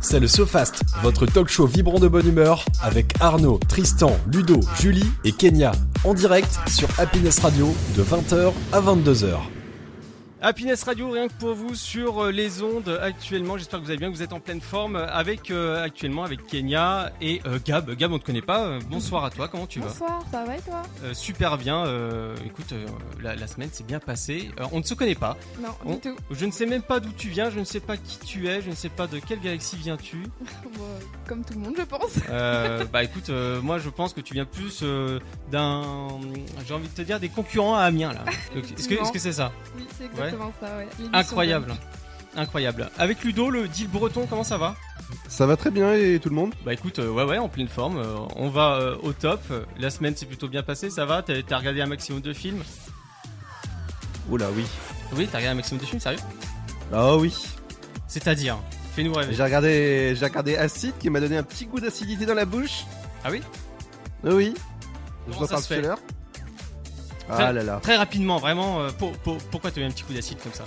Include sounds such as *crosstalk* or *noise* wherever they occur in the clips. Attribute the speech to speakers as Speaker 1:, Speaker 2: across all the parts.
Speaker 1: c'est le SoFast, votre talk show vibrant de bonne humeur avec Arnaud, Tristan, Ludo, Julie et Kenya, en direct sur Happiness Radio de 20h à 22h.
Speaker 2: Happiness Radio, rien que pour vous sur euh, les ondes actuellement. J'espère que vous allez bien, que vous êtes en pleine forme euh, avec euh, actuellement avec Kenya et euh, Gab. Gab, on ne te connaît pas. Euh, Bonsoir à toi, comment tu vas
Speaker 3: Bonsoir, ça va et toi
Speaker 2: Euh, Super bien. euh, écoute, euh, la, la semaine s'est bien passée. Euh, on ne se connaît pas.
Speaker 3: Non,
Speaker 2: Bon.
Speaker 3: du tout.
Speaker 2: Je ne sais même pas d'où tu viens, je ne sais pas qui tu es, je ne sais pas de quelle galaxie viens-tu.
Speaker 3: Bon, euh, comme tout le monde, je pense. *laughs*
Speaker 2: Euh, bah écoute, euh, moi je pense que tu viens plus euh, d'un. J'ai envie de te dire des concurrents à Amiens
Speaker 3: *laughs*
Speaker 2: là. Donc, Est-ce que
Speaker 3: Effectivement.
Speaker 2: est-ce que c'est ça
Speaker 3: Oui, c'est exactement ça, ouais. L'émission
Speaker 2: Incroyable. Incroyable. Avec Ludo, le deal breton, comment ça va
Speaker 4: Ça va très bien et tout le monde
Speaker 2: Bah écoute, euh, ouais ouais, en pleine forme. euh, on va euh, au top. La semaine s'est plutôt bien passée, ça va T'as t'as regardé un maximum de films
Speaker 4: Oula oui.
Speaker 2: Oui, t'as regardé un maximum de films, sérieux
Speaker 4: Ah oui.
Speaker 2: C'est-à-dire Fais-nous rêver.
Speaker 4: J'ai regardé, j'ai regardé Acide qui m'a donné un petit goût d'acidité dans la bouche.
Speaker 2: Ah oui
Speaker 4: Ah oui. Je
Speaker 2: Comment
Speaker 4: vous en
Speaker 2: ça
Speaker 4: parle
Speaker 2: se
Speaker 4: tout
Speaker 2: fait
Speaker 4: à l'heure.
Speaker 2: Très-
Speaker 4: Ah là là.
Speaker 2: Très rapidement, vraiment, euh, pour- pour- pourquoi t'as eu un petit coup d'acide comme ça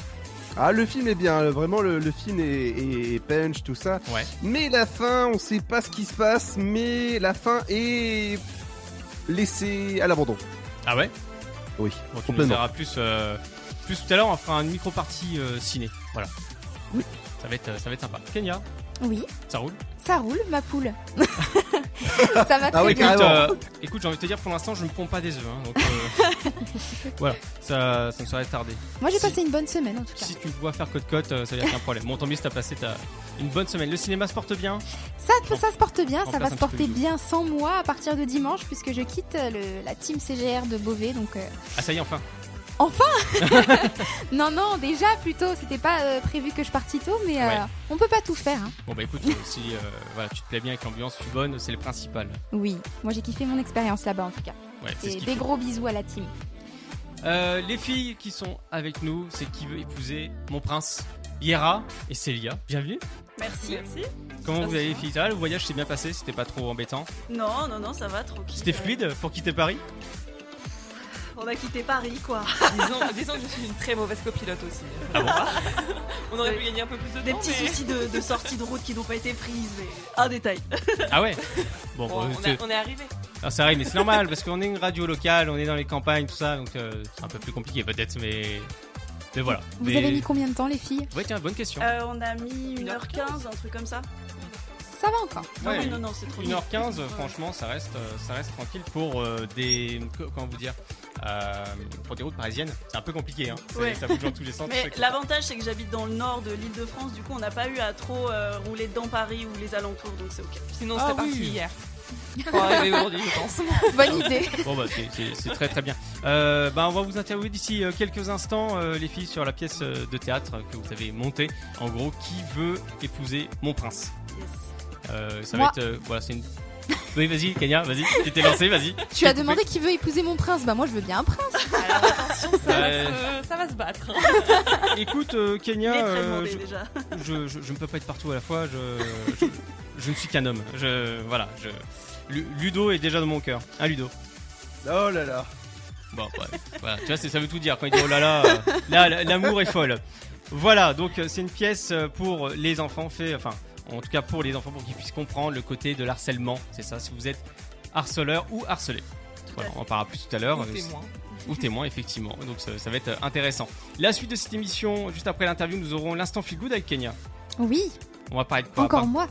Speaker 4: Ah le film est bien, le- vraiment le, le film est, est- est punch tout ça.
Speaker 2: Ouais.
Speaker 4: Mais la fin, on sait pas ce qui se passe, mais la fin est laissée à l'abandon.
Speaker 2: Ah ouais Bon,
Speaker 4: Oui.
Speaker 2: tu nous
Speaker 4: Complètement.
Speaker 2: verras plus, euh, plus tout à l'heure, on fera une micro-partie euh, ciné. Voilà.
Speaker 4: Oui.
Speaker 2: Ça va, être, euh, ça va être sympa. Kenya,
Speaker 3: Oui,
Speaker 2: ça roule
Speaker 3: ça roule, ma poule. *laughs* ça va très
Speaker 4: Ah oui,
Speaker 3: bien.
Speaker 4: carrément.
Speaker 2: Écoute, euh, écoute, j'ai envie de te dire, pour l'instant, je ne pompe pas des œufs. hein, donc,
Speaker 4: *laughs*
Speaker 2: euh, voilà, ça, ça ne saurait tarder.
Speaker 3: Moi, j'ai
Speaker 2: Si-
Speaker 3: passé une bonne semaine, en tout cas.
Speaker 2: Si tu dois faire cote-cote, euh, ça veut dire qu'il y a un problème. Bon, tant mieux si t'as passé ta... une bonne semaine. Le cinéma se porte bien
Speaker 3: Ça, ça se porte bien,
Speaker 2: On passe
Speaker 3: ça va
Speaker 2: un
Speaker 3: se
Speaker 2: petit peu
Speaker 3: porter
Speaker 2: du-
Speaker 3: bien sans moi à partir de dimanche, puisque je quitte euh, le- la team CGR de Beauvais, donc... euh,
Speaker 2: Ah, ça y est, enfin.
Speaker 3: *laughs* Non, non, déjà, plutôt, c'était pas euh, prévu que je partis tôt, mais euh,
Speaker 2: Ouais.
Speaker 3: on peut pas tout faire, hein.
Speaker 2: Bon, bah écoute, euh, si euh, voilà, tu te plais bien avec l'ambiance, tu es bonne, c'est le principal.
Speaker 3: Oui, moi, j'ai kiffé mon expérience là-bas, en tout cas.
Speaker 2: Ouais, c'est ce
Speaker 3: Et
Speaker 2: qu'il
Speaker 3: des
Speaker 2: faut.
Speaker 3: gros bisous à la team.
Speaker 2: Euh, les filles qui sont avec nous, c'est qui veut épouser mon prince Yera et Célia. Bienvenue.
Speaker 5: Merci.
Speaker 2: Comment vous
Speaker 5: Merci.
Speaker 2: allez les filles Ça va, Le voyage s'est bien passé, c'était pas trop embêtant.
Speaker 5: Non, non, non, ça va, tranquille.
Speaker 2: C'était fluide pour quitter Paris
Speaker 5: On a quitté Paris, quoi.
Speaker 6: Disons, disons que je suis une très mauvaise copilote aussi.
Speaker 2: Ah
Speaker 6: *laughs* On aurait pu gagner un peu plus de temps.
Speaker 5: Des petits
Speaker 6: mais-
Speaker 5: soucis de, de sortie de route qui n'ont pas été prises, mais un détail.
Speaker 2: Ah
Speaker 6: *laughs*
Speaker 2: ouais Bon,
Speaker 6: Bon,
Speaker 2: euh,
Speaker 6: on,
Speaker 2: c'est-
Speaker 6: a- on est arrivé.
Speaker 2: ah, c'est vrai, mais c'est normal parce qu'on est une radio locale, on est dans les campagnes, tout ça, donc euh, c'est un peu plus compliqué peut-être, mais. Mais voilà.
Speaker 3: Vous
Speaker 2: Mais-
Speaker 3: avez mis combien de temps, les filles
Speaker 2: Ouais, tiens, bonne question.
Speaker 5: Euh, on a mis 1h15, un truc comme ça.
Speaker 3: Ça va encore
Speaker 5: Non,
Speaker 2: Ouais.
Speaker 5: Euh, oui, non, non, c'est trop
Speaker 2: 1h15,
Speaker 5: Ouais.
Speaker 2: franchement, ça reste, euh, ça reste tranquille pour euh, des. qu- Comment vous dire Euh, Pour des routes parisiennes, c'est un peu compliqué, hein. C'est-
Speaker 5: Ouais.
Speaker 2: Ça bouge dans tous les sens. tu sais
Speaker 5: Mais
Speaker 2: que-
Speaker 5: l'avantage, c'est que j'habite dans le nord de l'île de France, du coup, on n'a pas eu à trop euh, rouler dans Paris ou les alentours, donc c'est ok.
Speaker 6: Sinon,
Speaker 2: Ah
Speaker 6: c'était
Speaker 2: oui.
Speaker 6: parti hier. On va arriver aujourd'hui, je pense.
Speaker 3: Bonne idée
Speaker 2: Bon bah c'est- c'est c'est très
Speaker 5: *laughs*
Speaker 2: très bien. Euh, bah, on va vous interviewer d'ici euh, quelques instants euh, les filles sur la pièce euh, de théâtre que vous avez montée. En gros, qui veut épouser mon prince
Speaker 5: Yes.
Speaker 2: Euh, Ça
Speaker 3: Moi.
Speaker 2: va être euh, voilà c'est une. Oui vas-y Kenya vas-y tu t'es lancé
Speaker 5: *laughs*
Speaker 2: vas-y.
Speaker 3: Tu as demandé qui veut épouser mon prince. Bah moi je veux bien un prince.
Speaker 6: Alors attention, ça,
Speaker 2: Ouais. Ah,
Speaker 6: va, se, ça va se battre. hein.
Speaker 2: Écoute euh,
Speaker 5: Il est
Speaker 2: Kenya,
Speaker 5: très
Speaker 2: euh,
Speaker 5: demandé
Speaker 2: je,
Speaker 5: déjà.
Speaker 2: je, je- je ne peux pas être partout à la fois. Je, je, je ne suis qu'un homme. Je voilà je. Lu- Ludo est déjà dans mon cœur. Hein Ludo.
Speaker 4: Oh là là.
Speaker 2: Bon, ouais, voilà. Tu vois, c'est- ça veut tout dire quand il dit oh là là, euh, là, là, l'amour est folle. Voilà, donc euh, c'est une pièce euh, pour les enfants, fait, enfin, en tout cas pour les enfants, pour qu'ils puissent comprendre le côté de l'harcèlement. C'est ça, si vous êtes harceleur ou harcelé. Voilà, on en parlera plus tout à l'heure.
Speaker 6: Ou
Speaker 2: Euh,
Speaker 6: témoin.
Speaker 2: ou témoin, effectivement. Donc ça, ça va être euh, intéressant. La suite de cette émission, juste après l'interview, nous aurons l'instant feel good avec Kenya.
Speaker 3: Oui,
Speaker 2: On va parler de quoi
Speaker 3: encore
Speaker 2: par-
Speaker 3: moi.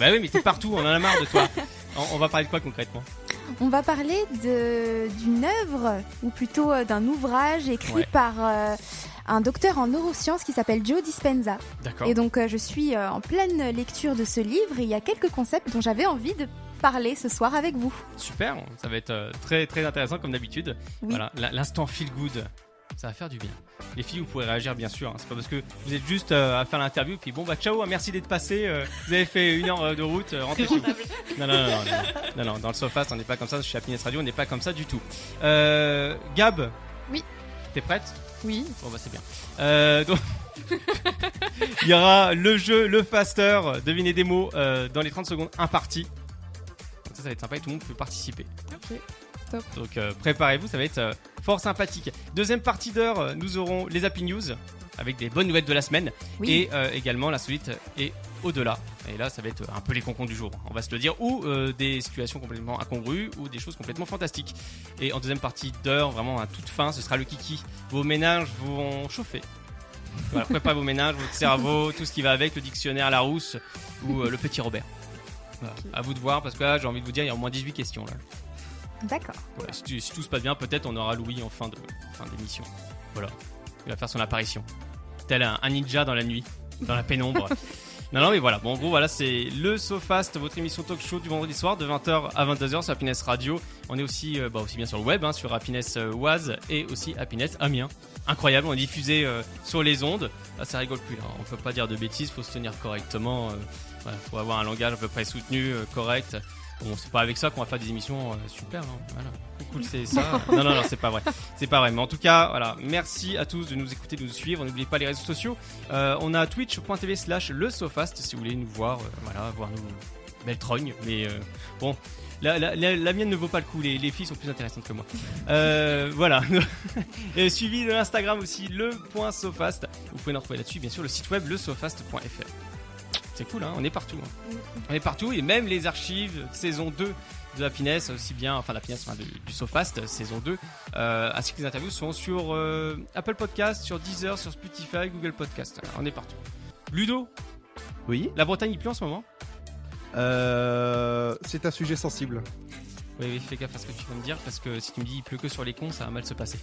Speaker 2: Bah oui, mais t'es partout, on en a marre de toi. On, on va parler de quoi concrètement
Speaker 3: On va parler de d'une œuvre ou plutôt euh, d'un ouvrage écrit
Speaker 2: Ouais.
Speaker 3: par euh, un docteur en neurosciences qui s'appelle Joe Dispenza.
Speaker 2: D'accord.
Speaker 3: Et donc euh, je suis euh, en pleine lecture de ce livre et il y a quelques concepts dont j'avais envie de parler ce soir avec vous.
Speaker 2: Super, ça va être euh, très très intéressant comme d'habitude.
Speaker 3: Oui.
Speaker 2: Voilà, la- l'instant feel good, ça va faire du bien. Les filles, vous pouvez réagir bien sûr. hein. C'est pas parce que vous êtes juste euh, à faire l'interview puis bon bah ciao, hein, merci d'être passé. euh, vous avez fait une heure euh, de route, euh, rentrez chez vous. Non non non non, non, non, non, dans le Sofast, on n'est pas comme ça. Chez Happiness Radio, on n'est pas comme ça du tout. Euh, Gab.
Speaker 3: Oui.
Speaker 2: T'es prête
Speaker 6: Oui.
Speaker 2: Bon bah c'est bien. Euh, donc... *laughs* Il y aura le jeu, le faster, devinez des mots euh, dans les 30 secondes imparties. Ça, ça va être sympa et tout le monde peut participer.
Speaker 6: Ok, top.
Speaker 2: Donc euh, préparez-vous, ça va être euh, fort sympathique. Deuxième partie d'heure, euh, nous aurons les Happy News avec des bonnes nouvelles de la semaine
Speaker 3: Oui.
Speaker 2: et euh, également la suite et au-delà Et là, ça va être un peu les concons du jour, on va se le dire, ou euh, des situations complètement incongrues, ou des choses complètement fantastiques. Et en deuxième partie d'heure, vraiment à toute fin, ce sera le kiki. Vos ménages vont chauffer. Voilà, préparez vos ménages, votre cerveau, tout ce qui va avec, le dictionnaire Larousse ou euh, le petit Robert. Voilà, À vous de voir, parce que là, j'ai envie de vous dire, il y a au moins 18 questions là.
Speaker 3: D'accord.
Speaker 2: Ouais, si, tu- si tout se passe bien, peut-être on aura Louis en fin de fin d'émission. Voilà, il va faire son apparition, tel un, un ninja dans la nuit, dans la pénombre. non, non, mais voilà. Bon, en gros, voilà, c'est le Sofast, votre émission talk-show du vendredi soir de 20h à 22h sur Happiness Radio. On est aussi, euh, bah, aussi bien sur le web, hein, sur Happiness euh, Oise et aussi Happiness Amiens. Incroyable, on est diffusé euh, sur les ondes. Ah, ça rigole plus. Là. On peut pas dire de bêtises, faut se tenir correctement. Il faut avoir un langage à peu près soutenu, euh, correct. Bon, c'est pas avec ça qu'on va faire des émissions euh, super, hein, voilà. Cool, c'est ça. non, non, non, c'est pas vrai. C'est pas vrai. Mais en tout cas, voilà. Merci à tous de nous écouter, de nous suivre. N'oubliez pas les réseaux sociaux. Euh, on a twitch.tv slash le Sofast si vous voulez nous voir, euh, voilà, voir nos belles trognes. Mais euh, bon, la, la- la- la mienne ne vaut pas le coup. Les, les filles sont plus intéressantes que moi. Euh, voilà. *laughs* Et suivi de l'Instagram aussi, le.sofast. Vous pouvez nous retrouver là-dessus, bien sûr, le site web lesofast.fr. C'est cool, hein, on est partout. hein. On est partout et même les archives saison 2 de Happiness, aussi bien, enfin la finesse du, du Sofast, saison 2, euh, ainsi que les interviews sont sur euh, Apple Podcast, sur Deezer, sur Spotify, Google Podcast. Alors, on est partout. Ludo,
Speaker 4: Oui.
Speaker 2: la Bretagne il pleut en ce moment
Speaker 4: Euh, c'est un sujet sensible.
Speaker 2: Oui, oui, fais gaffe à ce que tu vas me dire parce que si tu me dis il pleut que sur les cons, ça va mal se passer.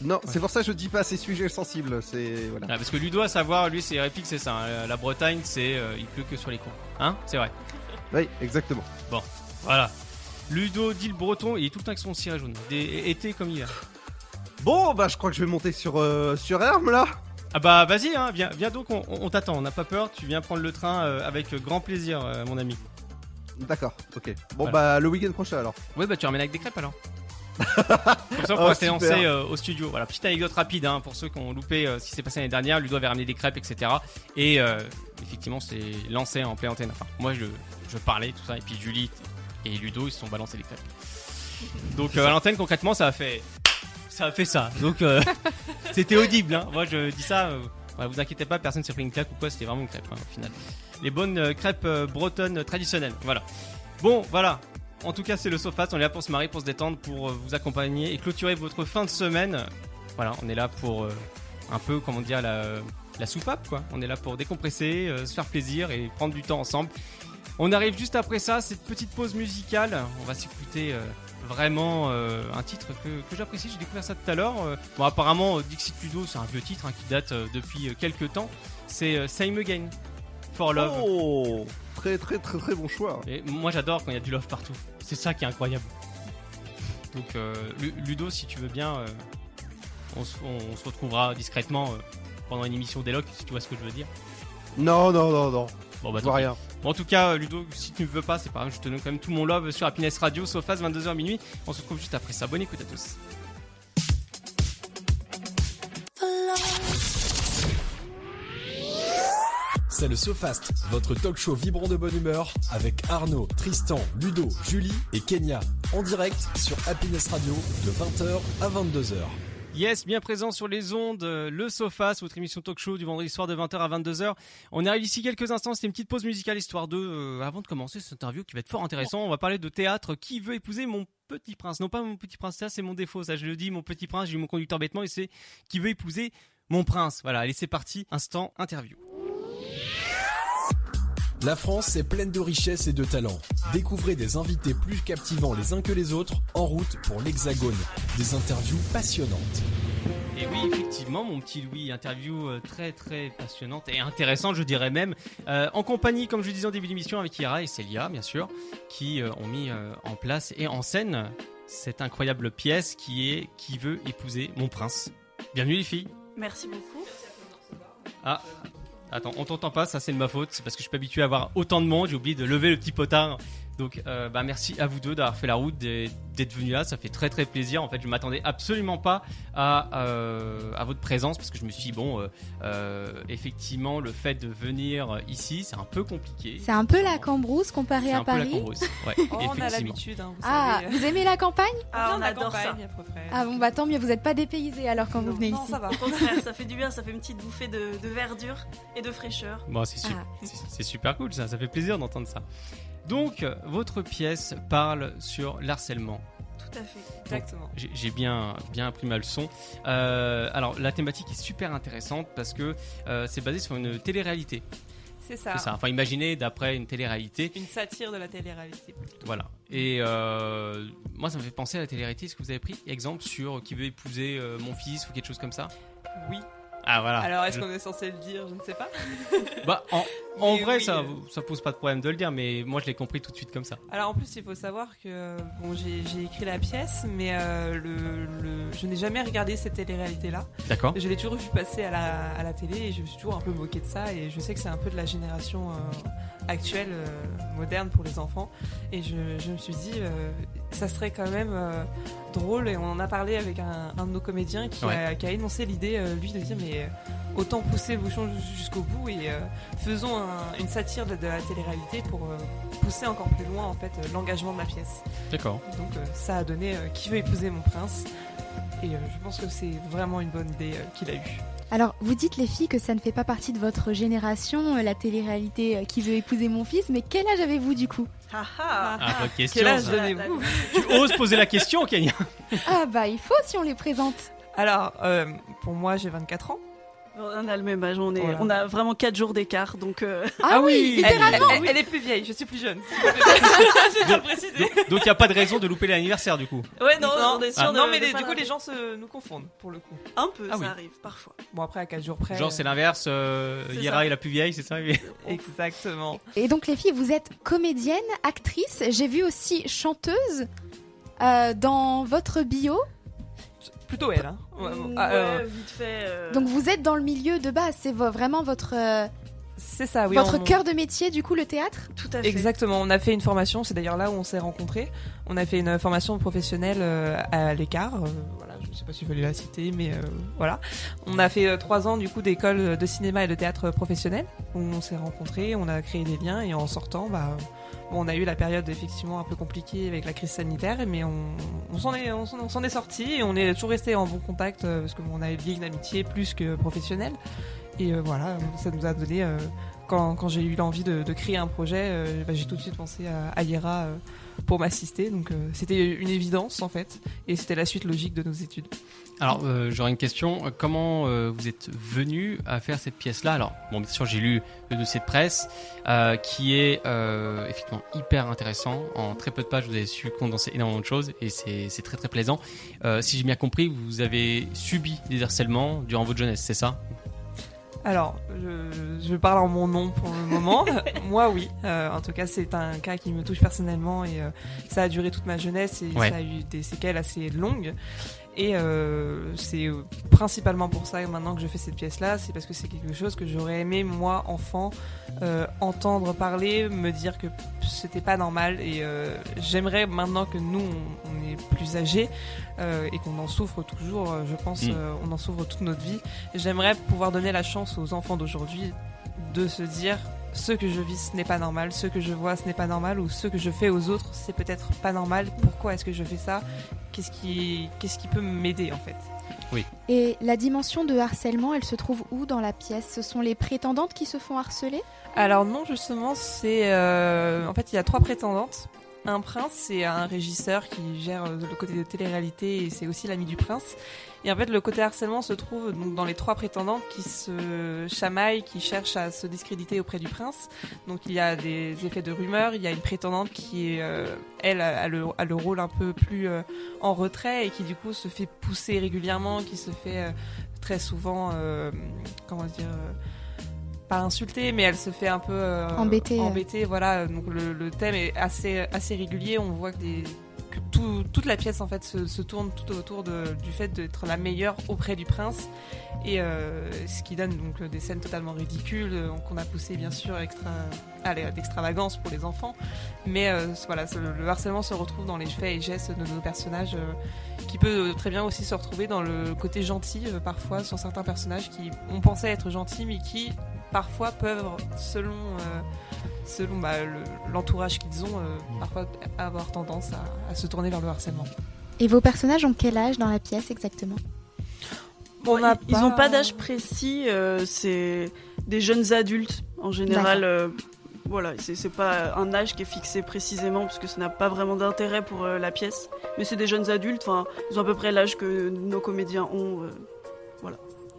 Speaker 4: Non, c'est pour ça que je dis pas c'est sujet sensible. C'est voilà.
Speaker 2: Ah, parce que Ludo, à savoir, lui, ses répliques, c'est ça. hein. La Bretagne, c'est euh, il pleut que sur les cons. Hein C'est vrai.
Speaker 4: Oui, exactement.
Speaker 2: Voilà. Ludo dit le breton, il est tout le temps avec son ciré jaune. Des, été comme hiver.
Speaker 4: Bon, bah je crois que je vais monter sur euh, sur Herm là.
Speaker 2: Ah bah vas-y, hein, viens, viens donc, on, on t'attend, on n'a pas peur, tu viens prendre le train euh, avec grand plaisir, euh, mon ami.
Speaker 4: D'accord. Ok. Bon
Speaker 2: Voilà.
Speaker 4: bah le week-end prochain alors.
Speaker 2: Ouais, bah tu ramènes avec des
Speaker 4: *laughs*
Speaker 2: crêpes alors. Comme ça, on
Speaker 4: Oh,
Speaker 2: pourra se les
Speaker 4: super.
Speaker 2: lancer euh, au studio. Voilà, petite anecdote rapide hein, pour ceux qui ont loupé euh, ce qui s'est passé l'année dernière. Ludo avait ramené des crêpes, etc. Et euh, effectivement, c'est lancé en pleine antenne. Enfin, moi, je, je parlais, tout ça. Et puis Julie et Ludo, ils se sont balancés les crêpes. Donc, euh, à l'antenne, concrètement, ça a fait ça. A fait ça. Donc,
Speaker 4: *laughs*
Speaker 2: euh, c'était audible. hein. Moi, je dis ça. euh, voilà, vous inquiétez pas, personne s'est pris une claque ou quoi. C'était vraiment une crêpe, hein, au final. Les bonnes euh, crêpes euh, bretonnes euh, traditionnelles. Voilà. Bon, voilà. En tout cas, c'est le Sofast. On est là pour se marier, pour se détendre, pour euh, vous accompagner et clôturer votre fin de semaine. Voilà, on est là pour euh, un peu, comment dire, la, la soupape, quoi. On est là pour décompresser, euh, se faire plaisir et prendre du temps ensemble. On arrive juste après ça, cette petite pause musicale. On va s'écouter euh, vraiment euh, un titre que, que j'apprécie. J'ai découvert ça tout à l'heure. Euh, bon, apparemment, euh, Dixit Ludo, c'est un vieux titre hein, qui date euh, depuis euh, quelques temps. C'est euh, Same Again, For Love.
Speaker 4: Oh, très très très très bon choix.
Speaker 2: Et moi j'adore quand il y a du love partout. C'est ça qui est incroyable. Donc euh, Lu- Ludo, si tu veux bien, euh, on, se- on- on se retrouvera discrètement euh, pendant une émission d'Eloc, si tu vois ce que je veux dire.
Speaker 4: Non non non non.
Speaker 2: Bon bah
Speaker 4: Je
Speaker 2: tant
Speaker 4: vois
Speaker 2: pis.
Speaker 4: rien.
Speaker 2: Bon, en tout cas, euh, Ludo, si tu ne veux pas, c'est pas grave, je te donne quand même tout mon love sur Happiness Radio, sauf à 22h minuit. On se retrouve juste après ça. Bonne écoute à tous.
Speaker 1: C'est le SoFast, votre talk show vibrant de bonne humeur avec Arnaud, Tristan, Ludo, Julie et Kenya en direct sur Happiness Radio de 20h à 22h.
Speaker 2: Yes, bien présent sur les ondes, euh, le Sofas, votre émission talk show du vendredi soir de 20h à 22h. On arrive ici quelques instants, c'est une petite pause musicale histoire de, euh, avant de commencer cette interview qui va être fort intéressant, on va parler de théâtre, qui veut épouser mon petit prince Non pas mon petit prince, ça c'est mon défaut, ça je le dis, mon petit prince, j'ai eu mon conducteur bêtement et c'est qui veut épouser mon prince. Voilà, allez c'est parti, instant interview.
Speaker 1: La France est pleine de richesses et de talents. Découvrez des invités plus captivants les uns que les autres en route pour l'Hexagone. Des interviews passionnantes.
Speaker 2: Et oui, effectivement, mon petit Louis, interview euh, très très passionnante et intéressante, je dirais même, Euh, en compagnie, comme je le disais en début d'émission, avec Ira et Célia, bien sûr, qui euh, ont mis euh, en place et en scène cette incroyable pièce qui est Qui veut épouser mon prince. Bienvenue les filles.
Speaker 5: *laughs* Merci beaucoup.
Speaker 2: Ah, attends, on t'entend pas, ça c'est de ma faute, c'est parce que je suis pas habitué à avoir autant de monde, j'ai oublié de lever le petit potard. Donc, euh, bah, merci à vous deux d'avoir fait la route, d'être d'être venus là. Ça fait très très plaisir. En fait, je m'attendais absolument pas à, euh, à votre présence parce que je me suis dit, bon, euh, euh, effectivement, le fait de venir ici, c'est un peu compliqué.
Speaker 3: C'est un peu la cambrousse comparée
Speaker 2: C'est
Speaker 3: à
Speaker 2: un peu la
Speaker 3: Paris.
Speaker 2: cambrousse. Ouais,
Speaker 6: *laughs* Oh, on a
Speaker 2: effectivement.
Speaker 6: l'habitude, hein, vous
Speaker 3: Ah,
Speaker 6: savez.
Speaker 3: vous aimez la campagne
Speaker 2: *laughs*
Speaker 5: Ah,
Speaker 6: vient
Speaker 5: on
Speaker 6: de la
Speaker 5: adore ça.
Speaker 6: campagne, à peu près.
Speaker 3: Ah bon, bah tant mieux, vous n'êtes pas dépaysé alors quand vous venez
Speaker 6: non,
Speaker 3: ici.
Speaker 6: ça va.
Speaker 5: Au contraire, ça fait du bien, ça fait une petite bouffée de, de verdure et de fraîcheur.
Speaker 2: Bon, c'est super,
Speaker 3: Ah.
Speaker 2: c'est- c'est super cool, ça, ça fait plaisir d'entendre ça. Donc, votre pièce parle sur l'harcèlement.
Speaker 5: Tout à fait.
Speaker 6: Exactement.
Speaker 2: J'ai- J'ai bien, bien appris ma leçon. Euh, alors, la thématique est super intéressante parce que euh, c'est basé sur une télé-réalité.
Speaker 6: C'est ça.
Speaker 2: C'est ça. Enfin, imaginez d'après une télé-réalité.
Speaker 6: Une satire de la télé-réalité.
Speaker 2: Voilà. Et euh, moi, ça me fait penser à la télé-réalité. Est-ce que vous avez pris exemple sur qui veut épouser euh, mon fils ou quelque chose comme ça
Speaker 6: Oui.
Speaker 2: Ah, voilà.
Speaker 6: Alors, est-ce
Speaker 2: Je-
Speaker 6: qu'on est censé le dire Je ne sais pas.
Speaker 2: Bah,
Speaker 6: *laughs*
Speaker 2: en, en
Speaker 6: Oui,
Speaker 2: vrai,
Speaker 6: oui,
Speaker 2: ça,
Speaker 6: euh.
Speaker 2: ça pose pas de problème de le dire, mais moi, je l'ai compris tout de suite comme ça.
Speaker 6: Alors en plus, il faut savoir que bon, j'ai j'ai écrit la pièce, mais euh, le, le- je n'ai jamais regardé cette télé-réalité-là.
Speaker 2: D'accord.
Speaker 6: Je l'ai toujours vu passer à la, à la télé et je me suis toujours un peu moquée de ça. Et je sais que c'est un peu de la génération euh, actuelle, euh, moderne pour les enfants. Et je, je me suis dit, euh, ça serait quand même euh, drôle. Et on en a parlé avec un, un de nos comédiens qui, a, qui a énoncé l'idée, euh, lui, de dire, mais euh, autant pousser le bouchon jus- jusqu'au bout et euh, faisons un- une satire de, de la télé-réalité pour euh, pousser encore plus loin en fait euh, l'engagement de la pièce.
Speaker 2: D'accord.
Speaker 6: Donc euh, ça a donné euh, Qui veut épouser mon prince et euh, je pense que c'est vraiment une bonne idée euh, qu'il a eue.
Speaker 3: Alors, vous dites les filles que ça ne fait pas partie de votre génération, euh, la télé-réalité euh, qui veut épouser mon fils, mais quel âge avez-vous du coup
Speaker 5: Ah ah
Speaker 2: Ah, bonne question.
Speaker 6: Quel âge
Speaker 2: ça.
Speaker 5: de-
Speaker 6: donnez-vous
Speaker 2: Tu oses poser la question, Kenya
Speaker 6: *laughs*
Speaker 3: Ah bah il faut si on les présente.
Speaker 6: Alors, euh, pour moi, j'ai 24 ans.
Speaker 5: On a le même âge, on, est,
Speaker 6: Voilà.
Speaker 5: on a vraiment 4 jours d'écart, donc euh,
Speaker 3: Ah, oui,
Speaker 6: elle,
Speaker 3: littéralement.
Speaker 6: elle- elle est plus vieille, *laughs* je suis plus jeune. Je dois le préciser.
Speaker 2: Donc il n'y a pas de raison de louper l'anniversaire du coup.
Speaker 5: ouais non, on est sûr
Speaker 2: Ah,
Speaker 5: de
Speaker 6: non mais
Speaker 5: de
Speaker 6: les-
Speaker 5: pas
Speaker 6: du coup,
Speaker 5: la-
Speaker 6: les gens se, nous confondent, pour le coup.
Speaker 5: un peu
Speaker 2: Ah
Speaker 5: ça
Speaker 2: oui.
Speaker 5: arrive parfois.
Speaker 6: Bon, après, à 4 jours près.
Speaker 2: Genre c'est
Speaker 6: euh,
Speaker 2: l'inverse, euh,
Speaker 5: C'est
Speaker 2: Yera
Speaker 5: ça.
Speaker 2: est la plus vieille, c'est ça mais-
Speaker 6: Exactement.
Speaker 3: Et donc les filles, vous êtes comédienne, actrice, j'ai vu aussi chanteuse euh, dans votre bio.
Speaker 6: Plutôt elle, hein. Ouais, bon,
Speaker 5: Mm,
Speaker 6: ah, euh,
Speaker 5: ouais, vite fait. euh,
Speaker 3: Donc vous êtes dans le milieu de base, c'est vo- vraiment votre, euh,
Speaker 6: c'est ça, oui.
Speaker 3: votre
Speaker 6: on-
Speaker 3: cœur de métier du coup, le théâtre
Speaker 5: tout à fait.
Speaker 6: Exactement, on a fait une formation, c'est d'ailleurs là où on s'est rencontrés. On a fait une euh, formation professionnelle euh, à l'écart. euh, voilà, je ne sais pas si je voulais la citer, mais euh, voilà. On a fait euh, trois ans du coup d'école de cinéma et de théâtre professionnel où on s'est rencontrés, on a créé des liens et en sortant, bah, bon, on a eu la période effectivement un peu compliquée avec la crise sanitaire, mais on, on s'en est, on s'en- on s'en est sorti et on est toujours resté en bon contact euh, parce qu'on a lié une amitié plus que professionnelle. Et euh, voilà, ça nous a donné. euh, quand, quand j'ai eu l'envie de, de créer un projet, euh, bah, j'ai tout de suite pensé à, à Yera euh, pour m'assister. Donc euh, c'était une évidence en fait, et c'était la suite logique de nos études.
Speaker 2: Alors euh, j'aurais une question, Euh, comment euh, vous êtes venu à faire cette pièce là Alors bon bien sûr j'ai lu le dossier de presse euh, qui est euh, effectivement hyper intéressant. En très peu de pages vous avez su condenser énormément de choses et c'est c'est très très plaisant. Euh, si j'ai bien compris vous avez subi des harcèlements durant votre jeunesse, c'est ça
Speaker 6: Alors, je, je parle en mon nom pour
Speaker 2: *laughs*
Speaker 6: le moment. Moi, oui. Euh, en tout cas, c'est un cas qui me touche personnellement et euh, ça a duré toute ma jeunesse et
Speaker 2: Ouais.
Speaker 6: ça a eu des séquelles assez longues. Et euh, c'est euh, principalement pour ça et maintenant que je fais cette pièce-là, c'est parce que c'est quelque chose que j'aurais aimé, moi, enfant, euh, entendre parler, me dire que c'était pas normal. Et euh, j'aimerais maintenant que nous, on, on est plus âgés euh, et qu'on en souffre toujours, euh, je pense,
Speaker 2: Mm.
Speaker 6: euh, on en souffre toute notre vie. J'aimerais pouvoir donner la chance aux enfants d'aujourd'hui de se dire ce que je vis ce n'est pas normal, ce que je vois ce n'est pas normal ou ce que je fais aux autres c'est peut-être pas normal, pourquoi est-ce que je fais ça Qu'est-ce qui, qu'est-ce qui peut m'aider en fait
Speaker 3: Et la dimension de harcèlement, elle se trouve où dans la pièce Ce sont les prétendantes qui se font harceler
Speaker 6: Alors non justement c'est... euh, en fait il y a trois prétendantes. Un prince c'est un régisseur qui gère euh, le côté de télé-réalité et c'est aussi l'ami du prince. Et en fait le côté harcèlement se trouve donc dans les trois prétendantes qui se chamaillent, qui cherchent à se discréditer auprès du prince. Donc il y a des effets de rumeur, il y a une prétendante qui est, euh, elle a a le, a le rôle un peu plus euh, en retrait et qui du coup se fait pousser régulièrement, qui se fait euh, très souvent, euh, comment dire, euh, pas insulter, mais elle se fait un peu euh,
Speaker 3: Embêter.
Speaker 6: embêter, voilà, donc le, le thème est assez assez régulier. On voit que des que tout- toute la pièce en fait se, se tourne tout autour de- du fait d'être la meilleure auprès du prince et euh, ce qui donne donc euh, des scènes totalement ridicules euh, qu'on a poussées bien sûr extra à l'e- l'extravagance pour les enfants mais euh, c- voilà ce- le harcèlement se retrouve dans les faits et gestes de nos personnages euh, qui peut euh, très bien aussi se retrouver dans le côté gentil euh, parfois sur certains personnages qui on pensait être gentils mais qui parfois peuvent selon euh, selon bah, le- l'entourage qu'ils ont, euh, parfois avoir tendance à, à se tourner vers le harcèlement.
Speaker 3: Et vos personnages ont quel âge dans la pièce exactement
Speaker 6: On n'a
Speaker 5: ils n'ont pas d'âge précis, euh, c'est des jeunes adultes en général. euh, voilà, c'est c'est pas un âge qui est fixé précisément parce que ça n'a pas vraiment d'intérêt pour euh, la pièce. Mais c'est des jeunes adultes, enfin, ils ont à peu près l'âge que nos comédiens ont. euh.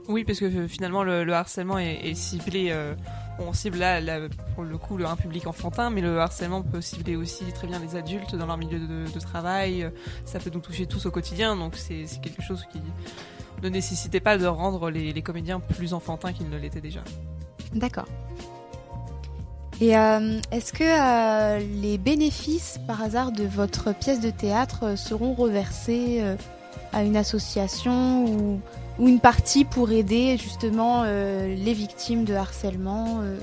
Speaker 6: Oui, parce que euh, finalement le, le harcèlement est, est ciblé. euh, on cible là, là, pour le coup le, un public enfantin, mais le harcèlement peut cibler aussi très bien les adultes dans leur milieu de, de travail. euh, Ça peut nous toucher tous au quotidien, donc c'est c'est quelque chose qui ne nécessitait pas de rendre les, les comédiens plus enfantins qu'ils ne l'étaient déjà.
Speaker 3: D'accord. Et euh, est-ce que euh, les bénéfices par hasard de votre pièce de théâtre euh, seront reversés euh, à une association ou, ou une partie pour aider justement euh, les victimes de harcèlement euh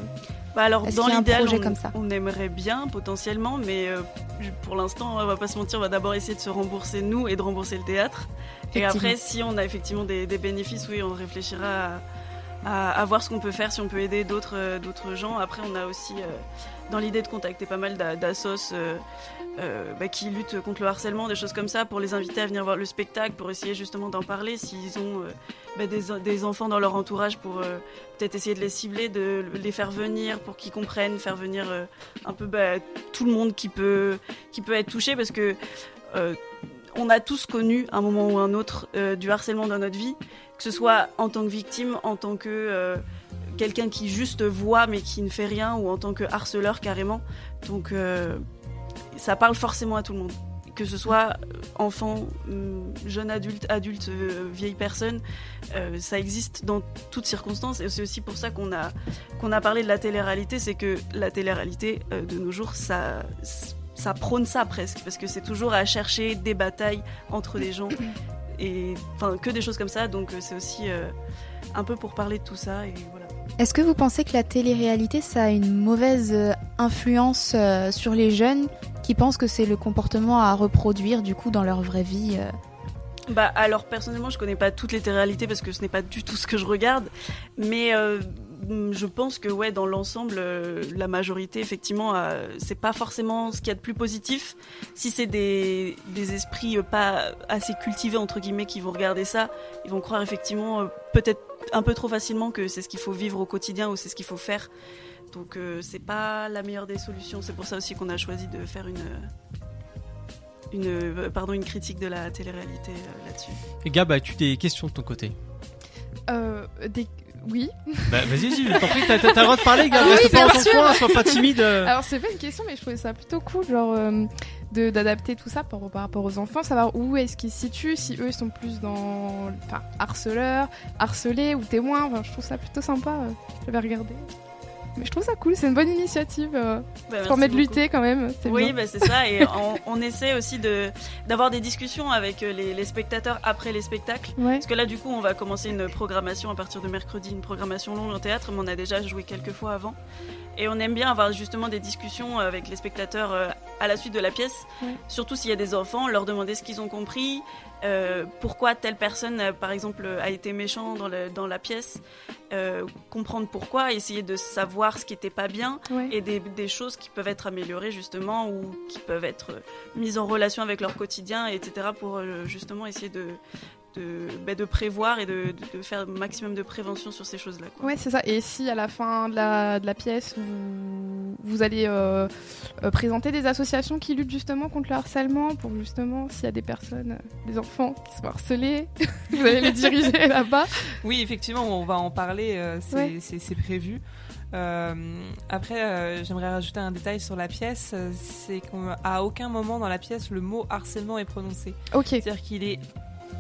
Speaker 5: Bah alors,
Speaker 3: Est-ce
Speaker 5: dans
Speaker 3: qu'il y a un
Speaker 5: l'idéal,
Speaker 3: projet comme ça
Speaker 5: on, on aimerait bien potentiellement, mais euh, pour l'instant, on va pas se mentir, on va d'abord essayer de se rembourser nous et de rembourser le théâtre. Et
Speaker 3: Effectivement.
Speaker 5: après, si on a effectivement des, des bénéfices, oui, on réfléchira à, à- à voir ce qu'on peut faire, si on peut aider d'autres euh, d'autres gens. Après, on a aussi euh, dans l'idée de contacter pas mal d'a- d'assos euh, euh, bah, qui luttent contre le harcèlement, des choses comme ça, pour les inviter à venir voir le spectacle, pour essayer justement d'en parler, s'ils ont euh, bah, des, des enfants dans leur entourage, pour euh, peut-être essayer de les cibler, de les faire venir pour qu'ils comprennent, faire venir euh, un peu bah, tout le monde qui peut, qui peut être touché, parce que... euh, on a tous connu, à un moment ou un autre, euh, du harcèlement dans notre vie, que ce soit en tant que victime, en tant que euh, quelqu'un qui juste voit mais qui ne fait rien, ou en tant que harceleur carrément. Donc euh, ça parle forcément à tout le monde. Que ce soit euh, enfant, hum, jeune adulte, adulte, euh, vieille personne, euh, ça existe dans toutes circonstances. Et c'est aussi pour ça qu'on a, qu'on a parlé de la télé-réalité, c'est que la télé-réalité euh, de nos jours, ça, ça prône ça presque, parce que c'est toujours à chercher des batailles entre les gens, et enfin que des choses comme ça. Donc euh, c'est aussi euh, un peu pour parler de tout ça. Et voilà.
Speaker 3: Est-ce que vous pensez que la télé-réalité, ça a une mauvaise euh, influence euh, sur les jeunes qui pensent que c'est le comportement à reproduire du coup dans leur vraie vie euh
Speaker 5: Bah alors personnellement, je connais pas toutes les réalités parce que ce n'est pas du tout ce que je regarde, mais euh, je pense que ouais, dans l'ensemble, euh, la majorité effectivement, euh, c'est pas forcément ce qu'il y a de plus positif. Si c'est des, des esprits euh, pas assez cultivés entre guillemets qui vont regarder ça, ils vont croire effectivement euh, peut-être un peu trop facilement que c'est ce qu'il faut vivre au quotidien ou c'est ce qu'il faut faire. Donc euh, c'est pas la meilleure des solutions. C'est pour ça aussi qu'on a choisi de faire une une, euh, pardon, une critique de la télé-réalité euh, là-dessus.
Speaker 2: Et Gab, as-tu des questions de ton côté
Speaker 7: Euh, des- Oui.
Speaker 2: Bah vas-y, vas-y, je t'en prie, t'as t'as- t'as le droit de parler, Gab,
Speaker 7: Ah oui,
Speaker 2: reste pas
Speaker 7: bien
Speaker 2: dans ton
Speaker 7: sûr.
Speaker 2: coin, sois pas timide. euh.
Speaker 7: Alors c'est pas une question, mais je trouvais ça plutôt cool, genre euh, de d'adapter tout ça par, par rapport aux enfants, savoir où est-ce qu'ils se situent, si eux ils sont plus dans, enfin, harceleurs, harcelés ou témoins. Enfin, je trouve ça plutôt sympa. euh, J'avais regardé. Mais je trouve ça cool, c'est une bonne initiative. euh,
Speaker 5: Bah,
Speaker 7: Ça
Speaker 5: merci
Speaker 7: permet de
Speaker 5: beaucoup.
Speaker 7: lutter quand même. c'est
Speaker 5: Oui,
Speaker 7: bien.
Speaker 5: bah, c'est ça. Et on, on essaie aussi de d'avoir des discussions avec euh, les, les spectateurs après les spectacles.
Speaker 7: Ouais.
Speaker 5: Parce que là, du coup, on va commencer une programmation à partir de mercredi, une programmation longue en théâtre, mais on a déjà joué quelques fois avant. Et on aime bien avoir justement des discussions avec les spectateurs euh, à la suite de la pièce.
Speaker 7: Ouais.
Speaker 5: Surtout s'il y a des enfants, leur demander ce qu'ils ont compris, euh, pourquoi telle personne, euh, par exemple, a été méchant dans, le- dans la pièce, euh, comprendre pourquoi, essayer de savoir ce qui n'était pas bien.
Speaker 7: Ouais.
Speaker 5: et des, des choses qui peuvent être améliorées justement ou qui peuvent être euh, mises en relation avec leur quotidien, etc. pour euh, justement essayer de, de, bah, de prévoir et de, de- de faire un maximum de prévention sur ces choses-là. quoi.
Speaker 7: Ouais, c'est ça. Et si à la fin de la, de la pièce, vous, vous allez euh, euh, présenter des associations qui luttent justement contre le harcèlement, pour justement, s'il y a des personnes, euh, des enfants qui sont harcelés, *laughs* vous allez
Speaker 3: *laughs*
Speaker 7: les diriger là-bas.
Speaker 6: Oui, effectivement, on va en parler, euh, c'est
Speaker 7: Ouais.
Speaker 6: c'est- c'est prévu. Euh, après, euh, j'aimerais rajouter un détail sur la pièce, euh, c'est qu'à aucun moment dans la pièce le mot harcèlement est prononcé.
Speaker 7: Ok,
Speaker 6: C'est-à-dire qu'il est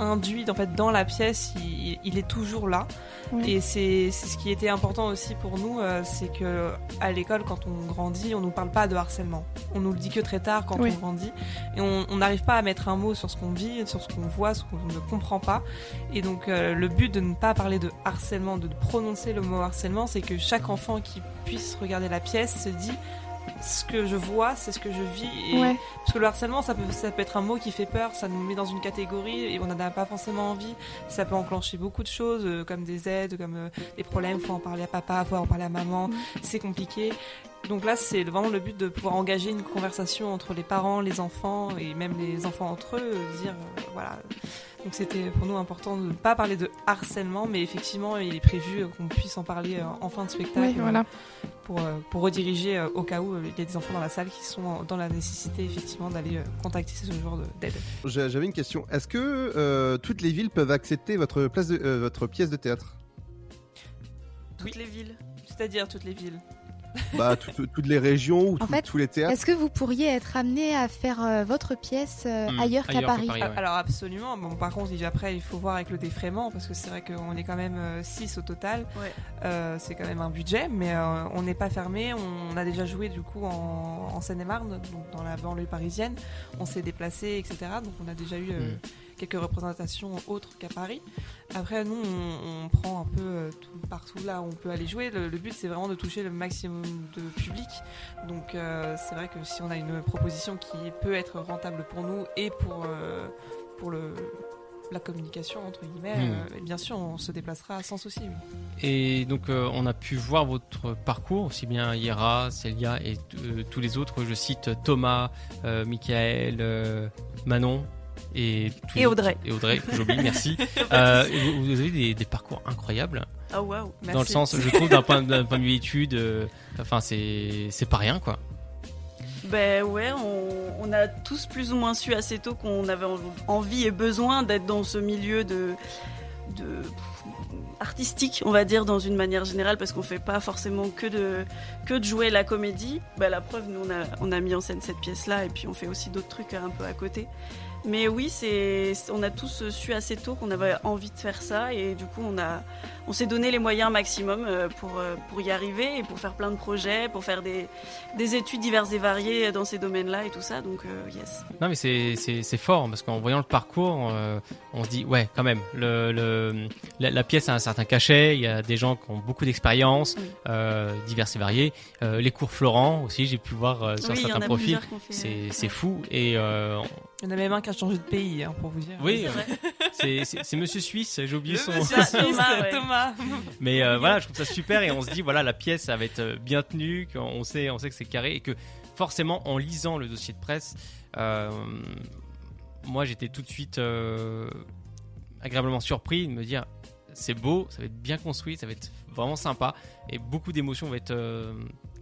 Speaker 6: induite en fait dans la pièce, il, il est toujours là.
Speaker 7: Ouais.
Speaker 6: Et c'est c'est ce qui était important aussi pour nous, euh, c'est que à l'école, quand on grandit, on nous parle pas de harcèlement. On nous le dit que très tard quand
Speaker 7: Oui.
Speaker 6: on grandit, et on on n'arrive pas à mettre un mot sur ce qu'on vit, sur ce qu'on voit, sur ce qu'on ne comprend pas. Et donc euh, le but de ne pas parler de harcèlement, de prononcer le mot harcèlement, c'est que chaque enfant qui puisse regarder la pièce se dit ce que je vois, c'est ce que je vis, et
Speaker 7: Ouais.
Speaker 6: parce que le harcèlement, ça peut, ça peut être un mot qui fait peur, ça nous met dans une catégorie et on n'en a pas forcément envie. Ça peut enclencher beaucoup de choses, euh, comme des aides, comme euh, des problèmes, faut en parler à papa, faut en parler à maman,
Speaker 7: Mhm.
Speaker 6: c'est compliqué. Donc là, c'est vraiment le but de pouvoir engager une conversation entre les parents, les enfants et même les enfants entre eux, euh, dire euh, voilà. Donc c'était pour nous important de ne pas parler de harcèlement, mais effectivement, il est prévu euh, qu'on puisse en parler euh, en fin de spectacle
Speaker 7: Oui, voilà.
Speaker 6: pour, euh, pour rediriger euh, au cas où euh, il y a des enfants dans la salle qui sont en- dans la nécessité effectivement d'aller euh, contacter ce genre de- d'aide.
Speaker 4: J'a- J'avais une question. Est-ce que euh, toutes les villes peuvent accepter votre, place de, euh, votre pièce
Speaker 2: *laughs*
Speaker 4: de théâtre
Speaker 5: Toutes les villes.
Speaker 6: C'est-à-dire toutes les villes.
Speaker 4: Bah, tout- tout- toutes les régions ou
Speaker 3: En
Speaker 4: tout-
Speaker 3: fait,
Speaker 4: tous les théâtres
Speaker 3: Est-ce que vous pourriez être amené à faire euh, votre pièce euh,
Speaker 2: Hmm,
Speaker 3: ailleurs qu'à Paris,
Speaker 6: Ah,
Speaker 2: ouais.
Speaker 6: Alors absolument. Bon, par contre, il- après, il faut voir avec le défraiement parce que c'est vrai qu'on est quand même 6 au total.
Speaker 5: Ouais.
Speaker 6: Euh, c'est quand même un budget, mais euh, on n'est pas fermé. On a déjà joué du coup en, en Seine-et-Marne, donc dans la banlieue parisienne. On s'est déplacé, etc. Donc on a déjà eu euh,
Speaker 2: Mm.
Speaker 6: quelques représentations autres qu'à Paris. Après, nous, on, on prend un peu euh, tout- partout là où on peut aller jouer. Le, le but, c'est vraiment de toucher le maximum de public. Donc euh, c'est vrai que si on a une proposition qui peut être rentable pour nous et pour, euh, pour le, la communication, entre guillemets,
Speaker 2: Mm.
Speaker 6: euh, bien sûr, on se déplacera sans souci. oui.
Speaker 2: Et donc, euh, on a pu voir votre parcours, aussi bien Yera, Célia et euh, tous les autres. Je cite Thomas, euh, Michael, euh, Manon et, tous
Speaker 5: Et
Speaker 2: les-
Speaker 5: Audrey.
Speaker 2: Et Audrey, que j'oublie, merci.
Speaker 5: *laughs*
Speaker 2: Euh,
Speaker 5: Pas de soucis.
Speaker 2: vous, vous avez des, des parcours incroyables,
Speaker 5: Ah waouh.
Speaker 6: Merci.
Speaker 2: dans le sens, je trouve, d'un point, d'un point de vue études, euh, enfin, c'est c'est pas rien, quoi.
Speaker 5: Ben ouais, on, on a tous plus ou moins su assez tôt qu'on avait en- envie et besoin d'être dans ce milieu de, de artistique, on va dire, dans une manière générale, parce qu'on fait pas forcément que de, que de jouer la comédie. Ben la preuve, nous, on a, on a mis en scène cette pièce-là, et puis on fait aussi d'autres trucs un peu à côté. Mais oui, c'est, c'est- on a tous su assez tôt qu'on avait envie de faire ça, et du coup, on a, on s'est donné les moyens maximum euh, pour, euh, pour y arriver, et pour faire plein de projets, pour faire des, des études diverses et variées dans ces domaines-là et tout ça, donc euh, yes.
Speaker 2: Non, mais c'est- c'est c'est fort hein, parce qu'en voyant le parcours, euh, on se dit, ouais, quand même, le, le- la, la pièce a un certain cachet. Il y a des gens qui ont beaucoup d'expérience,
Speaker 5: Oui.
Speaker 2: euh, diverses et variées. Euh, les cours Florent aussi, j'ai pu voir euh, sur
Speaker 5: oui, il y en
Speaker 2: certains
Speaker 5: a
Speaker 2: profils.
Speaker 5: plusieurs qu'on fait.
Speaker 2: C'est
Speaker 5: euh,
Speaker 2: c'est fou. Et euh,
Speaker 6: Il y en a même un qui a changé de pays, hein, pour vous dire.
Speaker 2: oui,
Speaker 5: C'est vrai.
Speaker 2: euh, c'est- c'est c'est Monsieur Suisse, j'ai oublié
Speaker 6: *laughs*
Speaker 2: son.
Speaker 5: Monsieur Suisse,
Speaker 6: Thomas,
Speaker 5: ouais.
Speaker 6: Thomas.
Speaker 2: Mais euh, voilà, je trouve ça super et on se dit, voilà, la pièce, ça va être euh, bien tenue, qu'on sait, on sait que c'est carré et que forcément, en lisant le dossier de presse, euh, moi j'étais tout de suite euh, agréablement surpris de me dire, c'est beau, ça va être bien construit, ça va être vraiment sympa et beaucoup d'émotions vont être. euh,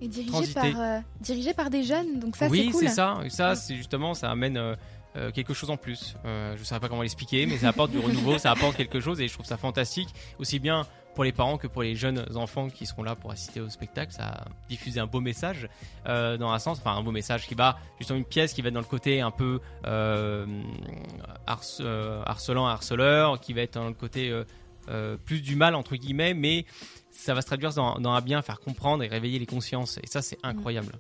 Speaker 3: Et dirigé
Speaker 2: Transiter.
Speaker 3: par, euh, dirigé par des jeunes, donc ça
Speaker 2: oui,
Speaker 3: c'est cool.
Speaker 2: ça. Et ça, c'est justement, ça amène euh, euh, quelque chose en plus. Euh, je ne saurais pas comment l'expliquer, mais ça
Speaker 3: *laughs*
Speaker 2: apporte du renouveau, ça apporte quelque chose et je trouve ça fantastique, aussi bien pour les parents que pour les jeunes enfants qui seront là pour assister au spectacle. Ça a diffusé un beau message euh, dans un sens, enfin un beau message qui va justement une pièce qui va être dans le côté un peu euh, harce- euh, harcelant, harceleur, qui va être dans le côté euh, euh, plus du mal entre guillemets, mais ça va se traduire dans, dans un bien, faire comprendre et réveiller les consciences. Et ça, c'est
Speaker 3: Mm.
Speaker 2: incroyable.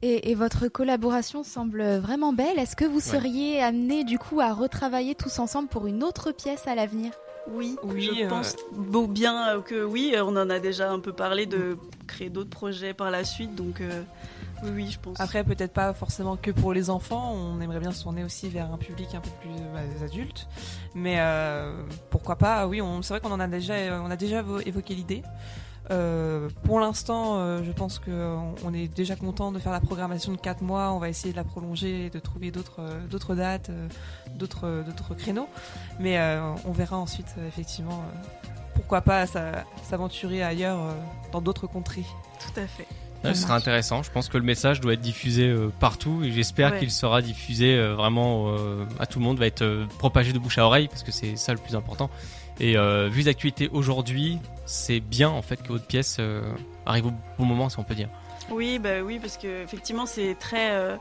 Speaker 3: Et, et votre collaboration semble vraiment belle. Est-ce que vous seriez amené du coup à retravailler tous ensemble pour une autre pièce à l'avenir
Speaker 5: Oui,
Speaker 6: Oui,
Speaker 5: je
Speaker 6: euh,
Speaker 5: pense beau- bien euh, que oui, euh, on en a déjà un peu parlé de créer d'autres projets par la suite, donc euh, oui, oui, je pense.
Speaker 6: Après, peut-être pas forcément que pour les enfants. On aimerait bien se tourner aussi vers un public un peu plus euh, adulte. Mais euh, pourquoi pas Oui, on- c'est vrai qu'on en a déjà, euh, on a déjà vo- évoqué l'idée. Euh, pour l'instant, euh, je pense que on- on est déjà content de faire la programmation de 4 mois. On va essayer de la prolonger, de trouver d'autres, euh, d'autres dates, euh, d'autres, euh, d'autres créneaux. Mais euh, on verra ensuite, euh, effectivement, euh, pourquoi pas s'a- s'aventurer ailleurs, euh, dans d'autres contrées.
Speaker 5: tout à fait.
Speaker 2: Ouais, ce
Speaker 6: Ça
Speaker 2: sera
Speaker 6: marche.
Speaker 2: intéressant. Je pense que le message doit être diffusé euh, partout et j'espère
Speaker 5: Ouais.
Speaker 2: qu'il sera diffusé euh, vraiment euh, à tout le monde, va être euh, propagé de bouche à oreille parce que c'est ça le plus important. Et euh, vu les actualités aujourd'hui, c'est bien en fait que votre pièce euh, arrive au bon moment, si on peut dire.
Speaker 5: Oui, bah oui, parce que effectivement, c'est très euh,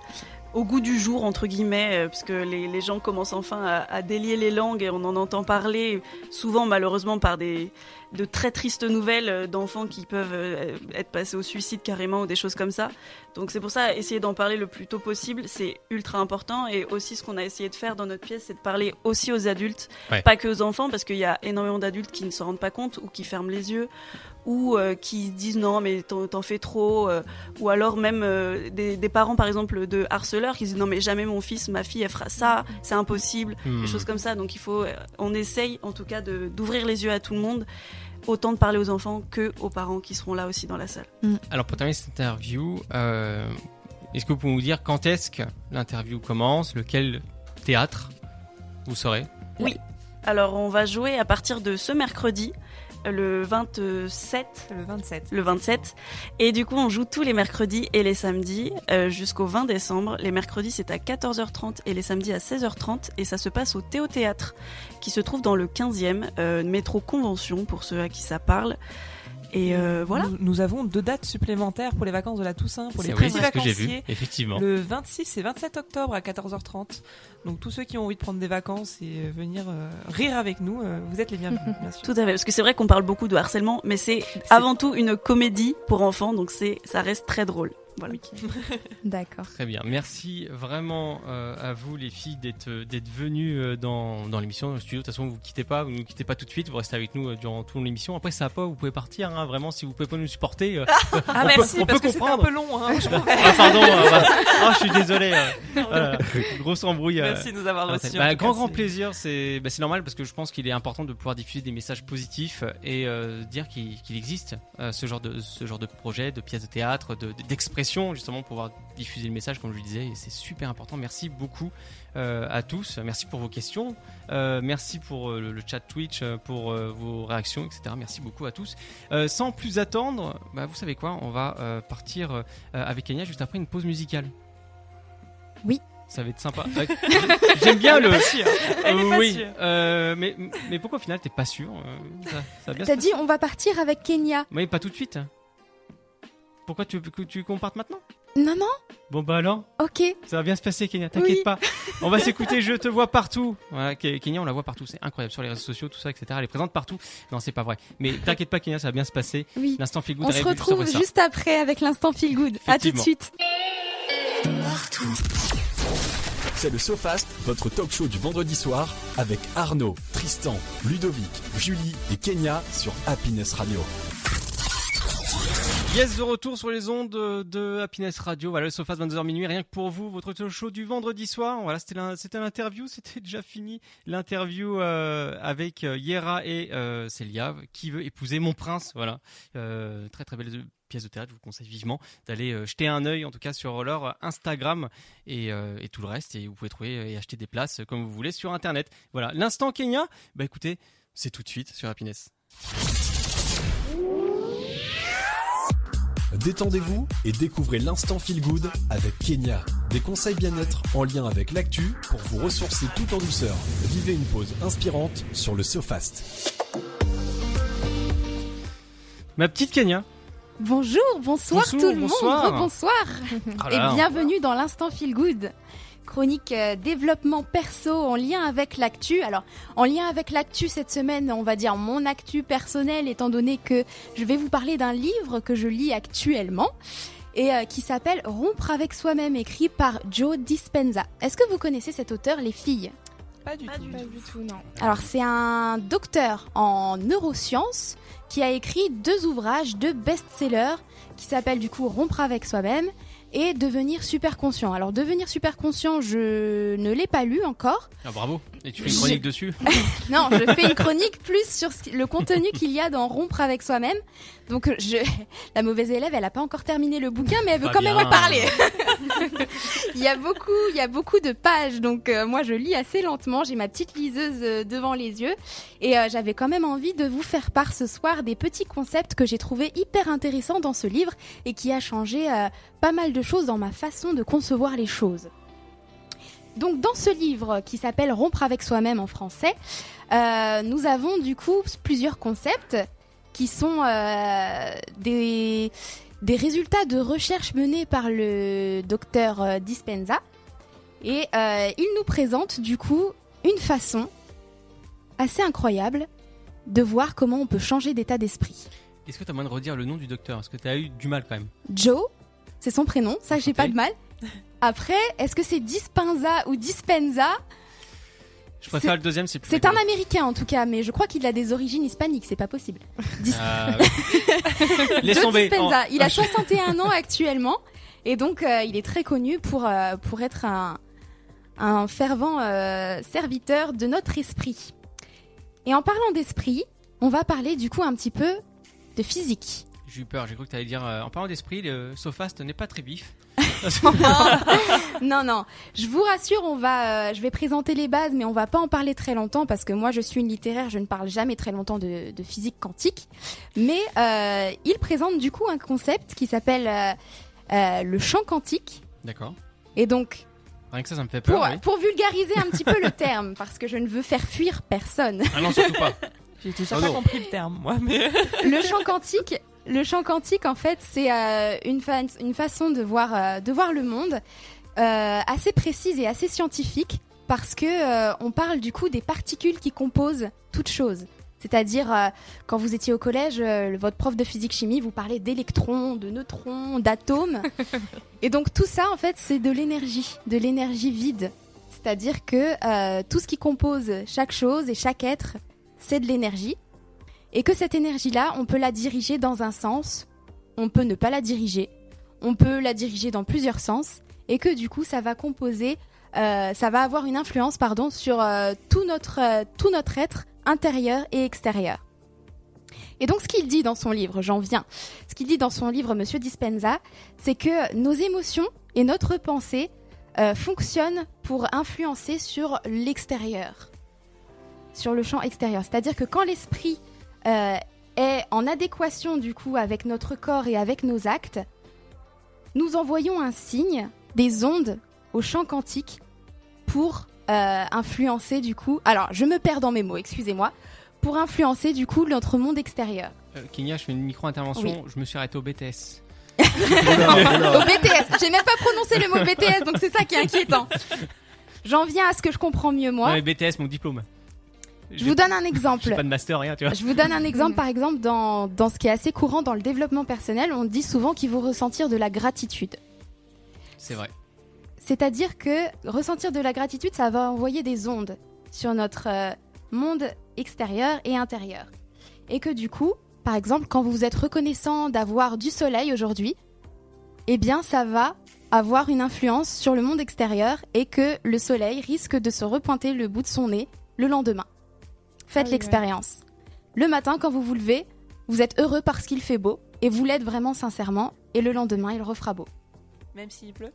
Speaker 5: au goût du jour, entre guillemets, euh, puisque les, les gens commencent enfin à, à délier les langues et on en entend parler, souvent malheureusement par des, de très tristes nouvelles euh, d'enfants qui peuvent euh, être passés au suicide carrément ou des choses comme ça. Donc c'est pour ça, essayer d'en parler le plus tôt possible, c'est ultra important. Et aussi, ce qu'on a essayé de faire dans notre pièce, c'est de parler aussi aux adultes,
Speaker 2: Ouais.
Speaker 5: pas que aux enfants, parce qu'il y a énormément d'adultes qui ne s'en rendent pas compte ou qui ferment les yeux ou euh, qui se disent non mais t'en t'en fais trop euh, ou alors même euh, des, des parents par exemple de harceleurs qui se disent non mais jamais mon fils ma fille elle fera ça c'est impossible
Speaker 2: Hmm.
Speaker 5: des choses comme ça donc il faut euh, on essaye en tout cas de- d'ouvrir les yeux à tout le monde autant de parler aux enfants que aux parents qui seront là aussi dans la salle
Speaker 2: Alors pour terminer cette interview, euh, est-ce que vous pouvez nous dire quand est-ce que l'interview commence, lequel théâtre vous saurez
Speaker 5: alors on va jouer à partir de ce mercredi euh, le 27
Speaker 6: le 27.
Speaker 5: le 27. Et du coup, on joue tous les mercredis et les samedis euh, jusqu'au 20 décembre. Les mercredis, c'est à 14h30 et les samedis à 16h30. Et ça se passe au Théo Théâtre, qui se trouve dans le 15e euh, métro Convention, pour ceux à qui ça parle. Et euh, voilà.
Speaker 6: Nous, nous avons deux dates supplémentaires pour les vacances de la Toussaint, pour les
Speaker 2: C'est- oui,
Speaker 6: petits
Speaker 2: c'est ce que j'ai vu,
Speaker 6: vacanciers.
Speaker 2: effectivement.
Speaker 6: Le 26 et 27 octobre à 14h30. Donc tous ceux qui ont envie de prendre des vacances et euh, venir euh, rire avec nous, euh, vous êtes
Speaker 5: *laughs*
Speaker 6: les bienvenus, bien sûr.
Speaker 5: Tout à fait, parce que c'est vrai qu'on parle beaucoup de harcèlement, mais c'est avant tout une comédie pour enfants, donc c'est ça reste très drôle. Voilà.
Speaker 2: *laughs*
Speaker 3: D'accord.
Speaker 2: Très bien. Merci vraiment euh, à vous, les filles, d'être d'être venues euh, dans, dans l'émission, dans le studio. De toute façon, vous ne quittez pas, vous ne nous quittez pas tout de suite, vous restez avec nous euh, durant toute l'émission. Après, ça va pas, vous pouvez partir, hein, vraiment, si vous pouvez pas nous supporter. euh,
Speaker 6: Ah
Speaker 2: On peut-
Speaker 6: merci,
Speaker 2: on
Speaker 6: parce
Speaker 2: peut
Speaker 6: que c'était un
Speaker 2: comprendre.
Speaker 6: peu
Speaker 2: *laughs*
Speaker 6: long. hein.
Speaker 2: ah, pardon, euh, bah, ah, je suis désolé. euh, voilà. grosse embrouille. euh,
Speaker 6: *laughs* Merci de nous avoir
Speaker 2: Bah,
Speaker 6: reçus. en tout
Speaker 2: grand
Speaker 6: cas,
Speaker 2: grand
Speaker 6: c'est-
Speaker 2: plaisir, c'est bah, c'est normal parce que je pense qu'il est important de pouvoir diffuser des messages positifs et euh, dire qu'il qu'il existe euh, ce genre de ce genre de projet, de pièces de théâtre, de- de- d'expression justement pour pouvoir diffuser le message comme je le disais et c'est super important. Merci beaucoup euh, à tous, merci pour vos questions, Euh, merci pour euh, le, le chat Twitch, euh, pour euh, vos réactions, etc. Merci beaucoup à tous. Euh, sans plus attendre, bah, vous savez quoi, on va euh, partir euh, avec Kenya juste après une pause musicale.
Speaker 3: Oui.
Speaker 2: Ça va être
Speaker 3: *laughs*
Speaker 2: sympa. Euh, J'aime bien le.
Speaker 6: Elle est pas
Speaker 2: oui.
Speaker 6: sûre.
Speaker 2: euh, mais, mais pourquoi au final t'es pas sûr euh, ça, ça va bien se
Speaker 3: T'as
Speaker 2: passer.
Speaker 3: dit on va partir avec Kenya.
Speaker 2: Mais pas tout de suite. Pourquoi tu veux que tu compartes maintenant
Speaker 3: Non, non,
Speaker 2: Bon bah alors,
Speaker 3: ok.
Speaker 2: ça va bien se passer Kenya, t'inquiète
Speaker 3: Oui.
Speaker 2: pas. On va s'écouter, je te vois partout. Voilà, Ke- Kenya, on la voit partout, c'est incroyable sur les réseaux sociaux, tout ça, etc. Elle est présente partout. Non, c'est pas vrai. Mais t'inquiète pas Kenya, ça va bien se passer.
Speaker 3: Oui.
Speaker 2: L'instant feel good
Speaker 3: On se
Speaker 2: arrive juste
Speaker 3: retrouve
Speaker 2: après ça.
Speaker 3: juste après avec l'instant feel good. À tout de
Speaker 2: Effectivement.
Speaker 3: suite.
Speaker 1: C'est le SoFast, votre talk show du vendredi soir avec Arnaud, Tristan, Ludovic, Julie et Kenya sur Happiness Radio.
Speaker 2: Yes, de retour sur les ondes de, de Happiness Radio. Voilà, le sofa de 22h minuit, rien que pour vous. Votre talk show du vendredi soir. Voilà, c'était l'in- c'était l'interview, *laughs* c'était déjà fini. L'interview euh, avec euh, Yera et euh, Célia, qui veut épouser mon prince. Voilà, Euh, très très belle pièce de théâtre. Je vous conseille vivement d'aller euh, jeter un œil, en tout cas sur leur Instagram et, euh, et tout le reste. Et vous pouvez trouver et acheter des places euh, comme vous voulez sur Internet. Voilà, l'instant Kenya. Bah écoutez, c'est tout de suite sur Happiness.
Speaker 1: Détendez-vous et découvrez l'instant feel good avec Kenya. Des conseils bien-être en lien avec l'actu pour vous ressourcer tout en douceur. Vivez une pause inspirante sur le SoFast.
Speaker 2: Ma petite Kenya.
Speaker 3: Bonjour, bonsoir
Speaker 2: Bonjour,
Speaker 3: tout le
Speaker 2: bonsoir.
Speaker 3: monde, bonsoir
Speaker 2: Oh là là.
Speaker 3: et bienvenue dans l'instant feel good. Chronique euh, développement perso en lien avec l'actu. Alors, en lien avec l'actu cette semaine, on va dire mon actu personnelle, étant donné que je vais vous parler d'un livre que je lis actuellement et euh, qui s'appelle Rompre avec soi-même, écrit par Joe Dispenza. Est-ce que vous connaissez cet auteur, les filles
Speaker 6: Pas du
Speaker 5: Pas
Speaker 6: tout.
Speaker 5: du
Speaker 7: Pas du tout, non.
Speaker 3: alors, c'est un docteur en neurosciences qui a écrit deux ouvrages, deux best-sellers, qui s'appellent du coup Rompre avec soi-même et Devenir super conscient. Alors, Devenir super conscient, je ne l'ai pas lu encore.
Speaker 2: Ah, bravo. Et tu fais une chronique dessus
Speaker 3: Non, je fais une chronique plus sur ce qui- le contenu qu'il y a dans Rompre avec soi-même. Donc, euh, je, *laughs* la mauvaise élève, elle n'a pas encore terminé le bouquin, mais elle veut
Speaker 2: Pas
Speaker 3: quand même
Speaker 2: bien.
Speaker 3: en parler. *laughs* il y a beaucoup, il y a beaucoup de pages, donc euh, moi je lis assez lentement. J'ai ma petite liseuse euh, devant les yeux et euh, j'avais quand même envie de vous faire part ce soir des petits concepts que j'ai trouvé hyper intéressants dans ce livre et qui a changé euh, pas mal de choses dans ma façon de concevoir les choses. Donc dans ce livre qui s'appelle Rompre avec soi-même en français, euh, nous avons du coup plusieurs concepts qui sont euh, des, des résultats de recherche menés par le docteur euh, Dispenza Et euh, il nous présente du coup une façon assez incroyable de voir comment on peut changer d'état d'esprit.
Speaker 2: Est-ce que t'as moyen de redire le nom du docteur Parce que t'as eu du mal quand même.
Speaker 3: Joe, c'est son prénom, ça j'ai
Speaker 2: Enchanté.
Speaker 3: pas de mal. Après, est-ce que c'est Dispenza ou Dispenza
Speaker 2: Je préfère le deuxième, c'est plus.
Speaker 3: C'est un
Speaker 2: rigolo.
Speaker 3: américain en tout cas, mais je crois qu'il a des origines hispaniques, c'est pas possible. Dis-
Speaker 2: Ah, oui.
Speaker 3: *laughs*
Speaker 2: Laisse
Speaker 3: Joe
Speaker 2: tomber.
Speaker 3: Dispenza,
Speaker 2: Oh,
Speaker 3: il a
Speaker 2: ah, je- *laughs*
Speaker 3: 61 ans actuellement et donc euh, il est très connu pour, euh, pour être un, un fervent euh, serviteur de notre esprit. Et en parlant d'esprit, on va parler du coup un petit peu
Speaker 2: *laughs*
Speaker 3: de physique. *laughs*
Speaker 2: Oh, J'ai eu peur, j'ai cru que t'allais dire. euh, en parlant d'esprit, le Sofast n'est pas très vif.
Speaker 3: Non, non, je vous rassure, on va, euh, je vais présenter les bases, mais on va pas en parler très longtemps parce que moi je suis une littéraire, je ne parle jamais très longtemps de, de physique quantique. Mais euh, il présente du coup un concept qui s'appelle euh, euh, le champ quantique.
Speaker 2: D'accord.
Speaker 3: Et donc,
Speaker 2: Rien que ça, ça me fait peur.
Speaker 3: pour,
Speaker 2: Ah oui.
Speaker 3: pour vulgariser un petit peu le terme, parce que je ne veux faire fuir personne,
Speaker 2: Ah non, surtout pas.
Speaker 6: J'ai déjà
Speaker 2: Oh
Speaker 6: pas
Speaker 2: non.
Speaker 6: compris le terme, moi, mais. *laughs*
Speaker 3: le champ quantique, le champ quantique en fait, c'est euh, une, fa- une façon de voir, euh, de voir le monde euh, assez précise et assez scientifique, parce que euh, on parle du coup des particules qui composent toute chose. C'est-à-dire, euh, quand vous étiez au collège, euh, le- votre prof de physique-chimie vous parlait d'électrons, de neutrons, d'atomes. et donc tout ça, en fait, c'est de l'énergie, de l'énergie vide. C'est-à-dire que euh, tout ce qui compose chaque chose et chaque être, c'est de l'énergie. Et que cette énergie-là, on peut la diriger dans un sens, on peut ne pas la diriger, on peut la diriger dans plusieurs sens, et que du coup, ça va composer, euh, ça va avoir une influence, pardon, sur euh, tout, notre, euh, tout notre être intérieur et extérieur. Et donc, ce qu'il dit dans son livre, j'en viens, ce qu'il dit dans son livre, Monsieur Dispenza, c'est que nos émotions et notre pensée euh, fonctionnent pour influencer sur l'extérieur, sur le champ extérieur. C'est-à-dire que quand l'esprit euh, est en adéquation du coup avec notre corps et avec nos actes, nous envoyons un signe, des ondes au champ quantique pour euh, influencer du coup. Alors, je me perds dans mes mots, excusez-moi. Pour influencer du coup notre monde extérieur.
Speaker 2: Euh, Kenya, je fais une micro-intervention. Je me suis arrêté au BTS.
Speaker 3: Au BTS, j'ai même pas prononcé le mot BTS, donc c'est ça qui est inquiétant. J'en viens à ce que je comprends mieux moi.
Speaker 2: Non, mais BTS, mon diplôme.
Speaker 3: je vous donne un exemple.
Speaker 2: J'ai pas de master, rien, tu vois.
Speaker 3: Je vous donne un exemple, par exemple, dans, dans ce qui est assez courant dans le développement personnel, on dit souvent qu'il faut ressentir de la gratitude.
Speaker 2: C'est vrai.
Speaker 3: C'est-à-dire que ressentir de la gratitude, ça va envoyer des ondes sur notre euh, monde extérieur et intérieur. Et que du coup, par exemple, quand vous êtes reconnaissant d'avoir du soleil aujourd'hui, eh bien, ça va avoir une influence sur le monde extérieur et que le soleil risque de se repointer le bout de son nez le lendemain. Faites
Speaker 7: Ah oui,
Speaker 3: l'expérience. Le matin, quand vous vous levez, vous êtes heureux parce qu'il fait beau et vous l'êtes vraiment sincèrement et le lendemain, il refera beau,
Speaker 6: Même s'il
Speaker 2: Euh,
Speaker 6: pleut.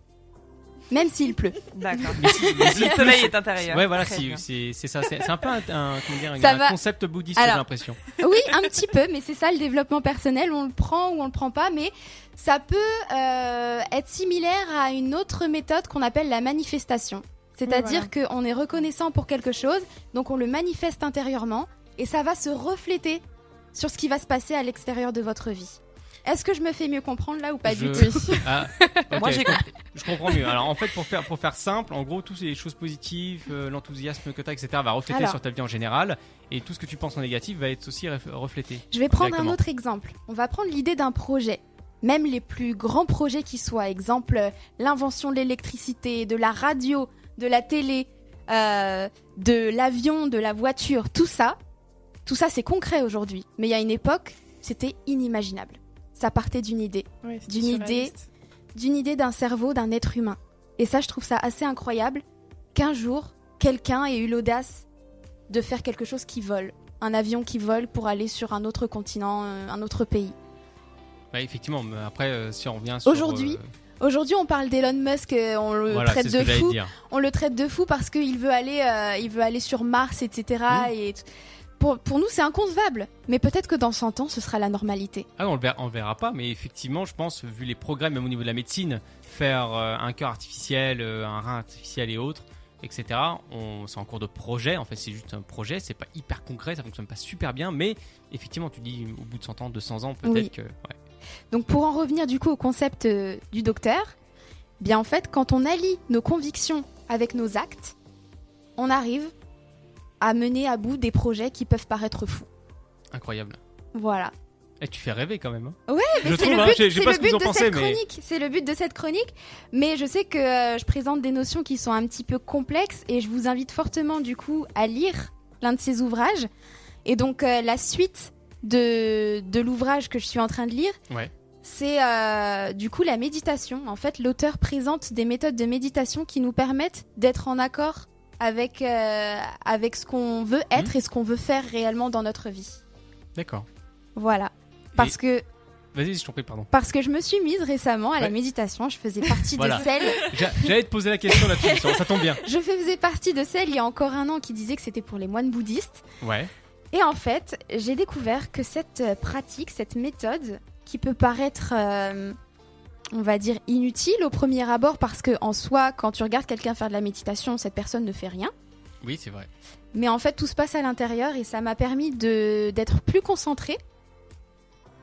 Speaker 3: même s'il pleut.
Speaker 2: *laughs*
Speaker 6: D'accord.
Speaker 2: Mais si- mais si-
Speaker 6: Le soleil est intérieur.
Speaker 2: Ouais, voilà,
Speaker 6: Très
Speaker 2: si-
Speaker 6: bien.
Speaker 2: c'est c'est ça. C'est c'est un peu un, un- comment dire,
Speaker 3: Ça
Speaker 2: un
Speaker 3: va.
Speaker 2: concept bouddhiste,
Speaker 3: Alors.
Speaker 2: j'ai l'impression.
Speaker 3: Oui, un petit peu, mais c'est ça le développement personnel. On le prend ou on le prend pas, mais ça peut euh, être similaire à une autre méthode qu'on appelle la manifestation. C'est-à-dire qu'on est reconnaissant pour quelque chose, donc on le manifeste intérieurement et ça va se refléter sur ce qui va se passer à l'extérieur de votre vie. Est-ce que je me fais mieux comprendre là ou pas
Speaker 2: Je-
Speaker 3: du tout
Speaker 2: Ah, ok,
Speaker 6: Moi, j'ai
Speaker 2: je, com- je comprends mieux. Alors, en fait, pour faire, pour faire simple, en gros, toutes les choses positives, euh, l'enthousiasme que tu as, etc., va refléter
Speaker 3: Alors.
Speaker 2: sur ta vie en général. Et tout ce que tu penses en négatif va être aussi ref- reflété.
Speaker 3: Je vais prendre un
Speaker 2: Directement.
Speaker 3: autre exemple. On va prendre l'idée d'un projet. Même les plus grands projets qui soient, exemple euh, l'invention de l'électricité, de la radio, de la télé, euh, de l'avion, de la voiture, tout ça, tout ça c'est concret aujourd'hui. Mais il y a une époque, c'était inimaginable. Ça partait d'une idée,
Speaker 7: Ouais, c'est
Speaker 3: D'une
Speaker 7: surréaliste.
Speaker 3: d'une idée d'un cerveau d'un être humain. Et ça, je trouve ça assez incroyable qu'un jour, quelqu'un ait eu l'audace de faire quelque chose qui vole, un avion qui vole pour aller sur un autre continent, euh, un autre pays.
Speaker 2: Ouais, Bah, effectivement, mais après, euh, si on revient sur.
Speaker 3: Aujourd'hui, Aujourd'hui, on parle d'Elon Musk, euh, on le
Speaker 2: voilà,
Speaker 3: traite
Speaker 2: c'est ce
Speaker 3: de
Speaker 2: que j'allais
Speaker 3: fou.
Speaker 2: dire.
Speaker 3: On le traite de fou parce qu'il veut aller, euh, il veut aller sur Mars, etc.
Speaker 2: Mm.
Speaker 3: Et t- pour, pour nous, c'est inconcevable. Mais peut-être que dans 100 ans, ce sera la normalité.
Speaker 2: Ah, on le verra, on le verra pas, mais effectivement, je pense, vu les progrès, même au niveau de la médecine, faire euh, un cœur artificiel, euh, un rein artificiel et autres, etc., on- c'est en cours de projet. En fait, c'est juste un projet, c'est pas hyper concret, ça fonctionne pas super bien, mais effectivement, tu dis au bout de 100 ans, 200 ans, peut-être
Speaker 3: Oui.
Speaker 2: que. ouais.
Speaker 3: Donc pour en revenir du coup au concept euh, du docteur, bien en fait, quand on allie nos convictions avec nos actes, on arrive à mener à bout des projets qui peuvent paraître fous.
Speaker 2: Incroyable.
Speaker 3: Voilà.
Speaker 2: Et tu fais rêver quand même. hein.
Speaker 3: Ouais,
Speaker 2: je
Speaker 3: C'est
Speaker 2: trouve,
Speaker 3: le
Speaker 2: hein,
Speaker 3: but,
Speaker 2: je je sais
Speaker 3: c'est
Speaker 2: pas
Speaker 3: le
Speaker 2: ce que vous
Speaker 3: but
Speaker 2: en
Speaker 3: de
Speaker 2: pensez,
Speaker 3: cette
Speaker 2: mais.
Speaker 3: chronique. C'est le but de cette chronique. Mais je sais que euh, je présente des notions qui sont un petit peu complexes et je vous invite fortement du coup à lire l'un de ces ouvrages. Et donc euh, la suite de, de l'ouvrage que je suis en train de lire,
Speaker 2: Ouais.
Speaker 3: c'est euh, du coup la méditation. En fait, l'auteur présente des méthodes de méditation qui nous permettent d'être en accord avec, euh, avec ce qu'on veut être
Speaker 2: Mmh.
Speaker 3: et ce qu'on veut faire réellement dans notre vie.
Speaker 2: D'accord.
Speaker 3: Voilà. Parce
Speaker 2: Et-
Speaker 3: que
Speaker 2: Vas-y, je t'en prie, pardon.
Speaker 3: parce que je me suis mise récemment à la
Speaker 2: Ouais.
Speaker 3: méditation, je faisais partie
Speaker 2: Voilà.
Speaker 3: de
Speaker 2: *laughs*
Speaker 3: celles.
Speaker 2: J'a- J'allais te poser la question là-dessus, *laughs* ça, ça tombe bien.
Speaker 3: Je faisais partie de celles il y a encore un an qui disaient que c'était pour les moines bouddhistes.
Speaker 2: Ouais.
Speaker 3: Et en fait, j'ai découvert que cette euh, pratique, cette méthode, qui peut paraître, euh, on va dire, inutile au premier abord, parce que en soi, quand tu regardes quelqu'un faire de la méditation, cette personne ne fait rien.
Speaker 2: Oui, c'est vrai.
Speaker 3: Mais en fait, tout se passe à l'intérieur et ça m'a permis de d'être plus concentrée,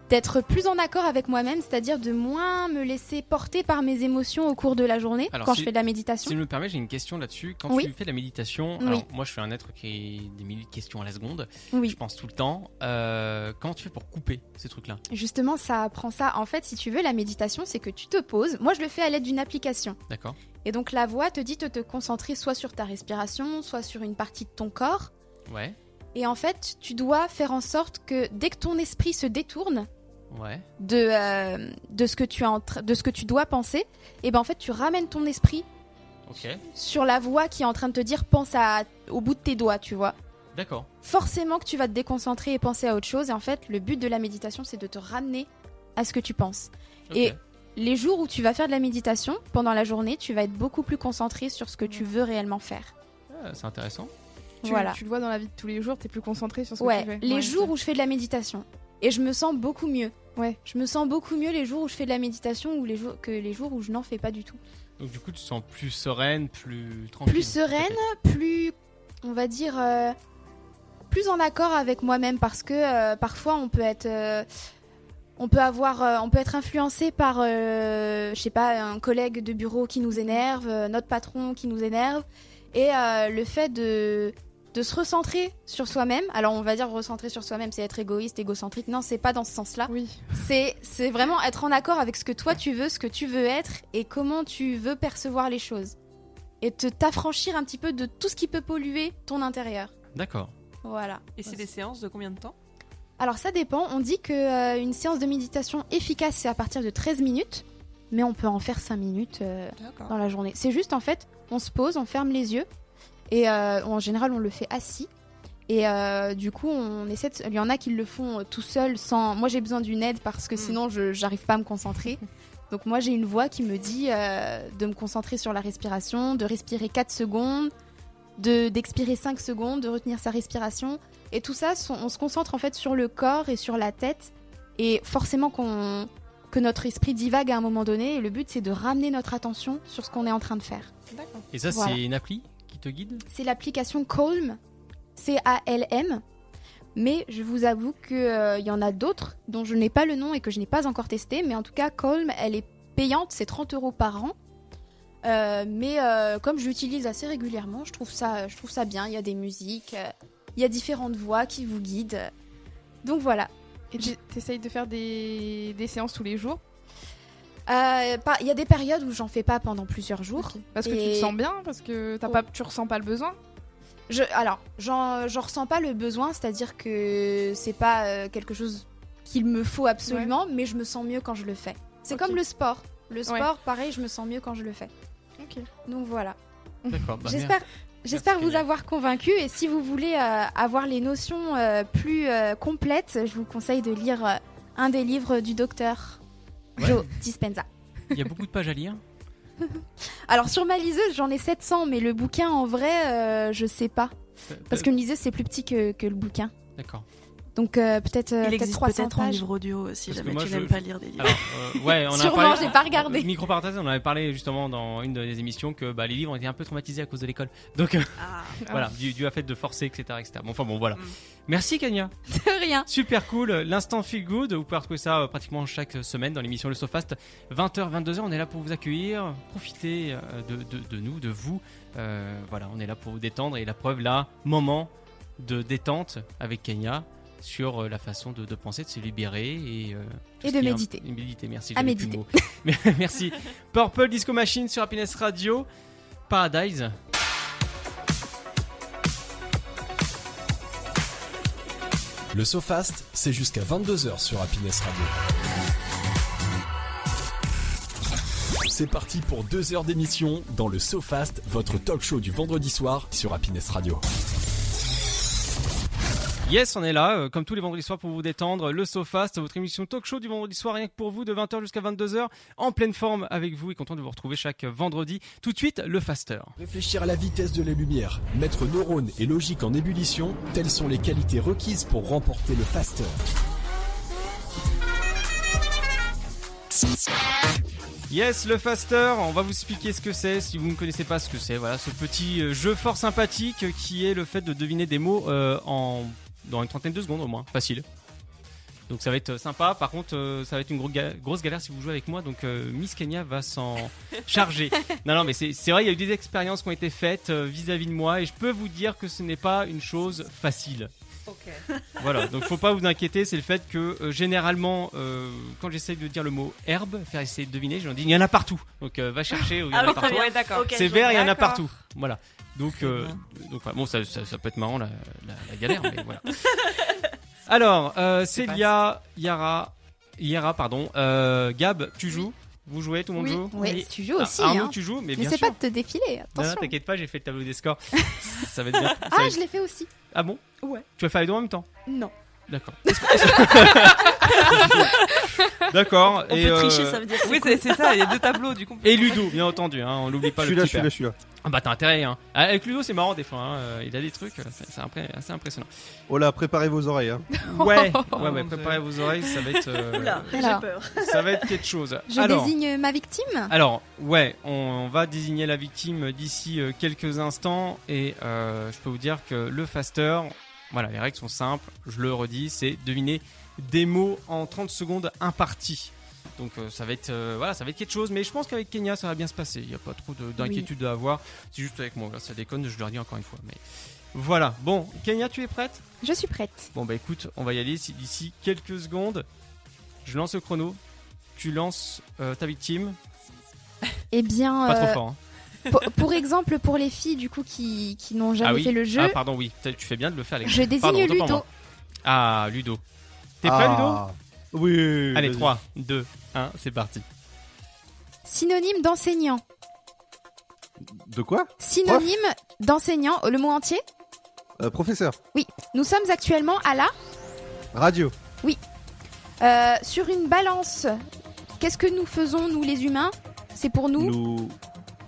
Speaker 3: d'être plus en accord avec moi-même, c'est-à-dire de moins me laisser porter par mes émotions au cours de la journée
Speaker 2: Alors,
Speaker 3: quand
Speaker 2: si-
Speaker 3: je fais de la
Speaker 2: Si
Speaker 3: méditation.
Speaker 2: tu me le permets, j'ai une question là-dessus. Quand
Speaker 3: Oui.
Speaker 2: tu fais de la méditation,
Speaker 3: Oui.
Speaker 2: alors moi je suis un être qui a des milliers de questions à la seconde, je
Speaker 3: Oui,
Speaker 2: pense tout le temps. Euh, comment tu fais pour couper ces trucs-là
Speaker 3: justement, ça prend ça. En fait, si tu veux, la méditation, c'est que tu te poses. Moi, je le fais à l'aide d'une application.
Speaker 2: D'accord
Speaker 3: Et donc, la voix te dit de te concentrer soit sur ta respiration, soit sur une partie de ton corps.
Speaker 2: Ouais,
Speaker 3: Et en fait, tu dois faire en sorte que dès que ton esprit se détourne,
Speaker 2: ouais.
Speaker 3: de, euh, de, ce que tu as en tra- de ce que tu dois penser, et ben en fait tu ramènes ton esprit
Speaker 2: Ok,
Speaker 3: sur la voix qui est en train de te dire pense à, au bout de tes doigts, tu vois.
Speaker 2: d'accord.
Speaker 3: Forcément que tu vas te déconcentrer et penser à autre chose, et en fait le but de la méditation c'est de te ramener à ce que tu penses.
Speaker 2: ok.
Speaker 3: Et- Les jours où tu vas faire de la méditation, pendant la journée, tu vas être beaucoup plus concentré sur ce que tu veux réellement faire.
Speaker 2: Ah, c'est intéressant.
Speaker 7: Tu,
Speaker 3: voilà.
Speaker 7: tu le vois dans la vie de tous les jours, t'es plus concentré sur ce que tu
Speaker 3: Ouais,
Speaker 7: fais.
Speaker 3: les jours où je fais de la méditation. Et je me sens beaucoup mieux.
Speaker 7: Ouais.
Speaker 3: Je me sens beaucoup mieux les jours où je fais de la méditation ou les jours que les jours où je n'en fais pas du tout.
Speaker 2: Donc du coup, tu te sens plus sereine, plus tranquille.
Speaker 3: plus sereine, plus, on va dire, euh, plus en accord avec moi-même parce que euh, parfois on peut être, euh, on peut avoir, euh, on peut être influencé par, euh, je sais pas, un collègue de bureau qui nous énerve, euh, notre patron qui nous énerve, et euh, le fait de de se recentrer sur soi-même. Alors on va dire recentrer sur soi-même, c'est être égoïste, égocentrique. Non, c'est pas dans ce sens-là.
Speaker 7: Oui.
Speaker 3: C'est c'est vraiment être en accord avec ce que toi tu veux, ce que tu veux être et comment tu veux percevoir les choses. Et te t'affranchir un petit peu de tout ce qui peut polluer ton intérieur.
Speaker 2: D'accord.
Speaker 3: Voilà.
Speaker 6: Et c'est des séances de combien de temps
Speaker 3: Alors ça dépend, on dit que euh, une séance de méditation efficace c'est à partir de 13 minutes, mais on peut en faire 5 minutes euh, dans
Speaker 6: D'accord.
Speaker 3: la journée. C'est juste en fait, on se pose, on ferme les yeux et euh, en général on le fait assis. Et euh, du coup, on essaie de... il y en a qui le font euh, tout seul sans moi j'ai besoin d'une aide parce que
Speaker 6: Mm.
Speaker 3: sinon je j'arrive pas à me concentrer. Donc moi j'ai une voix qui me dit euh, de me concentrer sur la respiration, de respirer 4 secondes, de d'expirer 5 secondes, de retenir sa respiration et tout ça sont- on se concentre en fait sur le corps et sur la tête et forcément qu'on que notre esprit divague à un moment donné et le but c'est de ramener notre attention sur ce qu'on est en train de faire.
Speaker 6: D'accord.
Speaker 2: Et ça,
Speaker 3: Voilà.
Speaker 2: c'est une appli qui te
Speaker 3: *laughs*
Speaker 2: guide
Speaker 3: C'est l'application Calm, C-A-L-M, mais je vous avoue qu'il y en a d'autres dont je n'ai pas le nom et que je n'ai pas encore testé, mais en tout cas Calm, elle est payante, c'est 30 euros par an. Euh, mais euh, comme je l'utilise assez régulièrement, je trouve ça, je trouve ça bien. Il y a des musiques, euh, il y a différentes voix qui vous guident. Donc voilà.
Speaker 7: Et tu- t'essayes de faire des, des séances tous les jours
Speaker 3: Euh, par- Il y a des périodes où j'en fais pas pendant plusieurs jours.
Speaker 7: parce que tu
Speaker 3: Et- Oh.
Speaker 7: te sens bien, parce que t'as
Speaker 3: Ouais.
Speaker 7: pas, tu ressens pas le besoin.
Speaker 3: Je, alors, j'en j'en ressens pas le besoin, c'est-à-dire que c'est pas euh, quelque chose qu'il me faut absolument, mais je me sens mieux quand je le fais. C'est
Speaker 7: Ok.
Speaker 3: comme le sport. Le
Speaker 7: Ouais.
Speaker 3: sport, pareil, je me sens mieux quand je le fais.
Speaker 7: Ok.
Speaker 3: Donc voilà.
Speaker 2: D'accord. bah,
Speaker 3: J'espère. J'espère
Speaker 2: Merci,
Speaker 3: vous
Speaker 2: Camille.
Speaker 3: avoir convaincu et si vous voulez euh, avoir les notions euh, plus euh, complètes, je vous conseille de lire euh, un des livres du docteur
Speaker 2: Ouais.
Speaker 3: Joe Dispenza.
Speaker 2: Il y a beaucoup de pages à lire.
Speaker 3: Alors sur ma liseuse, j'en ai 700, mais le euh,
Speaker 2: Euh.
Speaker 3: bouquin en vrai, euh, je sais pas. Parce que une liseuse, c'est plus petit que- que le bouquin.
Speaker 2: D'accord.
Speaker 3: Donc euh, peut-être euh,
Speaker 5: Il
Speaker 3: peut-être
Speaker 5: existe
Speaker 3: 300
Speaker 5: peut-être en
Speaker 3: pages.
Speaker 5: livre audio euh, si
Speaker 2: Parce que
Speaker 5: jamais
Speaker 2: moi,
Speaker 5: tu
Speaker 2: je-
Speaker 5: n'aimes pas lire des livres.
Speaker 2: Alors, euh, ouais, on en a
Speaker 3: Sûrement,
Speaker 2: parlé.
Speaker 3: j'ai
Speaker 2: *laughs*
Speaker 3: pas regardé.
Speaker 2: Micro parenthèse, on en avait parlé justement dans une des émissions que bah, les livres ont été un peu traumatisés à cause de l'école. Donc euh,
Speaker 5: Ah.
Speaker 2: voilà, du, du fait de forcer, etc., etc. Bon, enfin bon, voilà.
Speaker 5: Mm.
Speaker 2: Merci Kanya.
Speaker 3: De rien.
Speaker 2: Super cool, l'instant feel good. Vous pouvez retrouver ça euh, pratiquement chaque semaine dans l'émission Le Sofast. 20h, 22h, on est là pour vous accueillir. Profitez euh, de, de- de nous, de vous. Euh, voilà, on est là pour vous détendre. Et la preuve, là, moment de détente avec Kenya sur euh, la façon de, de penser, de se libérer et, euh, tout
Speaker 3: Et
Speaker 2: ce qui est
Speaker 3: de
Speaker 2: un-
Speaker 3: méditer.
Speaker 2: méditer, merci.
Speaker 3: À
Speaker 2: j'avais plus
Speaker 3: méditer.
Speaker 2: le mot. Mais- *laughs* merci. Purple Disco Machine sur Happiness Radio. Paradise.
Speaker 1: Le SoFast, c'est jusqu'à 22h sur Happiness Radio. C'est parti pour deux heures d'émission dans le SoFast, votre talk show du vendredi soir sur Happiness Radio.
Speaker 2: Yes, on est là, euh, comme tous les vendredis soirs pour vous détendre. Le Sofast, votre émission talk show du vendredi soir, rien que pour vous, de 20h jusqu'à 22h, en pleine forme avec vous et content de vous retrouver chaque euh, vendredi. Tout de suite, le Faster.
Speaker 1: Réfléchir à la vitesse de la lumière, mettre neurones et logique en ébullition, telles sont les qualités requises pour remporter le Faster.
Speaker 2: Yes, le Faster, on va vous expliquer ce que c'est si vous ne connaissez pas ce que c'est. Voilà, ce petit euh, jeu fort sympathique euh, qui est le fait de deviner des mots euh, en dans une trentaine de secondes au moins, facile. Donc ça va être euh, sympa. Par contre, euh, ça va être une gro- ga- grosse galère si vous jouez avec moi. Donc euh, Miss Kenya va s'en charger. Non, non, mais c'est c'est vrai, il y a eu des expériences qui ont été faites euh, vis-à-vis de moi et je peux vous dire que ce n'est pas une chose facile. *laughs* Voilà, donc faut pas vous inquiéter, c'est le fait que euh, généralement, euh, quand j'essaye de dire le mot herbe, faire essayer de deviner, j'en dis il y en a partout. Donc euh, va chercher, où il y en
Speaker 5: Ah
Speaker 2: a
Speaker 5: oui, très
Speaker 2: partout.
Speaker 5: bien.
Speaker 6: Ouais, d'accord.
Speaker 5: Ok.
Speaker 2: C'est vert, il y en a
Speaker 6: D'accord.
Speaker 2: partout. Voilà. Donc, euh, donc voilà. bon, ça, ça, ça peut être marrant la, la- la galère, mais voilà. Alors, euh, Célia, Yara, Yara, pardon, euh, Gab, tu joues Vous jouez, tout le monde joue
Speaker 3: Oui, tu joues
Speaker 2: Ah,
Speaker 3: aussi.
Speaker 2: Arnaud,
Speaker 3: hein.
Speaker 2: tu joues, mais bien
Speaker 3: N'essaie
Speaker 2: sûr.
Speaker 3: pas de te défiler,
Speaker 2: Non, non,
Speaker 3: attention.
Speaker 2: t'inquiète pas, j'ai fait le tableau des
Speaker 3: *laughs*
Speaker 2: scores. ça va être bien. ça va
Speaker 3: ah,
Speaker 2: être-
Speaker 3: je l'ai fait aussi.
Speaker 2: Ah bon
Speaker 3: Ouais.
Speaker 2: Tu vas faire les deux en même temps
Speaker 3: Non. *laughs*
Speaker 2: D'accord. D'accord.
Speaker 5: On
Speaker 2: et,
Speaker 5: peut
Speaker 2: euh,
Speaker 5: tricher, ça veut dire.
Speaker 6: Oui, c'est c'est ça, il y a deux tableaux du coup.
Speaker 2: Et Ludo, bien entendu, hein, on l'oublie pas
Speaker 4: je
Speaker 2: le
Speaker 4: suis là,
Speaker 2: petit
Speaker 4: je suis
Speaker 2: père.
Speaker 4: là, je suis là.
Speaker 2: Ah bah t'as intérêt, hein. Avec Ludo c'est marrant des fois, hein, euh, il a des trucs, euh, c'est c'est impré- assez impressionnant.
Speaker 4: Oh là, préparez vos oreilles. hein.
Speaker 2: Ouais, ouais,
Speaker 6: mon
Speaker 2: ouais,
Speaker 6: Dieu.
Speaker 2: préparez vos oreilles, ça va être, euh,
Speaker 5: Oula, j'ai
Speaker 3: Alors.
Speaker 5: peur.
Speaker 2: ça va être quelque chose.
Speaker 3: Je
Speaker 2: Alors,
Speaker 3: désigne ma victime.
Speaker 2: alors, ouais, on, on va désigner la victime d'ici euh, quelques instants et euh, je peux vous dire que le faster, voilà, les règles sont simples, je le redis, c'est deviner des mots en 30 secondes imparties. Donc euh, ça va être euh, voilà, ça va être quelque chose, mais je pense qu'avec Kenya ça va bien se passer. Il n'y a pas trop de- d'inquiétude à avoir. C'est juste avec moi, là, ça déconne, je le redis encore une fois. Mais voilà. Bon, Kenya, tu es prête
Speaker 3: Je suis prête.
Speaker 2: Bon bah écoute, on va y aller Si- d'ici quelques secondes. Je lance le chrono. Tu lances euh, ta victime.
Speaker 3: Eh bien,
Speaker 2: Pas
Speaker 3: euh,
Speaker 2: trop fort. hein.
Speaker 3: pour, pour exemple, pour les filles du coup qui, qui n'ont jamais
Speaker 2: Ah oui.
Speaker 3: fait le jeu,
Speaker 2: Ah pardon, oui. T'as- Tu fais bien de le faire. Les...
Speaker 3: je désigne
Speaker 2: Pardon, autant pour
Speaker 3: Ludo.
Speaker 2: moi. Ah Ludo. T'es prêt Ludo
Speaker 4: Ludo Ah. Oui. oui, oui,
Speaker 2: Allez,
Speaker 4: vas-y.
Speaker 2: 3, 2, 1, c'est parti.
Speaker 3: Synonyme d'enseignant.
Speaker 4: De quoi
Speaker 3: Synonyme d'enseignant, le mot entier.
Speaker 4: Euh, Professeur.
Speaker 3: Nous sommes actuellement à la
Speaker 4: Radio.
Speaker 3: euh, sur une balance. Qu'est-ce que nous faisons nous les humains C'est pour nous.
Speaker 4: Nous.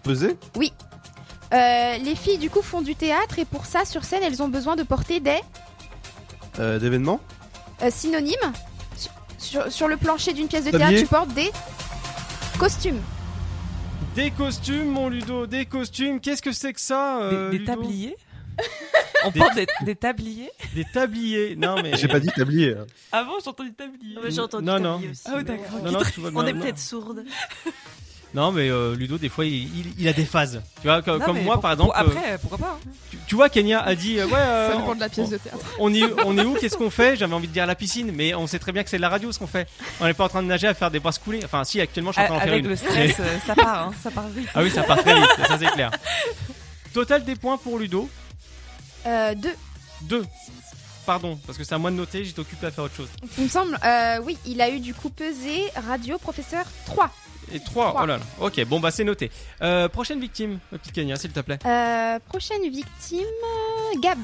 Speaker 4: Peser
Speaker 3: Euh, les filles du coup font du théâtre et pour ça sur scène elles ont besoin de porter des
Speaker 4: euh, D'événements
Speaker 3: euh, synonymes. Sur, sur- sur le plancher d'une pièce de
Speaker 4: Tablier.
Speaker 3: théâtre, tu portes des costumes.
Speaker 2: Des costumes, mon Ludo, des costumes. Qu'est-ce que c'est que ça euh,
Speaker 6: Des, des
Speaker 2: Ludo *laughs*
Speaker 6: tabliers On porte des, des tabliers
Speaker 2: Des tabliers. Non mais.
Speaker 4: *laughs* J'ai pas dit tablier. hein.
Speaker 6: Avant, j'entends des tabliers.
Speaker 5: Ah, mais J'ai entendu
Speaker 2: Non,
Speaker 5: ta
Speaker 2: non.
Speaker 5: vie aussi.
Speaker 6: Ah oui, d'accord.
Speaker 2: Non, non, tout va bien.
Speaker 5: On est
Speaker 2: Non.
Speaker 5: peut-être sourde.
Speaker 2: Non, mais euh, Ludo, des fois, il, il- il a des phases. Tu vois, co-
Speaker 6: Non,
Speaker 2: comme
Speaker 6: mais
Speaker 2: moi,
Speaker 6: pour-
Speaker 2: par
Speaker 6: pour-
Speaker 2: exemple. euh,
Speaker 6: Après, pourquoi pas hein.
Speaker 2: tu, tu vois, Kenya a dit euh, Ouais, euh,
Speaker 7: Ça dépend
Speaker 2: on,
Speaker 7: de la pièce de théâtre.
Speaker 2: on est, on est où Qu'est-ce qu'on fait J'avais envie de dire la piscine, mais on sait très bien que c'est de la radio ce qu'on fait. On n'est pas en train de nager à faire des brasses coulées. Enfin, si, actuellement, je suis en train d'en faire
Speaker 6: Avec
Speaker 2: une.
Speaker 6: le stress, euh, ça part, hein, ça part vite.
Speaker 2: Ah oui, ça part très vite, ça c'est clair. Total des points pour Ludo
Speaker 3: Euh, deux.
Speaker 2: 2. Pardon, parce que c'est à moi de noter, j'étais occupé à faire autre chose.
Speaker 3: Il me semble, euh, oui, il a eu du coup pesé radio professeur 3.
Speaker 2: Et 3,
Speaker 3: Trois.
Speaker 2: oh là là. Ok, bon, bah c'est noté. Euh, prochaine victime, ma petite Kenya, s'il te plaît.
Speaker 3: Euh, prochaine victime, euh, Gab.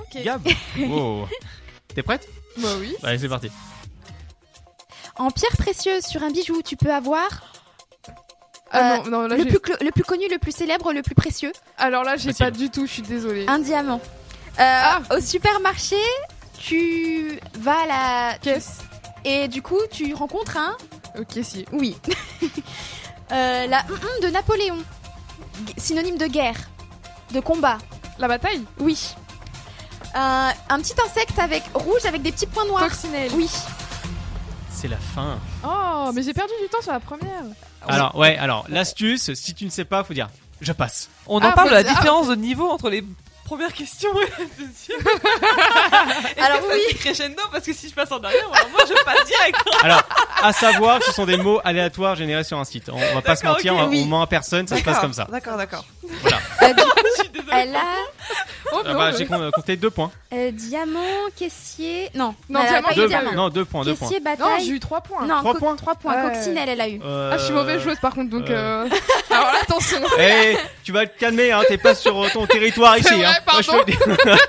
Speaker 7: Ok.
Speaker 2: Gab Wow. T'es prête
Speaker 7: Bah oui.
Speaker 2: Allez, c'est parti.
Speaker 3: En pierre précieuse sur un bijou, tu peux avoir
Speaker 7: Ah non, non, là,
Speaker 3: euh, le
Speaker 7: j'ai-
Speaker 3: plus, cl- le plus connu, le plus célèbre, le plus précieux,
Speaker 7: Alors là, j'ai
Speaker 2: Facile.
Speaker 7: pas du tout, je suis désolée.
Speaker 3: un diamant. Euh, Au supermarché, tu vas à la.
Speaker 7: Caisse.
Speaker 3: Et du coup, tu rencontres un.
Speaker 7: Ok, si.
Speaker 3: Oui. Euh, la hum, hum de Napoléon. G- Synonyme de guerre, de combat.
Speaker 7: *laughs* La bataille
Speaker 3: Oui. Euh, un petit insecte avec rouge avec des petits points noirs.
Speaker 7: Coccinelle.
Speaker 2: *laughs*
Speaker 3: Oui.
Speaker 2: C'est la fin.
Speaker 7: Oh, mais j'ai perdu du temps sur la première.
Speaker 3: Ah,
Speaker 2: Alors, ouais, alors, l'astuce, si tu ne sais pas, faut dire je passe.
Speaker 6: On en
Speaker 7: Ah,
Speaker 6: parle de
Speaker 7: bah,
Speaker 6: la
Speaker 7: ah.
Speaker 6: différence de niveau entre les premières questions et la deuxième. Et
Speaker 3: Alors
Speaker 6: que ça
Speaker 3: oui.
Speaker 6: fait crescendo parce que si je passe en dernière, alors moi je passe direct. hein.
Speaker 2: Alors, à savoir, ce sont des mots aléatoires générés sur un site. On, on va pas se
Speaker 6: D'accord,
Speaker 2: mentir,
Speaker 6: ok,
Speaker 2: on,
Speaker 6: oui.
Speaker 2: on ment à personne, ça se passe comme ça.
Speaker 6: D'accord, d'accord.
Speaker 3: Euh, du coup,
Speaker 6: Je suis désolée.
Speaker 3: elle a
Speaker 7: Oh,
Speaker 2: Ah
Speaker 7: non,
Speaker 2: bah,
Speaker 7: mais-
Speaker 2: j'ai com- compté deux points.
Speaker 3: euh, diamant, caissier. Non,
Speaker 7: Non,
Speaker 3: elle a
Speaker 7: diamant,
Speaker 3: pas eu
Speaker 2: Deux,
Speaker 7: j'ai pas eu.
Speaker 2: non, deux points, deux points.
Speaker 3: Caissier,
Speaker 7: Non,
Speaker 3: bataille.
Speaker 7: j'ai eu 3 points.
Speaker 3: Non,
Speaker 2: Trois
Speaker 3: co-
Speaker 2: points
Speaker 3: trois points.
Speaker 7: Ouais.
Speaker 3: Coccinelle, elle a eu.
Speaker 7: Ah, je
Speaker 2: Euh,
Speaker 7: suis mauvaise joueuse par contre, donc. euh, *laughs* Alors là, attention.
Speaker 2: *laughs* Eh, tu vas te calmer, hein, t'es pas sur euh, ton territoire ici.
Speaker 7: C'est vrai,
Speaker 2: hein. Moi, je te le dis, *laughs*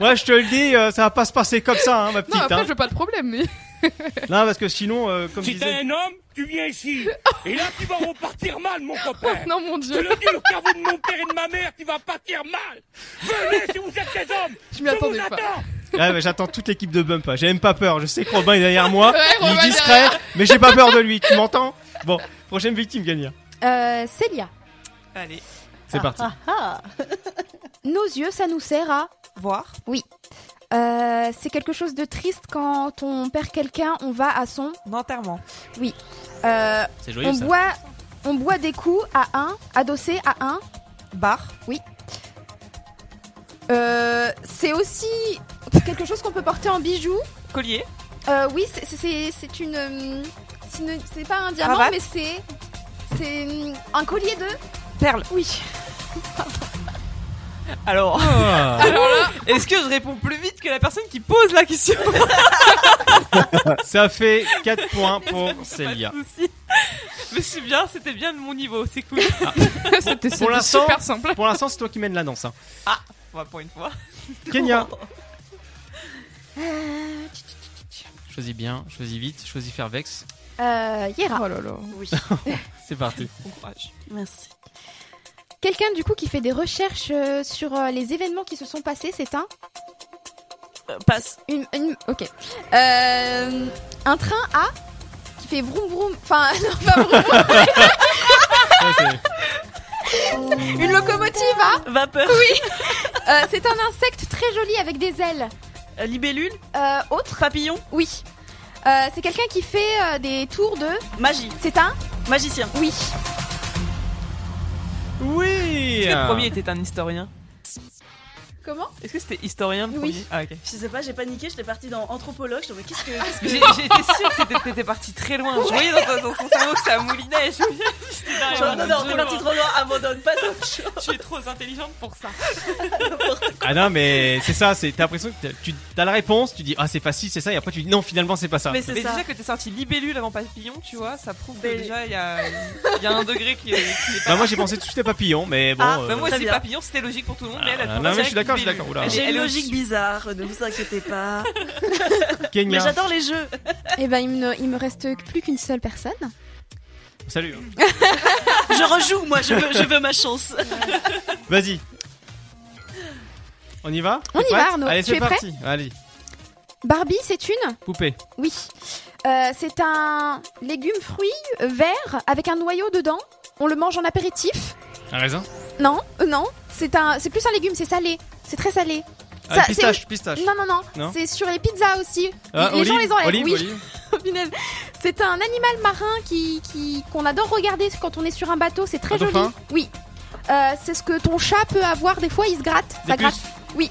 Speaker 2: Moi, je te le dis, euh, ça va pas se passer comme ça, hein, ma
Speaker 7: Non,
Speaker 2: petite.
Speaker 7: après,
Speaker 2: hein.
Speaker 7: je veux pas de problème, mais. *laughs*
Speaker 2: Non, parce que sinon, euh, comme je
Speaker 8: Si
Speaker 2: disais.
Speaker 8: t'es un homme, tu viens
Speaker 2: *laughs*
Speaker 8: ici. Et là, tu vas repartir mal, mon copain.
Speaker 7: Non, mon
Speaker 8: Je te
Speaker 7: dieu,
Speaker 8: le dis, le cerveau de mon père et de ma mère, tu vas partir mal. Venez, si vous êtes des hommes.
Speaker 7: je m'y
Speaker 8: je vous
Speaker 7: attendais pas.
Speaker 8: attends.
Speaker 2: Ouais, mais j'attends toute l'équipe de Bump. hein. J'ai même pas peur. Je sais que Robin est derrière moi.
Speaker 7: Ouais,
Speaker 2: il
Speaker 7: Robin
Speaker 2: est
Speaker 7: *laughs*
Speaker 2: discret, mais j'ai pas peur de lui. Tu m'entends Bon, prochaine victime, Gagna.
Speaker 3: Euh, Célia. Ah,
Speaker 6: Allez,
Speaker 7: Ah.
Speaker 2: C'est parti.
Speaker 3: Nos yeux, ça nous sert à.
Speaker 6: voir.
Speaker 3: Euh, c'est quelque chose de triste quand on perd quelqu'un, on va à son.
Speaker 6: Un enterrement.
Speaker 3: Euh,
Speaker 2: C'est
Speaker 3: on
Speaker 2: joyeux ça.
Speaker 3: boit, on boit des coups à un, adossé à un.
Speaker 6: Bar.
Speaker 3: Euh, c'est aussi quelque chose qu'on peut porter en bijoux.
Speaker 6: Collier.
Speaker 3: Euh, oui, c'est- c'est- c'est c'est une, euh, c'est une- c'est pas un diamant,
Speaker 6: Cravate.
Speaker 3: mais c'est c'est euh, un collier de.
Speaker 6: Perle.
Speaker 3: Oui.
Speaker 6: Alors,
Speaker 2: Ah.
Speaker 6: alors là, est-ce que je réponds plus vite que la personne qui pose la question
Speaker 2: Ça fait 4 points pour Célia.
Speaker 6: Pas de souci. *laughs* Mais c'est bien, c'était bien de mon niveau,
Speaker 2: *laughs*
Speaker 6: c'est cool.
Speaker 7: C'était
Speaker 2: Pour
Speaker 7: c'était
Speaker 2: l'instant-
Speaker 7: super simple.
Speaker 2: Pour l'instant, c'est toi qui mène la danse. hein.
Speaker 6: Ouais, Bah, pour une fois.
Speaker 2: Kenya. Choisis bien, choisis vite, choisis faire vex.
Speaker 3: Euh, Yera.
Speaker 7: Oh là là.
Speaker 5: Oui,
Speaker 2: C'est parti.
Speaker 6: Bon courage.
Speaker 5: merci.
Speaker 3: Quelqu'un du coup qui fait des recherches euh, sur euh, les événements qui se sont passés, c'est un.
Speaker 5: Euh, passe.
Speaker 3: Une, une- ok. Euh, un train à qui fait vroom vroom. Enfin, *laughs* non, pas vroom. vroom.
Speaker 2: Ouais, c'est-
Speaker 3: Une locomotive à.
Speaker 5: Vapeur.
Speaker 3: Euh, c'est un insecte très joli avec des ailes.
Speaker 5: Euh, Libellule.
Speaker 3: Euh, autre
Speaker 5: Papillon.
Speaker 3: Oui. Euh, c'est quelqu'un qui fait euh, des tours de.
Speaker 5: Magie.
Speaker 3: C'est un
Speaker 5: Magicien.
Speaker 3: Oui.
Speaker 2: Oui.
Speaker 6: Est-ce que le premier était un historien
Speaker 3: Comment
Speaker 6: Est-ce que c'était historien le
Speaker 3: Oui.
Speaker 6: premier Ah, ok.
Speaker 5: Je sais pas, j'ai paniqué, j'étais partie dans anthropologue. Je me qu'est-ce que. qu'est-ce
Speaker 6: *laughs* J'ai j'étais sûre que t'étais- t'étais parti très loin. Je voyais dans, ton- dans son cerveau que ça moulinait. Je *laughs* voyais que c'était
Speaker 5: que-
Speaker 6: derrière
Speaker 5: Genre, non,
Speaker 6: moi.
Speaker 5: non,
Speaker 6: Je
Speaker 5: t'es
Speaker 6: vois.
Speaker 5: partie trop loin, abandonne pas ça. Je-
Speaker 6: Tu es trop intelligente pour ça.
Speaker 2: Ah non, mais c'est ça. C'est t'as l'impression que t'as- tu as la réponse, tu dis ah c'est facile, c'est ça, et après tu dis non finalement c'est pas ça.
Speaker 5: Mais
Speaker 6: Mais
Speaker 5: c'est ça.
Speaker 6: déjà que t'es sorti libellule avant papillon, tu vois, ça prouve que
Speaker 5: Mais-
Speaker 6: déjà il y *laughs* a, il y a un degré qui, est- qui est pas.
Speaker 2: Bah moi j'ai pensé tout de suite à papillon, mais bon.
Speaker 5: Ah,
Speaker 2: euh,
Speaker 6: Bah, moi
Speaker 5: Très
Speaker 6: aussi,
Speaker 5: bien.
Speaker 6: papillon, c'était logique pour tout le monde. mais elle, elle
Speaker 2: Ah, non,
Speaker 6: prend
Speaker 2: mais je
Speaker 6: direct
Speaker 2: suis d'accord, je suis
Speaker 6: libellule.
Speaker 2: d'accord, oula.
Speaker 6: Elle est-
Speaker 5: J'ai
Speaker 6: elle
Speaker 5: une
Speaker 6: est
Speaker 5: logique
Speaker 6: au-dessus.
Speaker 5: bizarre, ne vous inquiétez pas. Mais
Speaker 2: euh, Kenya.
Speaker 5: j'adore les jeux.
Speaker 3: Eh ben, il me, il me reste plus qu'une seule personne.
Speaker 2: Salut.
Speaker 5: Je rejoue, moi, je veux, je veux ma chance.
Speaker 2: Vas-y. On y va
Speaker 3: On
Speaker 2: T'es
Speaker 3: y va,
Speaker 2: prête
Speaker 3: Arnaud.
Speaker 2: Allez,
Speaker 3: Tu
Speaker 2: c'est
Speaker 3: es prêt
Speaker 2: parti. Allez,
Speaker 3: Barbie, c'est une
Speaker 2: poupée.
Speaker 3: Oui. Euh, c'est un légume fruit euh, vert avec un noyau dedans. On le mange en apéritif.
Speaker 2: Un raisin
Speaker 3: Non, euh, non. C'est un, c'est plus un légume, c'est salé. C'est très salé.
Speaker 2: Ah,
Speaker 3: Ça,
Speaker 2: pistache, pistache.
Speaker 3: Non, non, non.
Speaker 2: Non
Speaker 3: C'est sur les pizzas aussi.
Speaker 2: Ah,
Speaker 3: les gens
Speaker 2: olive,
Speaker 3: les enlèvent.
Speaker 2: Olive,
Speaker 3: oui,
Speaker 2: olive.
Speaker 3: punaise. C'est un animal marin qui, qui- qu'on adore regarder quand on est sur un bateau. C'est très
Speaker 2: Un
Speaker 3: joli.
Speaker 2: dauphin
Speaker 3: Oui. Euh, c'est ce que ton chat peut avoir. Des fois, il se gratte.
Speaker 2: Des
Speaker 3: Ça gratte.
Speaker 2: puces.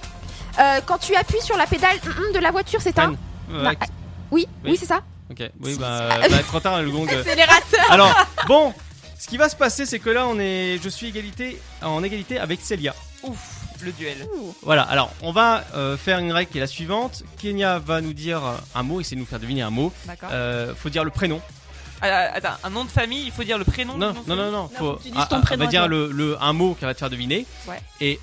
Speaker 3: Euh, quand tu appuies sur la pédale mm, mm, de la voiture, c'est un.
Speaker 2: Anne. Euh,
Speaker 3: Bah,
Speaker 2: Axe.
Speaker 3: ah, oui,
Speaker 2: Oui.
Speaker 3: oui, c'est ça.
Speaker 2: Ok,
Speaker 3: *laughs*
Speaker 2: oui, bah, bah, trop tard, le gong.
Speaker 3: Accélérateur.
Speaker 2: Alors, bon, ce qui va se passer, c'est que là, on est, je suis égalité, en égalité avec Célia.
Speaker 6: Ouf, le duel.
Speaker 2: Voilà, alors, on va euh, faire une règle qui est la suivante. Kenya va nous dire euh, un mot, essayer de nous faire deviner un mot.
Speaker 6: D'accord.
Speaker 2: Euh, faut dire le prénom.
Speaker 6: Ah, Attends, un nom de famille, il faut dire le prénom.
Speaker 2: Non,
Speaker 6: du nom de
Speaker 2: non, non, non,
Speaker 5: Non,
Speaker 2: faut,
Speaker 5: faut que tu dises
Speaker 2: ah,
Speaker 5: ton
Speaker 2: ah,
Speaker 5: prénom
Speaker 2: va
Speaker 5: à
Speaker 2: dire
Speaker 5: toi.
Speaker 2: le, le- un mot qu'elle va te faire deviner.
Speaker 6: Ouais.
Speaker 2: Et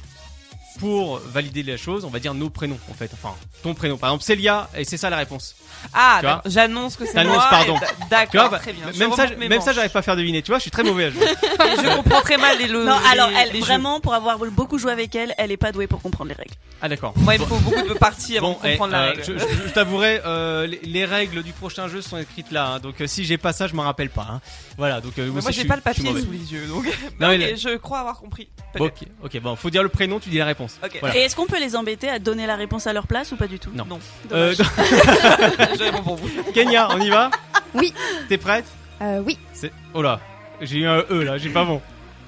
Speaker 2: pour valider la chose, on va dire nos prénoms en fait. Enfin, ton prénom. Par exemple, Célia, et c'est ça la réponse.
Speaker 6: Ah,
Speaker 2: Tu vois
Speaker 6: d'accord, j'annonce que c'est
Speaker 2: T'annonces,
Speaker 6: moi.
Speaker 2: pardon.
Speaker 6: et-
Speaker 2: Tu vois,
Speaker 6: D'accord,
Speaker 2: bah,
Speaker 6: Ah, très bien. Je
Speaker 2: Même ça,
Speaker 6: remonte
Speaker 2: je-
Speaker 6: mes
Speaker 2: même ça,
Speaker 6: manches.
Speaker 2: j'arrive pas à faire deviner. Tu vois, je suis très mauvais à
Speaker 6: *laughs*
Speaker 2: jouer.
Speaker 6: Et je comprends très mal
Speaker 5: *laughs*
Speaker 6: les le-
Speaker 5: Non,
Speaker 6: les-
Speaker 5: alors,
Speaker 6: les
Speaker 5: elle,
Speaker 6: jeux.
Speaker 5: vraiment, pour avoir beaucoup joué avec elle, elle est pas douée pour comprendre les règles.
Speaker 2: Ah d'accord.
Speaker 6: Moi, il me faut beaucoup de parties avant
Speaker 2: Bon,
Speaker 6: de
Speaker 2: eh,
Speaker 6: comprendre la
Speaker 2: euh,
Speaker 6: règle.
Speaker 2: je, je- je t'avouerai, euh, les, les règles du prochain jeu sont écrites là. hein. donc euh, si j'ai pas ça, je m'en rappelle pas. hein. Voilà. Donc euh,
Speaker 6: Mais
Speaker 2: vous
Speaker 6: moi,
Speaker 2: savez,
Speaker 6: j'ai
Speaker 2: je
Speaker 6: pas
Speaker 2: suis-
Speaker 6: le
Speaker 2: je suis
Speaker 6: papier
Speaker 2: mauvais.
Speaker 6: sous les yeux, donc.
Speaker 2: Non, mais-
Speaker 6: Ok, je crois avoir compris.
Speaker 2: Bon,
Speaker 6: Peut-être.
Speaker 2: ok, ok. Bon, faut dire le prénom, tu dis la réponse.
Speaker 6: Ok.
Speaker 2: Voilà.
Speaker 5: Et est-ce qu'on peut les embêter à donner la réponse à leur place ou pas du tout
Speaker 2: Non.
Speaker 6: Ah,
Speaker 5: Dommage.
Speaker 2: Euh, *laughs*
Speaker 6: je réponds pour vous.
Speaker 2: Kenya, on y va
Speaker 3: Oui.
Speaker 2: T'es prête
Speaker 3: Euh, oui.
Speaker 2: C'est. Oh là, j'ai eu un E là, j'ai pas bon.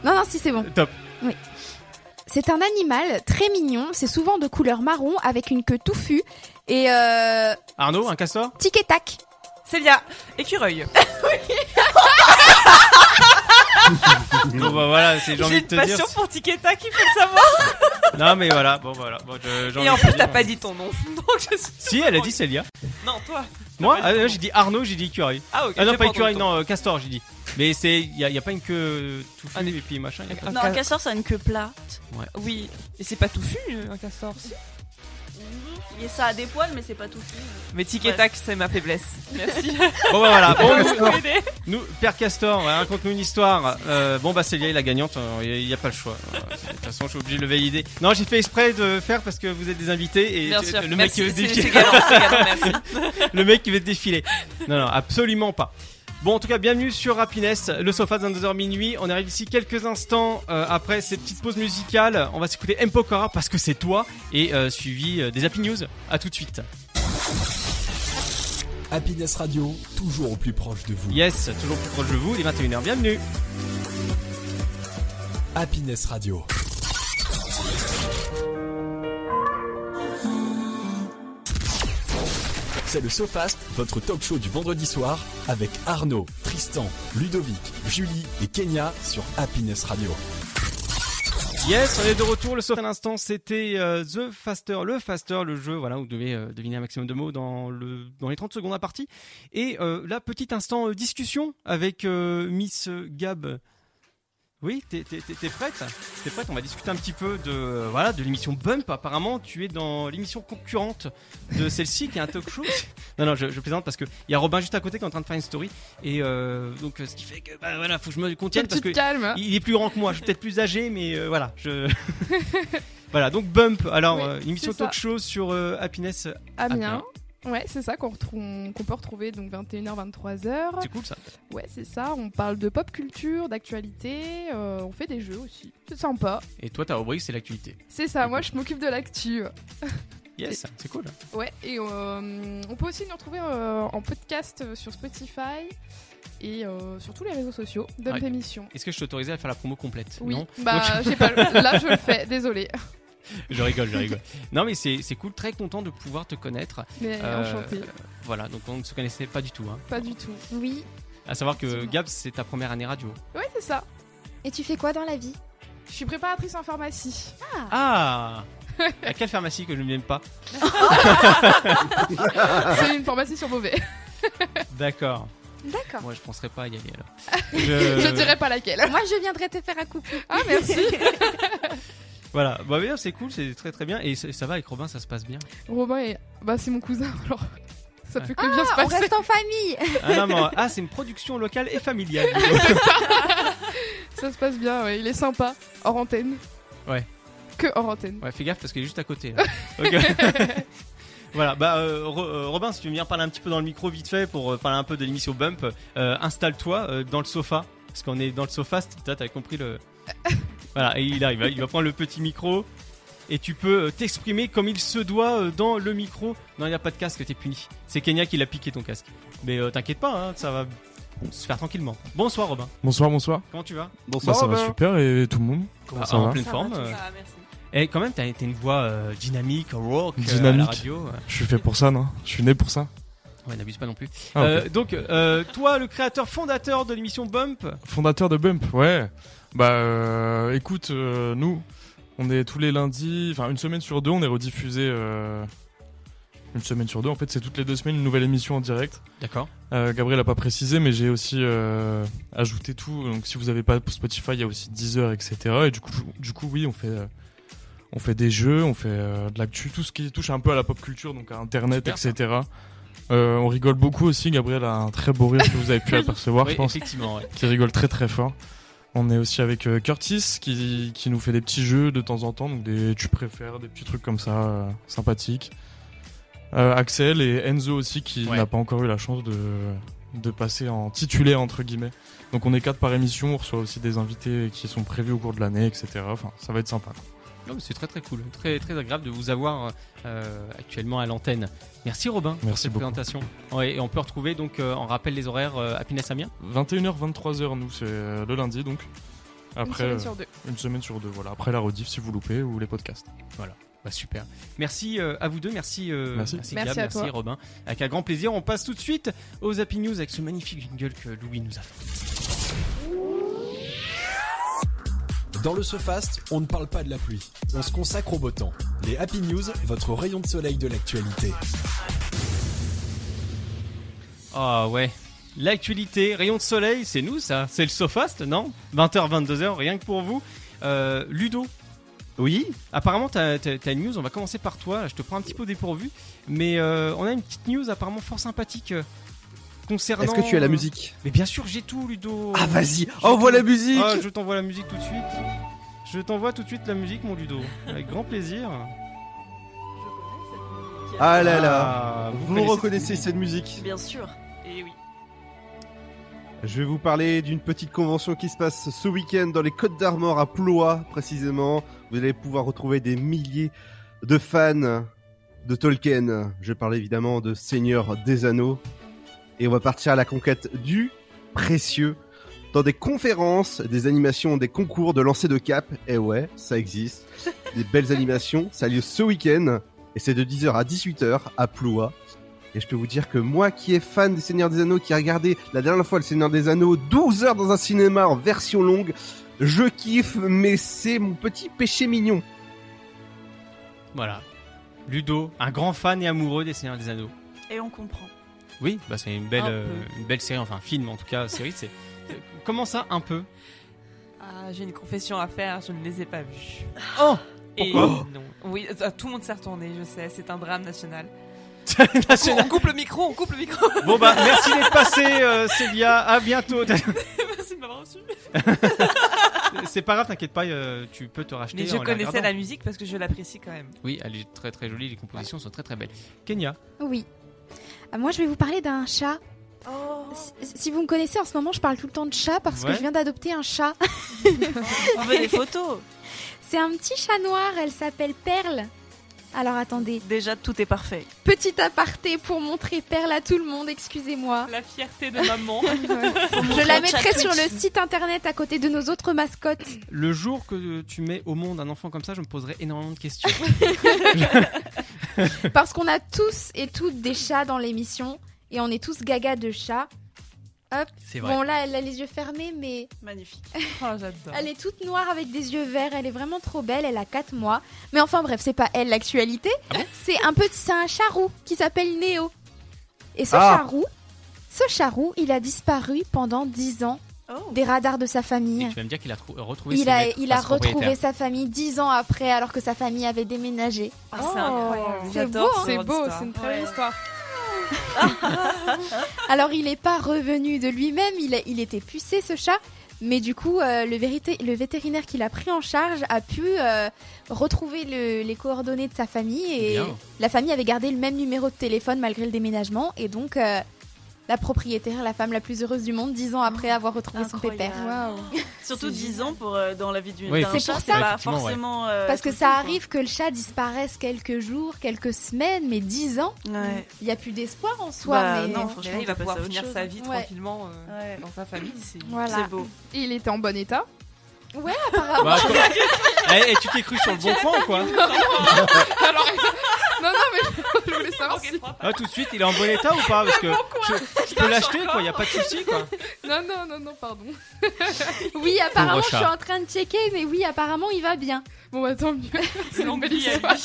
Speaker 3: Non, non, si c'est bon.
Speaker 2: Top.
Speaker 3: C'est un animal très mignon, c'est souvent de couleur marron avec une queue touffue et euh,
Speaker 2: Arnaud, un castor
Speaker 3: tic et tac.
Speaker 6: Célia, écureuil.
Speaker 2: Bon bah voilà, c'est j'ai
Speaker 6: J'ai
Speaker 2: envie
Speaker 6: une
Speaker 2: de te dire.
Speaker 6: passion pour Tiketa qui faut le savoir.
Speaker 2: Non mais voilà, bon voilà. Bon, je- j'ai
Speaker 6: Et en
Speaker 2: envie de
Speaker 6: plus,
Speaker 2: te dire.
Speaker 6: t'as
Speaker 2: hein.
Speaker 6: pas dit ton nom. Donc, je suis.
Speaker 2: Si, elle a dit Célia.
Speaker 6: Non, toi.
Speaker 2: Moi,
Speaker 6: pas
Speaker 2: ah,
Speaker 6: dit
Speaker 2: non,
Speaker 6: ton
Speaker 2: j'ai dit Arnaud, j'ai dit écureuil.
Speaker 6: Ah, ok.
Speaker 2: Ah non,
Speaker 6: j'ai
Speaker 2: pas
Speaker 6: entendu
Speaker 2: écureuil,
Speaker 6: ton
Speaker 2: non, euh, castor, j'ai dit. Mais c'est. Y'a y a pas une queue tout
Speaker 6: Ah,
Speaker 2: et puis
Speaker 6: *laughs*
Speaker 2: machin. y a pas-
Speaker 5: Non, un castor, ça a une queue plate.
Speaker 6: nom. Oui. Et c'est pas touffu, un castor. si.
Speaker 5: Et ça a des poils, mais c'est pas tout.
Speaker 6: Mais Tic et
Speaker 5: Ouais.
Speaker 6: Tac, c'est ma faiblesse. Merci.
Speaker 2: Bon bah voilà, bon, nous-
Speaker 6: Vous m'aidez.
Speaker 2: nous, Père Castor, ouais, raconte-nous une histoire. Euh, bon bah Célia est la gagnante, il n'y a, pas le choix. Euh, De toute façon, je suis obligé de le valider. Non, j'ai fait exprès de faire parce que vous êtes des invités et
Speaker 6: Bien
Speaker 2: tu-
Speaker 6: sûr.
Speaker 2: le mec qui
Speaker 6: merci.
Speaker 2: veut se
Speaker 6: C'est
Speaker 2: défiler.
Speaker 6: c'est galant, c'est galant, merci.
Speaker 2: *laughs* le mec qui va se défiler. Non, non, absolument pas. Bon, en tout cas, bienvenue sur Happiness, le sofa de 22h minuit. On arrive ici quelques instants euh, après cette petite pause musicale. On va s'écouter M. Pokora parce que c'est toi et euh, suivi euh, des Happy News. À tout de suite.
Speaker 1: Happiness Radio, toujours au plus proche de vous.
Speaker 2: Yes, toujours plus proche de vous, les 21h. Bienvenue.
Speaker 1: Happiness Radio. C'est le SoFast, votre talk show du vendredi soir avec Arnaud, Tristan, Ludovic, Julie et Kenya sur Happiness Radio.
Speaker 2: Yes, on est de retour. Le sofa à l'instant, c'était euh, The Faster, le Faster, le jeu, voilà, où vous devez euh, deviner un maximum de mots dans, le, dans les 30 secondes à partie. Et euh, là, petit instant euh, discussion avec euh, Miss Gab. Oui, t'es t'es- t'es- t'es prête T'es prête On va discuter un petit peu de euh, voilà de l'émission Bump. Apparemment, tu es dans l'émission concurrente de celle-ci, qui est un talk show. Non, non, je, je plaisante parce que il y a Robin juste à côté qui est en train de faire une story. Et euh, donc, euh, ce qui fait que bah voilà, faut que je me contienne parce
Speaker 7: tu
Speaker 2: que
Speaker 7: te calmes.
Speaker 2: il est plus grand que moi, je suis peut-être plus âgé, mais euh, voilà.
Speaker 7: *laughs*
Speaker 2: Je... voilà, donc Bump, alors
Speaker 7: Oui,
Speaker 2: euh, une émission
Speaker 7: c'est ça.
Speaker 2: talk show sur euh, Happiness,
Speaker 7: Ah, Amiens. Ouais, c'est ça qu'on retrouve- qu'on peut retrouver donc 21h, 23h.
Speaker 2: c'est cool ça.
Speaker 7: Ouais, c'est ça. On parle de pop culture, d'actualité. euh, on fait des jeux aussi. C'est sympa.
Speaker 2: Et toi, ta rubrique, c'est l'actualité.
Speaker 7: C'est ça. Moi, je m'occupe de l'actu. hein.
Speaker 2: Yes, c'est cool.
Speaker 7: Ouais. Et euh, on peut aussi nous retrouver euh, en podcast sur Spotify et euh, sur tous les réseaux sociaux. Dump
Speaker 2: Ouais.
Speaker 7: émission.
Speaker 2: Est-ce que je t'autorisais à faire la promo complète
Speaker 7: Oui.
Speaker 2: Non
Speaker 7: Bah,
Speaker 2: *laughs*
Speaker 7: j'ai pas. le- Là, je le fais. Désolée.
Speaker 2: Je rigole, je rigole. *laughs* non, mais c'est c'est cool, très content de pouvoir te connaître.
Speaker 7: Mais
Speaker 2: Euh,
Speaker 7: enchantée.
Speaker 2: Voilà, donc on ne se connaissait pas du tout. Hein.
Speaker 7: Pas du tout.
Speaker 3: Oui.
Speaker 2: À savoir que
Speaker 7: Effectivement.
Speaker 2: Gab, c'est ta première année radio.
Speaker 7: Ouais, c'est ça.
Speaker 3: Et tu fais quoi dans la vie
Speaker 7: Je suis préparatrice en pharmacie.
Speaker 2: Ah
Speaker 7: *laughs*
Speaker 2: À quelle pharmacie que je ne viens pas Ah.
Speaker 7: C'est une pharmacie sur Beauvais.
Speaker 2: D'accord.
Speaker 3: D'accord.
Speaker 2: Moi, je penserais pas à y aller alors.
Speaker 7: *laughs*
Speaker 2: Euh,
Speaker 7: Je dirais pas laquelle.
Speaker 3: Moi, je viendrai te faire un coucou.
Speaker 7: Ah, merci.
Speaker 3: *laughs*
Speaker 2: Voilà, bah, mais non, c'est cool, c'est très très bien. Et ça ça va avec Robin, ça se passe bien.
Speaker 7: Romain est. Bah, c'est mon cousin, alors. Ça peut que
Speaker 3: Ah,
Speaker 7: bien
Speaker 3: *laughs*
Speaker 7: se
Speaker 3: on
Speaker 7: passer.
Speaker 3: reste en famille.
Speaker 2: Ah, non, mais- ah, c'est une production locale et familiale.
Speaker 7: Ça se passe bien, ouais. Il est sympa. Hors antenne.
Speaker 2: Ouais.
Speaker 7: Que hors antenne.
Speaker 2: *laughs* ouais, fais gaffe parce qu'il est juste à côté. là. *laughs* Ok. *laughs* voilà, bah euh, Ro- euh, Robin, si tu veux venir parler un petit peu dans le micro vite fait pour euh, parler un peu de l'émission Bump, euh, installe-toi euh, dans le sofa parce qu'on est dans le sofa. c'est- Toi, t'as compris *laughs* le. Voilà, et il arrive, hein, il va prendre le petit micro et tu peux euh, t'exprimer comme il se doit euh, dans le micro. Non, il n'y a pas de casque, t'es puni. C'est Kenya qui l'a piqué ton casque. Mais euh, t'inquiète pas, hein, ça va se faire tranquillement. Bonsoir Robin,
Speaker 9: Bonsoir, bonsoir.
Speaker 2: comment tu vas
Speaker 9: Bah,
Speaker 4: Bonsoir.
Speaker 9: ça
Speaker 2: ben.
Speaker 9: va
Speaker 4: Robin.
Speaker 9: super et tout le monde.
Speaker 2: Bah,
Speaker 9: ça
Speaker 2: En
Speaker 9: va
Speaker 2: pleine
Speaker 6: Ça va,
Speaker 2: forme.
Speaker 6: tout
Speaker 2: euh,
Speaker 6: ça, merci.
Speaker 2: Et quand même, t'as t'as une voix euh, dynamique, rock, euh, à la
Speaker 9: Dynamique.
Speaker 2: radio. euh.
Speaker 9: Je suis fait pour ça, non Je suis né pour ça.
Speaker 2: Ouais, n'abuse pas non plus.
Speaker 9: Ah, ok.
Speaker 2: Euh, donc, euh, toi, le créateur fondateur de l'émission Bump,
Speaker 9: Fondateur de Bump, ouais. Bah euh, écoute, euh, nous, on est tous les lundis, enfin une semaine sur deux, on est rediffusé. euh, une semaine sur deux, en fait, c'est toutes les deux semaines une nouvelle émission en direct.
Speaker 2: d'accord,
Speaker 9: Euh, Gabriel a pas précisé, mais j'ai aussi euh, ajouté tout. Donc si vous avez pas Spotify, il y a aussi Deezer, etc. Et du coup, du coup oui, on fait, euh, On fait des jeux, on fait euh, de l'actu, tout ce qui touche un peu à la pop culture, donc à Internet,
Speaker 2: Super, ça.
Speaker 9: etc. Euh, on rigole beaucoup aussi. Gabriel a un très beau rire que vous avez
Speaker 2: *laughs*
Speaker 9: pu apercevoir,
Speaker 2: Oui,
Speaker 9: je pense,
Speaker 2: effectivement, ouais.
Speaker 9: qui rigole très très fort. On est aussi avec euh, Curtis qui, qui nous fait des petits jeux de temps en temps, donc des tu préfères, des petits trucs comme ça, euh, sympathiques. Euh, Axel et Enzo aussi qui
Speaker 2: Ouais.
Speaker 9: n'a pas encore eu la chance de, de passer en titulaire entre guillemets. Donc on est quatre par émission, on reçoit aussi des invités qui sont prévus au cours de l'année, etc. Enfin, ça va être sympa.
Speaker 2: Non, mais c'est très très cool, très très agréable de vous avoir euh, actuellement à l'antenne. Merci Robin pour
Speaker 9: Merci
Speaker 2: cette
Speaker 9: beaucoup.
Speaker 2: présentation. Ouais, et on peut retrouver donc euh, on rappelle les horaires euh, Happiness Amiens.
Speaker 9: 21h, 23h, nous c'est euh, le lundi donc. Après,
Speaker 7: Une
Speaker 9: euh,
Speaker 7: semaine sur deux.
Speaker 9: une semaine sur deux, voilà. Après la rediff si vous loupez ou les podcasts.
Speaker 2: Bah, super. Merci euh, à vous deux, merci euh,
Speaker 9: Merci.
Speaker 2: Gab,
Speaker 7: Merci à
Speaker 2: merci
Speaker 7: toi.
Speaker 2: Robin. Avec un grand plaisir, on passe tout de suite aux Happy News avec ce magnifique jingle que Louis nous a fait.
Speaker 1: Dans le SoFast, on ne parle pas de la pluie. On se consacre au beau temps. Les Happy News, votre rayon de soleil de l'actualité.
Speaker 2: Ah ouais. L'actualité, rayon de soleil, c'est nous ça, c'est le Sofast, non 20h, 22h, rien que pour vous. Euh, Ludo. Oui. Apparemment, t'as t'as- t'as une news, on va commencer par toi, je te prends un petit peu au dépourvu, mais euh, on a une petite news apparemment fort sympathique euh, concernant...
Speaker 4: Est-ce que tu as la musique
Speaker 2: Mais bien sûr, j'ai tout, Ludo.
Speaker 4: Ah, vas-y,
Speaker 2: J'ai
Speaker 4: envoie
Speaker 2: tout.
Speaker 4: la musique
Speaker 2: Ah, je t'envoie la musique tout de suite. Je t'envoie tout de suite la musique, mon Ludo. Avec grand plaisir.
Speaker 4: Ah là là
Speaker 2: Ah,
Speaker 4: Vous reconnaissez cette musique
Speaker 5: Bien sûr.
Speaker 6: Eh
Speaker 5: Et oui.
Speaker 4: Je vais vous parler d'une petite convention qui se passe ce week-end dans les Côtes d'Armor à Ploie, précisément. Vous allez pouvoir retrouver des milliers de fans de Tolkien. Je parle évidemment de Seigneur des Anneaux. Et on va partir à la conquête du précieux dans des conférences, des animations, des concours de lancer de cap. Eh ouais, ça existe. Des belles *laughs* animations. Ça a lieu ce week-end. Et c'est de 10h à 18h à Ploie. Et je peux vous dire que moi qui est fan des Seigneurs des Anneaux, qui a regardé la dernière fois le Seigneur des Anneaux 12 heures dans un cinéma en version longue, je kiffe, mais c'est mon petit péché mignon.
Speaker 2: Voilà. Ludo, un grand fan et amoureux des Seigneurs des Anneaux.
Speaker 5: Et on comprend.
Speaker 2: Oui, bah c'est une belle,
Speaker 6: Un
Speaker 2: euh, une belle série, enfin film en tout cas, série. C'est c'est- comment ça un peu
Speaker 6: *laughs* Ah, j'ai une confession à faire, je ne les ai pas vus.
Speaker 2: Oh
Speaker 6: Et
Speaker 2: Pourquoi
Speaker 6: non. Oui, euh, tout le monde s'est retourné, je sais, c'est un drame
Speaker 2: *laughs*
Speaker 6: national.
Speaker 2: National.
Speaker 6: On coupe le micro, on coupe
Speaker 2: *laughs*
Speaker 6: le micro.
Speaker 2: Bon bah merci d'être passé, euh, Célia. À bientôt. *laughs*
Speaker 6: Merci de m'avoir reçu.
Speaker 2: c'est pas grave, t'inquiète pas, euh, tu peux te racheter.
Speaker 6: Mais je
Speaker 2: en la
Speaker 6: connaissais
Speaker 2: regardant.
Speaker 6: la musique parce que je l'apprécie quand même.
Speaker 2: Oui, elle est très très jolie, les compositions sont très très belles. Kenya.
Speaker 3: Oui. Ah, moi, je vais vous parler d'un chat.
Speaker 6: Oh.
Speaker 3: Si- Si vous me connaissez en ce moment, je parle tout le temps de chat parce
Speaker 2: Ouais.
Speaker 3: que je viens d'adopter un chat. *laughs*
Speaker 5: On veut des photos.
Speaker 3: C'est un petit chat noir, elle s'appelle Perle. Alors attendez,
Speaker 5: Déjà, tout est parfait.
Speaker 3: petit aparté pour montrer Perle à tout le monde, excusez-moi.
Speaker 6: La fierté de
Speaker 5: *laughs*
Speaker 6: maman.
Speaker 3: Je la mettrai sur le site internet à côté de nos autres mascottes. *laughs*
Speaker 2: Le jour que tu mets au monde un enfant comme ça, je me poserai énormément de questions.
Speaker 3: Parce qu'on a tous et toutes des chats dans l'émission et on est tous gaga de chats.
Speaker 2: C'est vrai.
Speaker 3: Bon là, elle a les yeux fermés, mais
Speaker 5: Magnifique.
Speaker 6: Oh, j'adore.
Speaker 3: elle est toute noire avec des yeux verts. Elle est vraiment trop belle. Elle a 4 mois. Mais enfin bref, c'est pas elle l'actualité. c'est un petit, c'est un chat roux qui s'appelle Néo. Et ce
Speaker 4: Ah.
Speaker 3: chat roux, ce chat roux, il a disparu pendant 10 ans
Speaker 5: Oh.
Speaker 3: des radars de sa famille.
Speaker 2: Et tu vas me dire qu'il a trou- retrouvé
Speaker 3: Il
Speaker 2: ses
Speaker 3: a,
Speaker 2: maîtres, Ah,
Speaker 3: il a
Speaker 2: enfin, ses
Speaker 3: retrouvé
Speaker 2: propriétaires.
Speaker 3: sa famille 10 ans après, alors que sa famille avait déménagé.
Speaker 6: Ah,
Speaker 5: Oh.
Speaker 6: c'est incroyable.
Speaker 3: c'est
Speaker 6: J'adore
Speaker 3: beau,
Speaker 6: ce
Speaker 7: C'est
Speaker 6: genre
Speaker 7: beau,
Speaker 6: d'histoire.
Speaker 7: c'est une très belle
Speaker 5: Ouais.
Speaker 7: histoire.
Speaker 3: Alors il n'est pas revenu de lui-même, il, a- il était pucé ce chat, mais du coup euh, le, vérité- le vétérinaire qui l'a pris en charge a pu euh, retrouver le- les coordonnées de sa famille et
Speaker 2: Bien.
Speaker 3: la famille avait gardé le même numéro de téléphone malgré le déménagement et donc euh, la propriétaire, la femme la plus heureuse du monde, dix ans après avoir retrouvé
Speaker 5: incroyable.
Speaker 3: son pépère.
Speaker 5: Surtout
Speaker 3: C'est
Speaker 5: 10 ans pour, euh, dans la vie d'une
Speaker 2: Oui,
Speaker 5: d'un
Speaker 2: c'est
Speaker 5: chat,
Speaker 3: pour
Speaker 5: c'est
Speaker 3: ça.
Speaker 5: pas
Speaker 2: Effectivement, ouais.
Speaker 5: forcément. euh,
Speaker 3: Parce que
Speaker 5: tout le
Speaker 3: ça
Speaker 5: temps,
Speaker 3: arrive que le chat disparaisse quelques jours, quelques semaines, mais dix ans,
Speaker 5: quoi. Ouais.
Speaker 3: il n'y a plus d'espoir en soi.
Speaker 5: Bah,
Speaker 3: mais-
Speaker 5: non,
Speaker 6: Mais
Speaker 5: franchement,
Speaker 6: là, il
Speaker 5: on
Speaker 6: va
Speaker 5: peut
Speaker 6: pouvoir
Speaker 5: passer à autre
Speaker 6: finir
Speaker 5: chose.
Speaker 6: sa vie
Speaker 3: Ouais.
Speaker 6: tranquillement euh,
Speaker 5: Ouais.
Speaker 6: dans sa famille. c'est-
Speaker 3: Voilà.
Speaker 5: C'est beau.
Speaker 7: Et il était en bon état.
Speaker 2: Bah, comment- Eh, eh, tu t'es cru sur le bon point ou quoi
Speaker 7: Alors, non, non, mais je voulais savoir si.
Speaker 2: Ah, Tout de suite, il est en bon état ou pas Parce que je, je peux l'acheter, quoi. Il y a pas de souci, quoi.
Speaker 7: Non, non, non, non, pardon.
Speaker 3: *laughs* Oui, apparemment, je
Speaker 2: chat.
Speaker 3: suis en train de checker, mais oui, apparemment, il va bien.
Speaker 7: Bon, bah tant mieux. C'est une
Speaker 6: Longue
Speaker 7: belle
Speaker 6: vie à *laughs*
Speaker 7: histoire.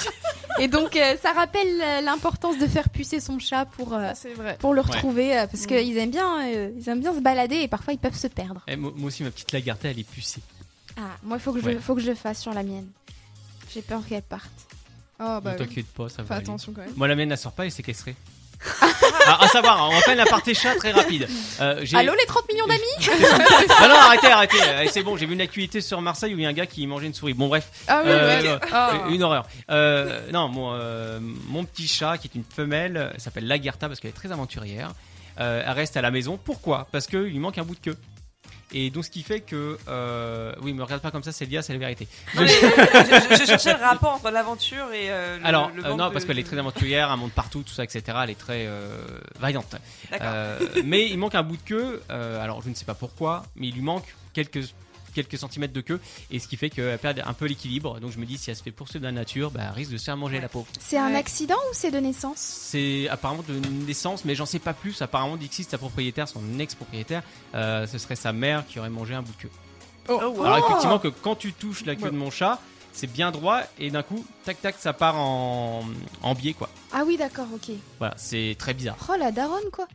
Speaker 3: Et donc, euh, ça rappelle euh, l'importance de faire pucer son chat pour, euh,
Speaker 7: Ah, C'est vrai.
Speaker 3: pour le retrouver, euh, parce qu'ils aiment bien, euh, ils aiment bien se balader et parfois ils peuvent se perdre.
Speaker 2: Eh, moi moi aussi, ma petite Lagarté, elle est pucée.
Speaker 3: Ah, moi, il faut que je,
Speaker 2: Ouais.
Speaker 3: faut que je le fasse sur la mienne. J'ai peur qu'elle parte.
Speaker 7: Oh, bah,
Speaker 2: Ne
Speaker 7: oui.
Speaker 2: t'inquiète pas, ça
Speaker 7: Fais
Speaker 2: va. aller.
Speaker 7: attention quand même.
Speaker 2: Moi, la mienne, elle sort pas, elle est séquestrée. *laughs* Ah, à, à savoir, on va faire une aparté chat très rapide. Euh, j'ai-
Speaker 3: Allô les 30 millions d'amis
Speaker 2: *laughs* Non, non, arrêtez, arrêtez. Euh, C'est bon, j'ai vu une actualité sur Marseille où il y a un gars qui mangeait une souris. Bon, bref.
Speaker 7: Ah oui,
Speaker 2: Euh,
Speaker 7: ouais. *laughs*
Speaker 2: euh,
Speaker 7: Ah.
Speaker 2: Une horreur. Euh, non, mon, euh, mon petit chat, qui est une femelle, euh, s'appelle Lagerta parce qu'elle est très aventurière. Euh, elle reste à la maison. Pourquoi Parce qu'il lui manque un bout de queue. Et donc, ce qui fait que. euh, oui, me regarde pas comme ça, Célia, c'est la vérité.
Speaker 6: Non, mais je, je- je cherchais le rapport entre l'aventure et euh, le,
Speaker 2: Alors,
Speaker 6: le
Speaker 2: euh,
Speaker 6: manque
Speaker 2: non,
Speaker 6: de-
Speaker 2: parce qu'elle est très aventurière, elle monte partout, tout ça, etc. Elle est très euh, vaillante.
Speaker 6: D'accord.
Speaker 2: Euh, mais il manque un bout de queue. euh, alors, je ne sais pas pourquoi, mais il lui manque quelques quelques centimètres de queue et ce qui fait qu'elle perd un peu l'équilibre donc je me dis si elle se fait poursuivre dans la nature bah, elle risque de se faire manger la pauvre
Speaker 3: C'est un accident ou c'est de naissance
Speaker 2: c'est apparemment de naissance mais j'en sais pas plus apparemment Dixie sa propriétaire son ex-propriétaire euh, ce serait sa mère qui aurait mangé un bout de queue
Speaker 7: Oh.
Speaker 5: Oh, wow.
Speaker 2: alors effectivement que quand tu touches la queue
Speaker 7: Ouais.
Speaker 2: de mon chat c'est bien droit et d'un coup tac tac ça part en, en biais quoi
Speaker 3: Ah oui d'accord ok.
Speaker 2: voilà c'est très bizarre
Speaker 3: Oh la daronne quoi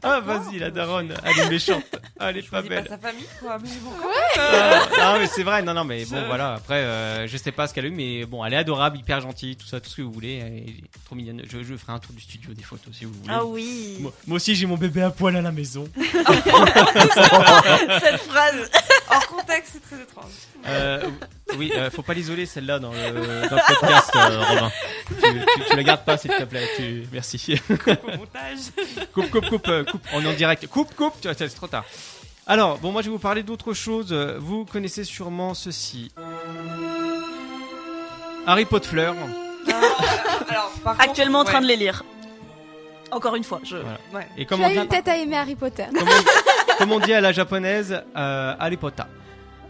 Speaker 2: Ah, vas-y, la daronne, elle est méchante, elle est pas
Speaker 6: Je dis pas
Speaker 2: belle.
Speaker 6: sa famille, quoi. Mais bon,
Speaker 2: Euh, non, mais c'est vrai, non, non, mais bon, voilà, après, euh, je sais pas ce qu'elle a eu, mais bon, elle est adorable, hyper gentille, tout ça, tout ce que vous voulez, elle est trop mignonne. Je, je ferai un tour du studio, des photos si vous voulez.
Speaker 5: Ah oui
Speaker 2: moi, moi aussi, j'ai mon bébé à poil à la maison.
Speaker 5: Cette phrase
Speaker 6: hors contexte, c'est très
Speaker 2: *laughs*
Speaker 6: étrange.
Speaker 2: Euh, oui, euh, faut pas l'isoler, celle-là, dans le, dans le podcast, euh, Robin. Tu, tu- tu la gardes pas, s'il te plaît. Tu, merci.
Speaker 6: Au montage.
Speaker 2: Coupe, coupe, coupe, euh, coupe. On est en direct. Coupe, coupe. Tu vois, C'est trop tard. Alors, bon, moi, je vais vous parler d'autre chose. Vous connaissez sûrement ceci. Harry Potter fleur.
Speaker 6: Alors, par
Speaker 5: Actuellement en
Speaker 6: contre,
Speaker 5: train de les lire. Encore une fois, je...
Speaker 2: Voilà.
Speaker 6: ouais, ouais.
Speaker 2: Et
Speaker 3: Tu
Speaker 2: comme on
Speaker 3: as
Speaker 2: dit,
Speaker 3: eu une tête à aimer Harry Potter.
Speaker 2: comme on, comme on dit à la japonaise, euh, Harry Potter.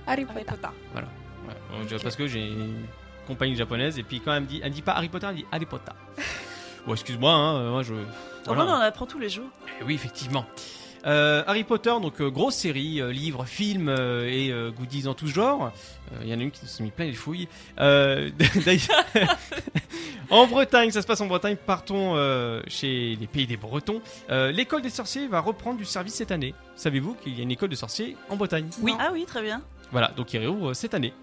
Speaker 3: Harry
Speaker 6: Harry
Speaker 3: Potter.
Speaker 6: Potter.
Speaker 2: Ouais, on dirait Parce que j'ai une compagnie japonaise et puis quand elle me dit, elle me dit pas Harry Potter, elle dit Harry *laughs* Potter. Bon, excuse-moi, hein, euh, moi je.
Speaker 5: Au
Speaker 2: voilà.
Speaker 5: moins, Oh on en apprend tous les jours.
Speaker 2: Eh Oui, effectivement. Euh, Harry Potter, donc euh, grosse série, euh, livres, films euh, et euh, goodies en tout genre. Euh, Il y en a une qui s'est mis plein les fouilles. Euh, *laughs* d'ailleurs, *laughs* en Bretagne, ça se passe en Bretagne. Partons euh, chez les pays des Bretons. Euh, L'école des sorciers va reprendre du service cette année. Savez-vous qu'il y a une école de sorciers en Bretagne
Speaker 6: Oui.
Speaker 5: Ah oui, très bien.
Speaker 2: Voilà, donc il réouvre euh, cette année.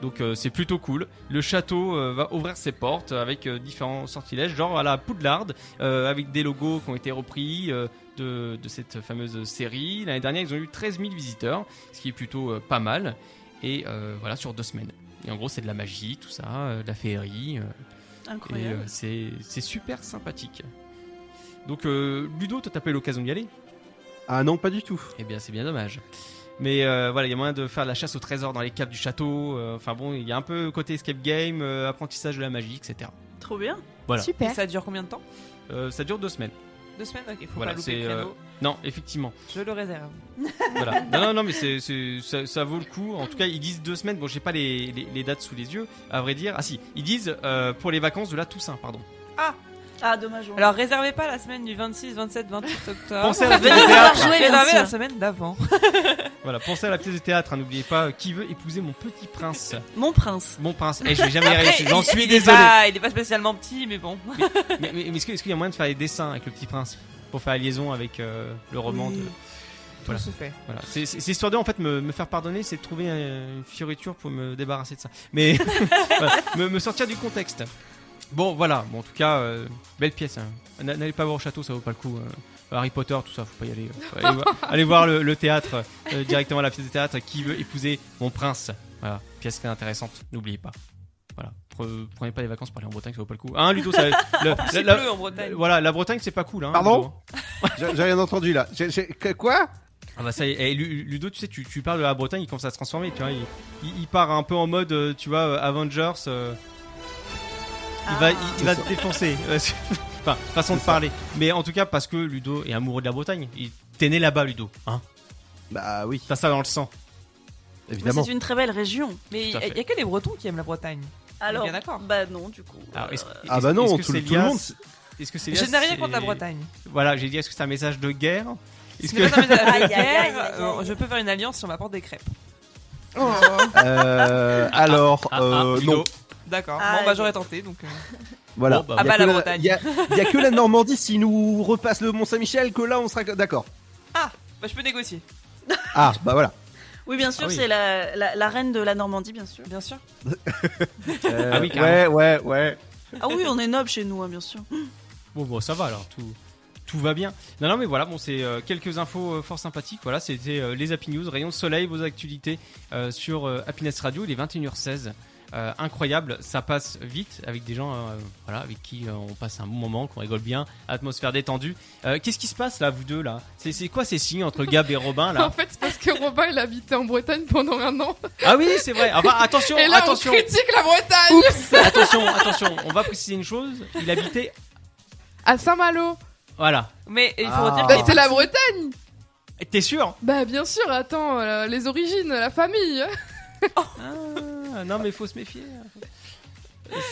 Speaker 2: Donc euh, c'est plutôt cool. Le château euh, va ouvrir ses portes avec euh, différents sortilèges, genre à la Poudlard, euh, avec des logos qui ont été repris euh, de, de cette fameuse série. L'année dernière, ils ont eu 13 000 visiteurs, ce qui est plutôt euh, pas mal. Et euh, voilà, sur deux semaines. Et en gros, c'est de la magie, tout ça, euh, de la féerie. euh, et
Speaker 5: Incroyable.
Speaker 2: euh, c'est c'est super sympathique. Donc euh, Ludo, toi, t'as pas eu l'occasion d'y aller
Speaker 4: Ah non, pas
Speaker 2: *laughs*
Speaker 4: du tout.
Speaker 2: eh bien, c'est bien dommage. Mais euh, voilà, il y a moyen de faire de la chasse au trésor dans les caves du château. euh, Enfin bon, il y a un peu côté escape game, euh, apprentissage de la magie, etc.
Speaker 5: Trop bien.
Speaker 2: Voilà.
Speaker 6: Et
Speaker 3: Super.
Speaker 6: ça dure combien de temps
Speaker 2: Euh, ça dure deux semaines.
Speaker 6: Deux semaines Ok, faut
Speaker 2: Voilà,
Speaker 6: pas louper
Speaker 2: c'est, euh,
Speaker 6: le créneau.
Speaker 2: Non, effectivement.
Speaker 6: Je le réserve.
Speaker 2: Voilà. non, non, non, mais c'est, c'est- ça, ça vaut le coup. En tout cas, ils disent deux semaines. Bon, j'ai pas les, les- les dates sous les yeux, à vrai dire. Ah si, ils disent euh, pour les vacances de la Toussaint, pardon.
Speaker 5: Ah, dommage. Alors,
Speaker 6: Alors, réservez pas la semaine du 26, 27, 28 octobre.
Speaker 2: Pensez à la pièce de
Speaker 5: Venez voir
Speaker 2: théâtre.
Speaker 5: jouer, bien
Speaker 6: Réservez
Speaker 5: sûr.
Speaker 6: la semaine d'avant.
Speaker 2: Voilà, pensez à la pièce de théâtre. hein, N'oubliez pas, euh, qui veut épouser mon petit prince.
Speaker 5: Mon prince.
Speaker 2: Mon prince. Eh, je vais jamais y arriver.
Speaker 6: Après,
Speaker 2: J'en
Speaker 6: il-
Speaker 2: suis
Speaker 6: il est
Speaker 2: désolé.
Speaker 6: pas- il est pas spécialement petit, mais bon.
Speaker 2: Mais, mais- mais est-ce, que- est-ce qu'il y a moyen de faire des dessins avec le petit prince pour faire la liaison avec euh, le roman
Speaker 6: Oui.
Speaker 2: de... Voilà.
Speaker 6: Tout se fait.
Speaker 2: Voilà. C'est, c'est- c'est histoire de en fait me, me faire pardonner, c'est de trouver euh, une fioriture pour me débarrasser de ça. Mais *laughs* voilà, me, me sortir du contexte. Bon voilà, bon, en tout cas, euh, belle pièce. hein. N- N'allez pas voir au château, ça vaut pas le coup. euh. Harry Potter, tout ça, faut pas y aller. euh. Faut aller voir, allez voir le, le théâtre, euh, directement la pièce de théâtre, qui veut épouser mon prince. Voilà, pièce très intéressante, n'oubliez pas. Voilà, Pre- prenez pas les vacances pour aller en Bretagne, ça vaut pas le coup. Hein, Ludo, ça, le-
Speaker 6: C'est
Speaker 2: la- la-
Speaker 6: bleu en Bretagne.
Speaker 2: voilà, la Bretagne, c'est pas cool. Hein,
Speaker 4: Pardon
Speaker 2: Ludo.
Speaker 4: J'ai j'ai rien entendu là. J'ai- j'ai- que- Quoi
Speaker 2: Ah bah ça y est, Eh, Lu- Ludo, tu sais, tu, tu parles de la Bretagne, il commence à se transformer, tu vois, il, il- il part un peu en mode, euh, tu vois, euh, Avengers, euh, il
Speaker 5: Ah.
Speaker 2: va, il, il va te défoncer, *laughs* enfin, façon de parler. Mais en tout cas, parce que Ludo est amoureux de la Bretagne, il t'es né là-bas, Ludo, hein,
Speaker 4: Bah oui,
Speaker 2: t'as ça dans le sang.
Speaker 5: Mais
Speaker 4: évidemment.
Speaker 5: c'est une très belle région.
Speaker 6: Mais il
Speaker 2: Tout à
Speaker 6: y a que les Bretons qui aiment la Bretagne.
Speaker 5: Alors,
Speaker 6: bien d'accord.
Speaker 5: bah non, du coup.
Speaker 2: Alors, est-ce-
Speaker 5: euh,
Speaker 4: Ah
Speaker 2: est-ce-
Speaker 4: bah non,
Speaker 2: est-ce que
Speaker 4: tout le-
Speaker 2: c'est
Speaker 4: tout le
Speaker 2: lié à-
Speaker 4: monde-
Speaker 2: Est-ce que c'est lié
Speaker 6: Je
Speaker 2: à-
Speaker 6: n'ai rien contre la
Speaker 2: c'est-
Speaker 6: Bretagne.
Speaker 2: Voilà, j'ai dit, est-ce que c'est un message de guerre Est-ce
Speaker 6: Ce n'est
Speaker 2: que-
Speaker 6: pas un message de
Speaker 5: Aïe, aïe, aïe,
Speaker 6: guerre,
Speaker 5: aïe, aïe.
Speaker 6: euh, Je peux faire une alliance si on m'apporte des crêpes.
Speaker 4: Euh, alors,
Speaker 2: Ah, ah,
Speaker 4: euh,
Speaker 2: Ludo.
Speaker 4: non.
Speaker 6: D'accord.
Speaker 5: Aïe.
Speaker 6: Bon, bah j'aurais tenté donc. euh.
Speaker 4: Voilà.
Speaker 2: Bon, bah,
Speaker 6: Ah
Speaker 4: Y a
Speaker 6: bah,
Speaker 4: que
Speaker 6: la Bretagne.
Speaker 4: Y a, y a que la Normandie si nous repasse le Mont Saint-Michel que là on sera d'accord.
Speaker 6: Bah, je peux négocier.
Speaker 4: Ah bah voilà.
Speaker 5: Oui, bien sûr,
Speaker 2: Ah oui.
Speaker 5: c'est la, la- la reine de la Normandie, bien sûr.
Speaker 6: Bien sûr.
Speaker 4: Euh,
Speaker 2: Ah oui,
Speaker 4: ouais,
Speaker 2: carrément.
Speaker 4: ouais, ouais.
Speaker 5: Ah oui, on est noble chez nous, hein, bien sûr.
Speaker 2: Bon, bon, ça va alors, tout, tout va bien. Non, non, mais voilà, bon, c'est euh, quelques infos euh, fort sympathiques. Voilà, c'était euh, les Happy News, Rayon de Soleil, vos actualités euh, sur euh, Happiness Radio, il est 21h16. Euh, incroyable, ça passe vite avec des gens euh, voilà, avec qui euh, on passe un bon moment, qu'on rigole bien, atmosphère détendue. Euh, Qu'est-ce qui se passe là, vous deux là C'est c'est quoi ces signes entre Gab et Robin
Speaker 7: En
Speaker 2: là
Speaker 7: fait, c'est parce que Robin, il habitait en Bretagne pendant un an.
Speaker 2: Ah oui, c'est vrai. Ah bah, attention,
Speaker 7: Et là,
Speaker 2: attention,
Speaker 7: on critique la Bretagne
Speaker 2: attention, attention. On va préciser une chose. Il habitait,
Speaker 7: À Saint-Malo
Speaker 2: voilà.
Speaker 6: Mais il faut
Speaker 4: Ah.
Speaker 6: retenir
Speaker 7: Bah,
Speaker 6: qu'il
Speaker 7: c'est la Bretagne
Speaker 2: T'es sûr
Speaker 7: Bah, bien sûr, attends, euh, les origines, la famille
Speaker 2: Ah, non, mais faut se méfier. hein.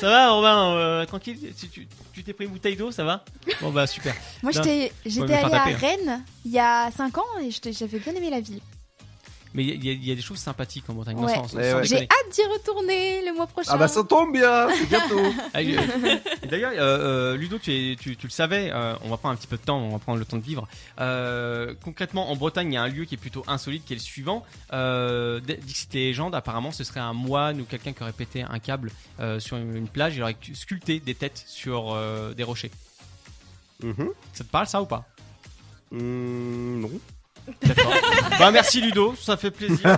Speaker 2: Ça va, Robin euh, Tranquille tu, tu- tu t'es pris une bouteille d'eau, ça va Bon, bah super.
Speaker 3: Moi,
Speaker 2: Non.
Speaker 3: j'étais
Speaker 2: me
Speaker 3: j'étais
Speaker 2: faire
Speaker 3: allée à
Speaker 2: taper, hein.
Speaker 3: Rennes il y a 5 ans et j'étais- j'avais bien aimé la ville.
Speaker 2: Mais il y, a- il y a des choses sympathiques en montagne. non,
Speaker 3: Ouais.
Speaker 2: sans- sans
Speaker 4: Ouais, ouais.
Speaker 3: J'ai *laughs*
Speaker 2: déconner.
Speaker 3: hâte d'y retourner le mois prochain.
Speaker 4: Ah bah ça tombe bien, c'est
Speaker 6: *laughs*
Speaker 4: bientôt.
Speaker 2: Ah, lui- Et D'ailleurs, euh, euh, Ludo, tu, es- tu- tu le savais, euh, on va prendre un petit peu de temps, on va prendre le temps de vivre. Euh, concrètement, en Bretagne, il y a un lieu qui est plutôt insolite, qui est le suivant. Euh, d- Dixit Légende, apparemment, ce serait un moine ou quelqu'un qui aurait pété un câble euh, sur une, une plage et aurait sculpté des têtes sur euh, des rochers.
Speaker 4: Mhm.
Speaker 2: Ça te parle, ça ou pas
Speaker 4: Mm, non.
Speaker 2: D'accord. bah, merci Ludo, ça fait plaisir.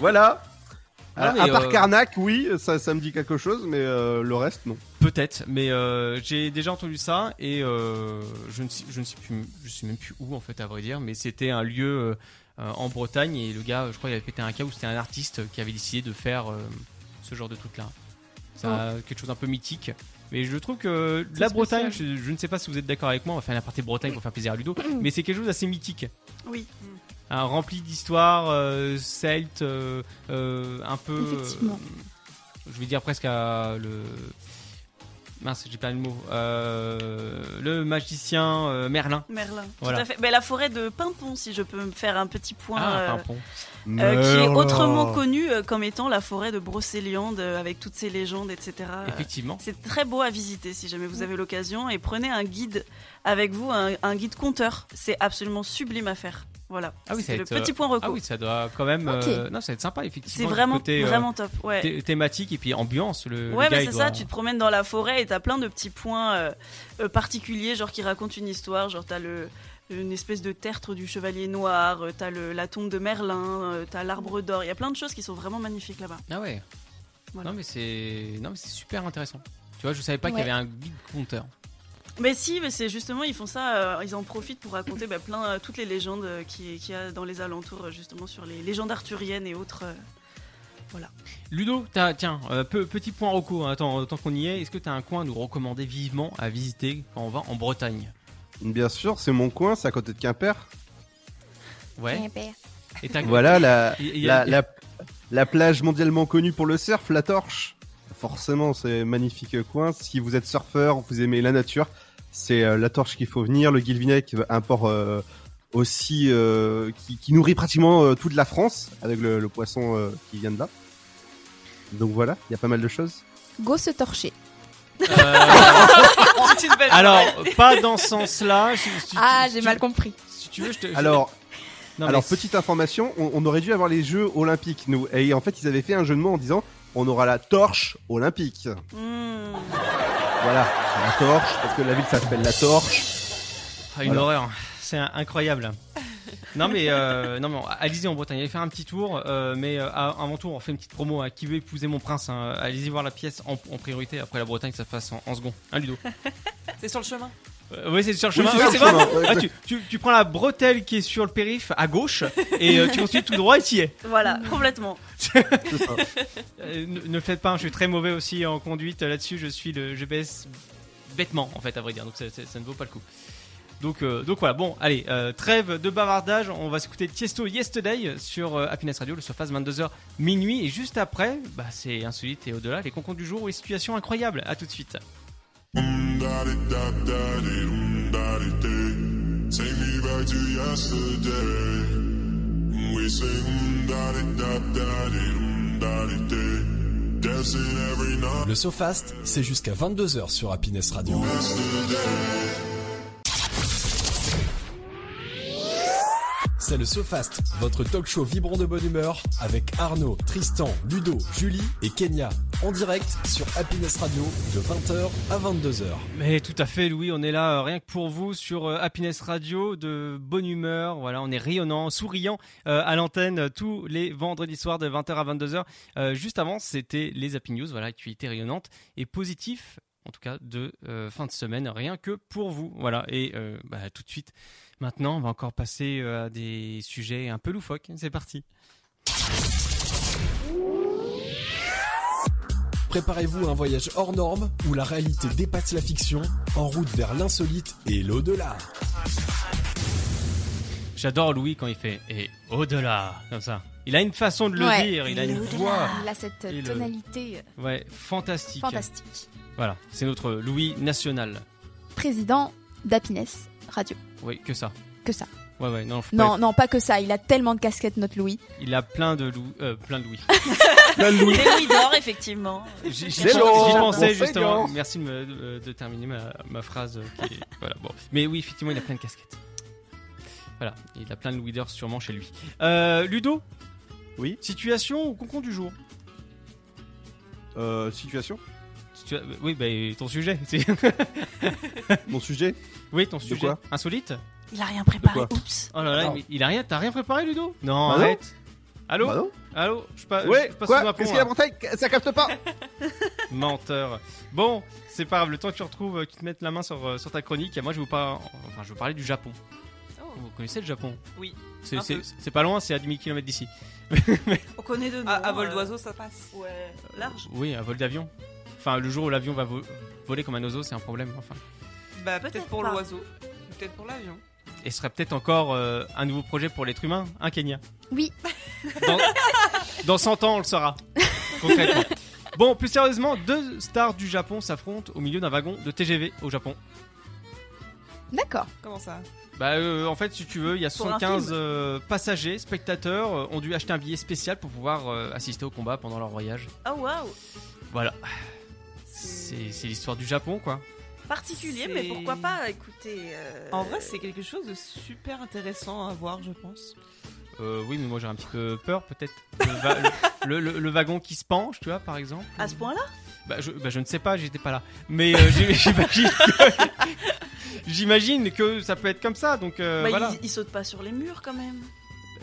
Speaker 4: Voilà.
Speaker 2: Non,
Speaker 4: à,
Speaker 2: mais,
Speaker 4: à part
Speaker 2: euh,
Speaker 4: Karnak, oui, ça, ça me dit quelque chose, mais euh, le reste, non.
Speaker 2: Peut-être, mais euh, j'ai déjà entendu ça et euh, je ne sais, je ne sais plus, je sais même plus où en fait à vrai dire, mais c'était un lieu euh, euh, en Bretagne et le gars, je crois, il avait pété un cas où c'était un artiste qui avait décidé de faire euh, ce genre de truc là. C'est un- quelque chose un peu mythique. Mais je trouve que la
Speaker 7: spécial.
Speaker 2: Bretagne, je, je ne sais pas si vous êtes d'accord avec moi, on va faire un aparté Bretagne pour faire plaisir à Ludo, mais c'est quelque chose d'assez mythique.
Speaker 5: Oui.
Speaker 2: Hein, rempli d'histoires euh, celtes, euh, euh, un peu.
Speaker 3: Effectivement.
Speaker 2: euh, je vais dire presque à le. Mince, j'ai perdu le mot. Euh, le magicien euh, Merlin.
Speaker 5: Merlin.
Speaker 2: Voilà.
Speaker 5: Tout à fait. Mais la forêt de Pimpon, si je peux me faire un petit point. euh,
Speaker 2: Ah, Pimpon. Oh
Speaker 5: euh, qui est
Speaker 4: Merlin.
Speaker 5: autrement connue euh, comme étant la forêt de Brocéliande euh, avec toutes ses légendes, etc. Euh,
Speaker 2: Effectivement.
Speaker 5: C'est très beau à visiter si jamais vous avez l'occasion et prenez un guide avec vous, un, un guide conteur. C'est absolument sublime à faire. Voilà.
Speaker 2: Ah oui, ça
Speaker 5: c'est
Speaker 2: va
Speaker 5: le
Speaker 2: être, euh,
Speaker 5: petit point recours.
Speaker 2: Ah oui, ça doit quand même.
Speaker 3: Ok.
Speaker 2: euh, non, ça va être sympa, effectivement.
Speaker 5: c'est
Speaker 2: le
Speaker 5: vraiment,
Speaker 2: côté, euh,
Speaker 5: vraiment top. Ouais.
Speaker 2: thé- thématique et puis ambiance. Le, le hein.
Speaker 5: Ouais,
Speaker 2: gars,
Speaker 5: mais
Speaker 2: il
Speaker 5: c'est
Speaker 2: doit-
Speaker 5: ça, tu te promènes dans la forêt et t'as plein de petits points euh, euh, particuliers, genre qui racontent une histoire, genre t'as le une espèce de tertre du chevalier noir, euh, t'as le la tombe de Merlin, euh, t'as l'arbre d'or, il y a plein de choses qui sont vraiment magnifiques là-bas.
Speaker 2: Ah ouais.
Speaker 5: Voilà.
Speaker 2: Non, mais c'est. Non, mais c'est super intéressant. Tu vois, je savais pas
Speaker 3: Ouais.
Speaker 2: qu'il y avait un guide compteur.
Speaker 5: Mais si, mais c'est justement, ils font ça, euh, ils en profitent pour raconter bah, plein euh, toutes les légendes euh, qui qu'il y a dans les alentours, euh, justement sur les légendes arthuriennes et autres. euh.
Speaker 2: Ludo, t'as- tiens, euh, pe- petit point roco, hein, tant, tant qu'on y est, est-ce que t'as un coin à nous recommander vivement à visiter quand on va en Bretagne
Speaker 4: Bien sûr, c'est mon coin, c'est à côté de Quimper.
Speaker 2: Ouais. Et t'as-
Speaker 4: Voilà la,
Speaker 2: Il y a-
Speaker 4: la, la, la plage mondialement connue pour le surf, la Torche. Forcément, c'est un magnifique coin. Si vous êtes surfeur, vous aimez la nature, c'est euh, la Torche qu'il faut venir. Le Guilvinec, un port euh, aussi euh, qui, qui nourrit pratiquement euh, toute la France avec le, le poisson euh, qui vient de là. Donc voilà, il y a pas mal de choses.
Speaker 3: Go se torcher.
Speaker 2: *laughs* Euh,
Speaker 5: C'est une belle-
Speaker 2: alors, pas dans ce sens-là. si- si- si-
Speaker 3: Ah,
Speaker 2: si
Speaker 3: j'ai
Speaker 2: tu-
Speaker 3: mal compris.
Speaker 2: Si tu veux, je te. je-
Speaker 4: Alors,
Speaker 2: non, mais
Speaker 4: Alors,
Speaker 2: c'est-
Speaker 4: petite information, on, on aurait dû avoir les Jeux Olympiques, nous. Et en fait, ils avaient fait un jeu de mots en disant on aura la torche olympique.
Speaker 5: Mmh.
Speaker 4: Voilà, la torche, parce que la ville s'appelle la torche.
Speaker 2: Ah, une
Speaker 4: Voilà.
Speaker 2: horreur. C'est un- incroyable. non mais euh, non mais allez-y en Bretagne, allez faire un petit tour. euh, mais euh, à- avant tout, on fait une petite promo à qui veut épouser mon prince. hein. Allez-y voir la pièce en, en priorité. Après la Bretagne, ça passe en, en second. Hein, Ludo
Speaker 6: C'est sur le chemin.
Speaker 2: Euh, Oui, c'est sur le chemin.
Speaker 4: Oui,
Speaker 2: Ouais, c'est
Speaker 4: c'est sur le
Speaker 2: vrai.
Speaker 4: chemin, ouais,
Speaker 2: Ah, tu, tu- tu prends la bretelle qui est sur le périph à gauche et euh, tu continues tout droit et t'y es.
Speaker 5: Voilà, complètement.
Speaker 4: c'est ça.
Speaker 2: Euh, ne, ne le faites pas, je suis très mauvais aussi en conduite euh, là-dessus, je suis le je baisse bêtement en fait à vrai dire, donc ça, ça- ça ne vaut pas le coup. Donc, euh, donc voilà, bon, allez, euh, trêve de bavardage, on va s'écouter Tiesto Yesterday sur euh, Happiness Radio, le surface 22h minuit, et juste après, bah, c'est insolite et au-delà, les concours du jour et situations incroyables, à tout de suite.
Speaker 10: Take me back to yesterday. We sing da di da da di da di day. Dancing every night.
Speaker 1: Le SoFast, c'est jusqu'à 22h sur Happiness Radio. c'est le SoFast, votre talk show vibrant de bonne humeur avec Arnaud, Tristan, Ludo, Julie et Kenya. En direct sur Happiness Radio de 20h à 22h.
Speaker 2: Mais tout à fait, Louis, on est là euh, rien que pour vous sur euh, Happiness Radio, de bonne humeur. Voilà, on est rayonnant, souriant euh, à l'antenne euh, tous les vendredis soirs de 20h à 22h. Euh, juste avant, c'était les Happy News, voilà, actualité rayonnante et positif, en tout cas de euh, fin de semaine, rien que pour vous. Voilà, et euh, bah, tout de suite, maintenant, on va encore passer euh, à des sujets un peu loufoques. C'est parti.
Speaker 1: Préparez-vous à un voyage hors norme où la réalité dépasse la fiction, en route vers l'insolite et l'au-delà.
Speaker 2: J'adore Louis quand il fait et au-delà, comme ça. Il a une façon de le
Speaker 3: Ouais.
Speaker 2: dire, il a une
Speaker 3: Au-delà,
Speaker 2: voix.
Speaker 3: Il a cette
Speaker 2: Et le-
Speaker 3: tonalité euh,
Speaker 2: Ouais, fantastique.
Speaker 3: fantastique.
Speaker 2: Voilà, c'est notre Louis national.
Speaker 3: Président d'Happiness Radio.
Speaker 2: Oui, que ça.
Speaker 3: Que ça.
Speaker 2: Ouais, ouais, non, faut pas
Speaker 3: Non, non, pas que ça. Il a tellement de casquettes, notre Louis.
Speaker 2: être- Il a plein de Louis. euh, plein de
Speaker 3: *laughs*
Speaker 2: Louis.
Speaker 4: Plein de Louis.
Speaker 5: *laughs* Des *laughs* louis d'or, effectivement.
Speaker 2: J'y j'y-
Speaker 4: C'est
Speaker 2: j'y
Speaker 4: long,
Speaker 2: pensais
Speaker 4: c'est
Speaker 2: justement.
Speaker 4: long.
Speaker 2: Merci de, me- de- de terminer ma, ma phrase. euh, qui est- voilà, bon. Mais oui, effectivement, il a plein de casquettes. Voilà, il a plein de Louis d'or sûrement chez lui. Euh, Ludo
Speaker 4: Oui
Speaker 2: Situation ou concon du jour
Speaker 4: Euh, situation
Speaker 2: Situa- Oui, bah, ton sujet. c'est- *laughs*
Speaker 4: Mon sujet
Speaker 2: oui, ton sujet.
Speaker 4: quoi
Speaker 2: Insolite
Speaker 5: Il a rien préparé.
Speaker 4: De quoi
Speaker 5: Oups.
Speaker 2: Oh là là,
Speaker 4: Non.
Speaker 2: mais il a rien, t'as rien préparé, Ludo Non,
Speaker 4: Bah non.
Speaker 2: arrête. Allô
Speaker 4: Bah non.
Speaker 2: Allô Je pa-
Speaker 4: Ouais,
Speaker 2: je passe sous hein.
Speaker 4: quoi
Speaker 2: un pont,
Speaker 4: Qu'est-ce qu'il y a
Speaker 2: là.
Speaker 4: la montagne Ça capte pas
Speaker 2: Menteur. Bon, c'est pas grave, le temps que tu retrouves, euh, que tu te mettes la main sur, euh, sur ta chronique, et moi je vais vous par- enfin, je vais vous parler du Japon.
Speaker 6: Oh.
Speaker 2: Vous connaissez le Japon
Speaker 6: Oui,
Speaker 2: C'est-
Speaker 6: un
Speaker 2: C'est
Speaker 6: peu.
Speaker 2: c'est pas loin, c'est à demi kilomètre d'ici.
Speaker 5: On connaît deux noms.
Speaker 6: Ah, À, à vol
Speaker 5: euh,
Speaker 6: d'oiseau, ça passe.
Speaker 5: Ouais, large.
Speaker 2: Oui, un vol d'avion. Enfin, le jour où l'avion va vo- voler comme un oiseau, c'est un problème. Enfin,
Speaker 6: Bah,
Speaker 5: Peut-être
Speaker 6: peut-être pour
Speaker 5: pas.
Speaker 6: l'oiseau, peut-être pour l'avion.
Speaker 2: et ce serait peut-être encore euh, un nouveau projet pour l'être humain, un Kenya.
Speaker 3: Oui.
Speaker 2: Dans, dans 100 ans, on le saura. Concrètement. Bon, plus sérieusement, deux stars du Japon s'affrontent au milieu d'un wagon de TGV au Japon.
Speaker 3: *laughs* D'accord.
Speaker 6: Comment ça
Speaker 2: Bah euh, en fait si tu veux, il y a
Speaker 5: Pour un
Speaker 2: 75
Speaker 5: film.
Speaker 2: euh, passagers, spectateurs euh, ont dû acheter un billet spécial pour pouvoir euh, assister au combat pendant leur voyage.
Speaker 5: Ah, waouh.
Speaker 2: Voilà. C'est c'est l'histoire du Japon quoi.
Speaker 5: Particulier,
Speaker 6: C'est-
Speaker 5: mais pourquoi pas Écoutez. euh,
Speaker 6: En vrai, c'est quelque chose de super intéressant à voir, je pense.
Speaker 2: Euh, oui mais moi j'ai un petit peu peur peut-être. Le, va-
Speaker 5: *laughs*
Speaker 2: le- le- le- le wagon qui se penche tu vois par exemple.
Speaker 5: À ce point-là
Speaker 2: Bah je, bah, je ne sais pas, j'étais pas là. Mais euh, j'ai- *laughs* j'imagine que... J'imagine que ça peut être comme ça donc euh,
Speaker 5: bah,
Speaker 2: voilà.
Speaker 5: il, il saute pas sur les murs quand même.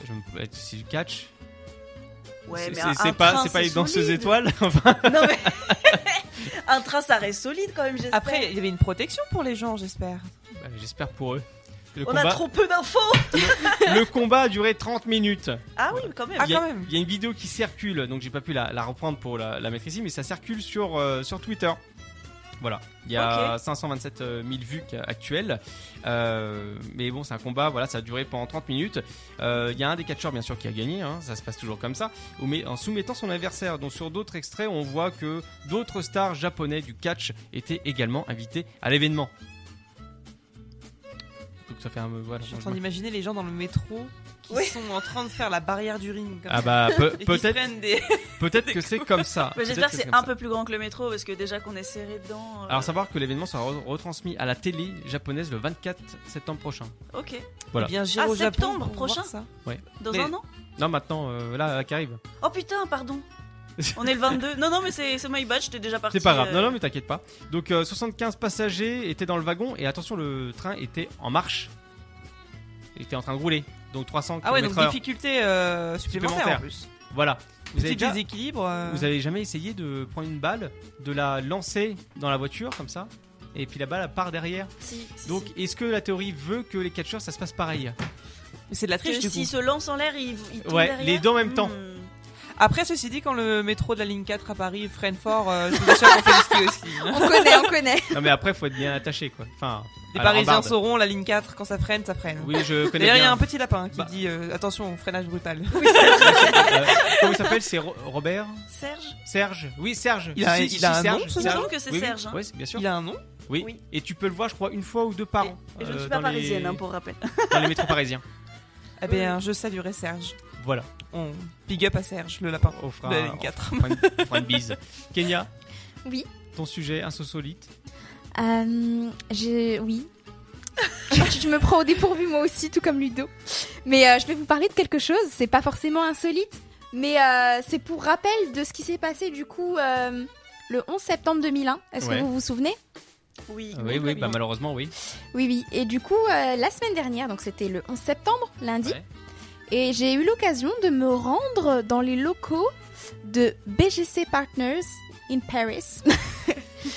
Speaker 2: Je me- C'est du catch.
Speaker 5: Ouais,
Speaker 2: C'est-
Speaker 5: mais
Speaker 2: c'est
Speaker 5: un-
Speaker 2: c'est
Speaker 5: un
Speaker 2: pas,
Speaker 5: train,
Speaker 2: c'est pas les
Speaker 5: solide.
Speaker 2: danseuses étoiles. *laughs* enfin,
Speaker 5: Non, mais. *laughs* un train, ça reste solide quand même, j'espère.
Speaker 6: Après, il y avait une protection pour les gens, j'espère.
Speaker 2: bah, J'espère pour eux. Le
Speaker 5: on a trop peu d'infos.
Speaker 2: Le combat a duré 30 minutes.
Speaker 5: Ah oui, quand même.
Speaker 6: Ah,
Speaker 2: Il y, a-
Speaker 6: quand même.
Speaker 2: il y a une vidéo qui circule, donc j'ai pas pu la, la reprendre pour la, la mettre ici, mais ça circule sur, euh, sur Twitter. Voilà, il y a 527 000 euh, vues qu'a- actuelles. Euh, mais bon, c'est un combat, voilà, ça a duré pendant 30 minutes. Euh, Il y a un des catcheurs, bien sûr, qui a gagné, hein, ça se passe toujours comme ça, au- mais en soumettant son adversaire. Donc sur d'autres extraits, on voit que d'autres stars japonais du catch étaient également invités à l'événement. Donc ça fait un... Voilà,
Speaker 6: Je suis en train d'imaginer les gens dans le métro qui sont en train de faire la barrière du ring. Comme
Speaker 2: Ah
Speaker 6: ça. *laughs*
Speaker 2: bah peu-
Speaker 6: Et qui se
Speaker 2: peut-être
Speaker 6: prennent des...
Speaker 2: peut-être que c'est comme ça.
Speaker 5: Mais
Speaker 2: Peut-être
Speaker 5: j'espère que c'est
Speaker 2: comme
Speaker 5: un
Speaker 2: ça.
Speaker 5: peu plus grand que le métro parce que déjà qu'on est serré dedans. euh,
Speaker 2: Alors savoir que l'événement sera re- retransmis à la télé japonaise le 24 septembre prochain.
Speaker 5: Ok.
Speaker 2: Voilà.
Speaker 6: *laughs* Eh bien, j'irai
Speaker 5: Ah,
Speaker 6: au Japon
Speaker 5: septembre
Speaker 6: pour voir
Speaker 5: prochain
Speaker 6: ça.
Speaker 5: Dans
Speaker 6: Mais-
Speaker 5: un an
Speaker 2: Non maintenant euh, là euh, qui arrive.
Speaker 5: Oh putain, pardon.
Speaker 2: *laughs*
Speaker 5: On est le 22. Non, non, mais c'est c'est my bad, j'étais déjà parti. euh,
Speaker 2: C'est pas
Speaker 6: euh.
Speaker 2: grave. Non non mais t'inquiète pas. Donc euh, 75 passagers étaient dans le wagon et attention le train était en marche. Il était en train de rouler. Donc 300
Speaker 6: Ah ouais, donc
Speaker 2: km heure.
Speaker 6: difficulté euh, supplémentaire en plus.
Speaker 2: Voilà. Vous avez,
Speaker 6: Petit
Speaker 2: déjà-
Speaker 6: déséquilibre. euh,
Speaker 2: vous avez jamais essayé de prendre une balle, de la lancer dans la voiture comme ça et puis la balle elle part derrière.
Speaker 5: Si, si,
Speaker 2: Donc
Speaker 5: si.
Speaker 2: est-ce que la théorie veut que les catcheurs ça se passe pareil
Speaker 6: mais C'est de la
Speaker 5: Que
Speaker 6: triche du
Speaker 5: s'il
Speaker 6: coup.
Speaker 5: se lance en l'air, il, il tombe
Speaker 2: Ouais,
Speaker 5: derrière.
Speaker 2: les deux en même temps.
Speaker 5: Hmm.
Speaker 6: Après, ceci dit, quand le métro de la ligne 4 à Paris freine fort, euh, je vous assure qu'on fait
Speaker 2: *laughs*
Speaker 6: du ski aussi. hein.
Speaker 3: On connaît, on connaît.
Speaker 2: Non mais après faut être bien attaché quoi. Enfin
Speaker 6: Les
Speaker 2: à la
Speaker 6: Parisiens
Speaker 2: rambarde.
Speaker 6: sauront, la ligne 4, quand ça freine, ça freine.
Speaker 2: Oui, je connais
Speaker 6: D'ailleurs, *laughs* il y a
Speaker 2: bien.
Speaker 6: un petit lapin qui
Speaker 2: Bah.
Speaker 6: dit euh, attention, freinage brutal.
Speaker 2: *laughs* Euh, comment il s'appelle C'est Ro- Robert
Speaker 5: Serge
Speaker 2: Serge Oui, Serge.
Speaker 6: Il a-
Speaker 2: Si,
Speaker 6: il
Speaker 2: si,
Speaker 6: a un
Speaker 2: Serge,
Speaker 6: nom, ce
Speaker 2: Serge.
Speaker 5: nom que c'est
Speaker 2: Oui, oui.
Speaker 5: Serge, hein.
Speaker 2: Oui, c'est- bien sûr.
Speaker 6: Il a un nom
Speaker 2: Oui.
Speaker 5: Oui.
Speaker 2: Et tu peux le voir, je crois, une fois ou deux par an.
Speaker 5: Et je ne
Speaker 2: euh,
Speaker 5: suis pas
Speaker 2: dans les-
Speaker 5: parisienne, hein, pour rappel.
Speaker 2: Dans les métros parisiens.
Speaker 6: Eh bien, je saluerai Serge.
Speaker 2: Voilà.
Speaker 6: On big up à Serge, le lapin.
Speaker 2: On fera,
Speaker 6: de la ligne
Speaker 2: on *laughs*
Speaker 6: 4.
Speaker 2: fera une, on fera une
Speaker 6: *laughs*
Speaker 2: bise. Kenya,
Speaker 3: Oui.
Speaker 2: ton sujet, insolite.
Speaker 3: *laughs* Euh, j'ai- Oui. tu, tu me prends au dépourvu, moi aussi, tout comme Ludo. Mais euh, je vais vous parler de quelque chose, c'est pas forcément insolite, mais euh, c'est pour rappel de ce qui s'est passé du coup euh, le 11 septembre 2001. Est-ce
Speaker 2: Ouais.
Speaker 3: que vous vous souvenez
Speaker 5: *laughs* Oui,
Speaker 2: Oui, oui, bah malheureusement,
Speaker 5: *laughs*
Speaker 2: oui.
Speaker 3: Oui, oui. Et du coup, euh, la semaine dernière, donc c'était le 11 septembre, lundi,
Speaker 2: Ouais.
Speaker 3: et j'ai eu l'occasion de me rendre dans les locaux de BGC Partners in Paris. *laughs*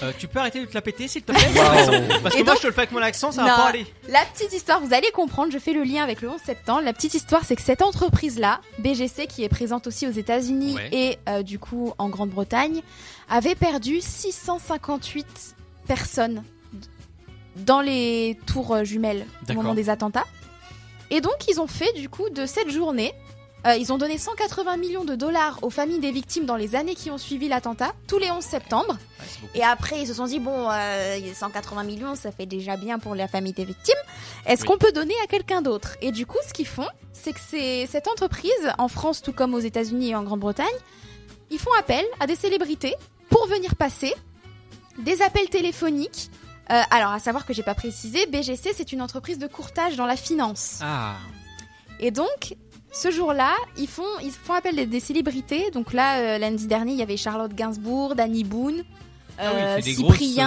Speaker 2: Euh, tu peux arrêter de te la péter, s'il te plaît Parce que
Speaker 3: Et
Speaker 2: moi,
Speaker 3: donc-
Speaker 2: je te le fais avec mon accent, ça
Speaker 3: Non,
Speaker 2: va pas aller.
Speaker 3: La petite histoire, vous allez comprendre, je fais le lien avec le 11 septembre. La petite histoire, c'est que cette entreprise-là, BGC, qui est présente aussi aux États-Unis
Speaker 11: Ouais.
Speaker 3: et euh, du coup en Grande-Bretagne, avait perdu 658 personnes d- dans les tours euh, jumelles au
Speaker 11: D'accord.
Speaker 3: moment des attentats. Et donc, ils ont fait du coup de cette journée. euh, ils ont donné 180 millions de dollars aux familles des victimes dans les années qui ont suivi l'attentat, tous les 11 septembre. Et après, ils se sont dit, bon, euh, 180 millions, ça fait déjà bien pour la famille des victimes. Est-ce
Speaker 11: Oui.
Speaker 3: qu'on peut donner à quelqu'un d'autre Et du coup, ce qu'ils font, c'est que c'est cette entreprise, en France tout comme aux États-Unis et en Grande-Bretagne, ils font appel à des célébrités pour venir passer des appels téléphoniques. Euh, alors, à savoir que j'ai pas précisé, BGC, c'est une entreprise de courtage dans la finance.
Speaker 2: Ah.
Speaker 3: Et donc, ce jour-là, ils font, ils font appel des, des célébrités. Donc là, euh, lundi dernier, il y avait Charlotte Gainsbourg, Danny Boone,
Speaker 2: Ah oui,
Speaker 3: euh,
Speaker 2: c'est des
Speaker 3: Cyprien,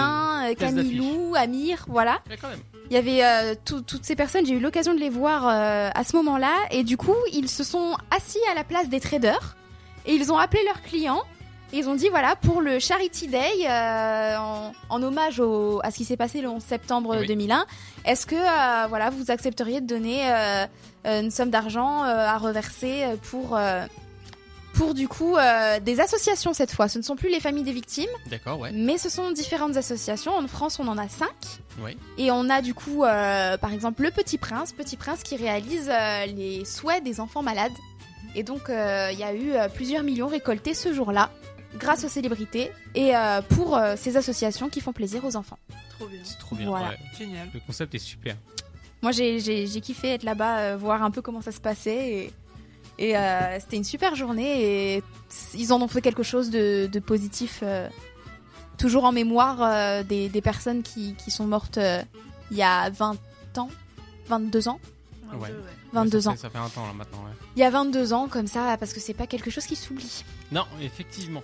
Speaker 2: grosses, euh,
Speaker 3: euh,
Speaker 2: têtes
Speaker 3: Camilou, Amir, voilà.
Speaker 2: Ouais, quand même.
Speaker 3: Il y avait euh, tout- toutes ces personnes, j'ai eu l'occasion de les voir euh, à ce moment-là. Et du coup, ils se sont assis à la place des traders et ils ont appelé leurs clients. Et ils ont dit, voilà, pour le Charity Day, euh, en, en hommage au- à ce qui s'est passé le 11 septembre
Speaker 11: Oui.
Speaker 3: 2001, est-ce que euh, voilà, vous accepteriez de donner euh, une somme d'argent euh, à reverser euh, pour, euh, pour du coup euh, des associations cette fois Ce ne sont plus les familles des victimes,
Speaker 2: D'accord, ouais.
Speaker 3: mais ce sont différentes associations. En France, on en a cinq.
Speaker 2: Ouais.
Speaker 3: Et on a du coup, euh, par exemple, le Petit Prince, Petit Prince qui réalise euh, les souhaits des enfants malades. Et donc, euh, il y a eu euh, plusieurs millions récoltés ce jour-là, grâce aux célébrités et euh, pour euh, ces associations qui font plaisir aux enfants.
Speaker 5: Trop bien.
Speaker 2: Trop bien,
Speaker 3: Voilà.
Speaker 2: ouais. Le concept est super.
Speaker 3: Moi, j'ai- j'ai j'ai kiffé être là-bas, euh, voir un peu comment ça se passait. Et, et, euh, c'était une super journée. Et ils en ont fait quelque chose de, de positif, euh, toujours en mémoire euh, des, des personnes qui, qui sont mortes euh, il y a 20 ans, 22 ans.
Speaker 2: Ouais.
Speaker 3: 22
Speaker 2: Ça
Speaker 3: ans.
Speaker 2: fait- Ça fait un temps là maintenant, ouais.
Speaker 3: Il y a 22 ans, comme ça, parce que c'est pas quelque chose qui s'oublie.
Speaker 2: Non, effectivement.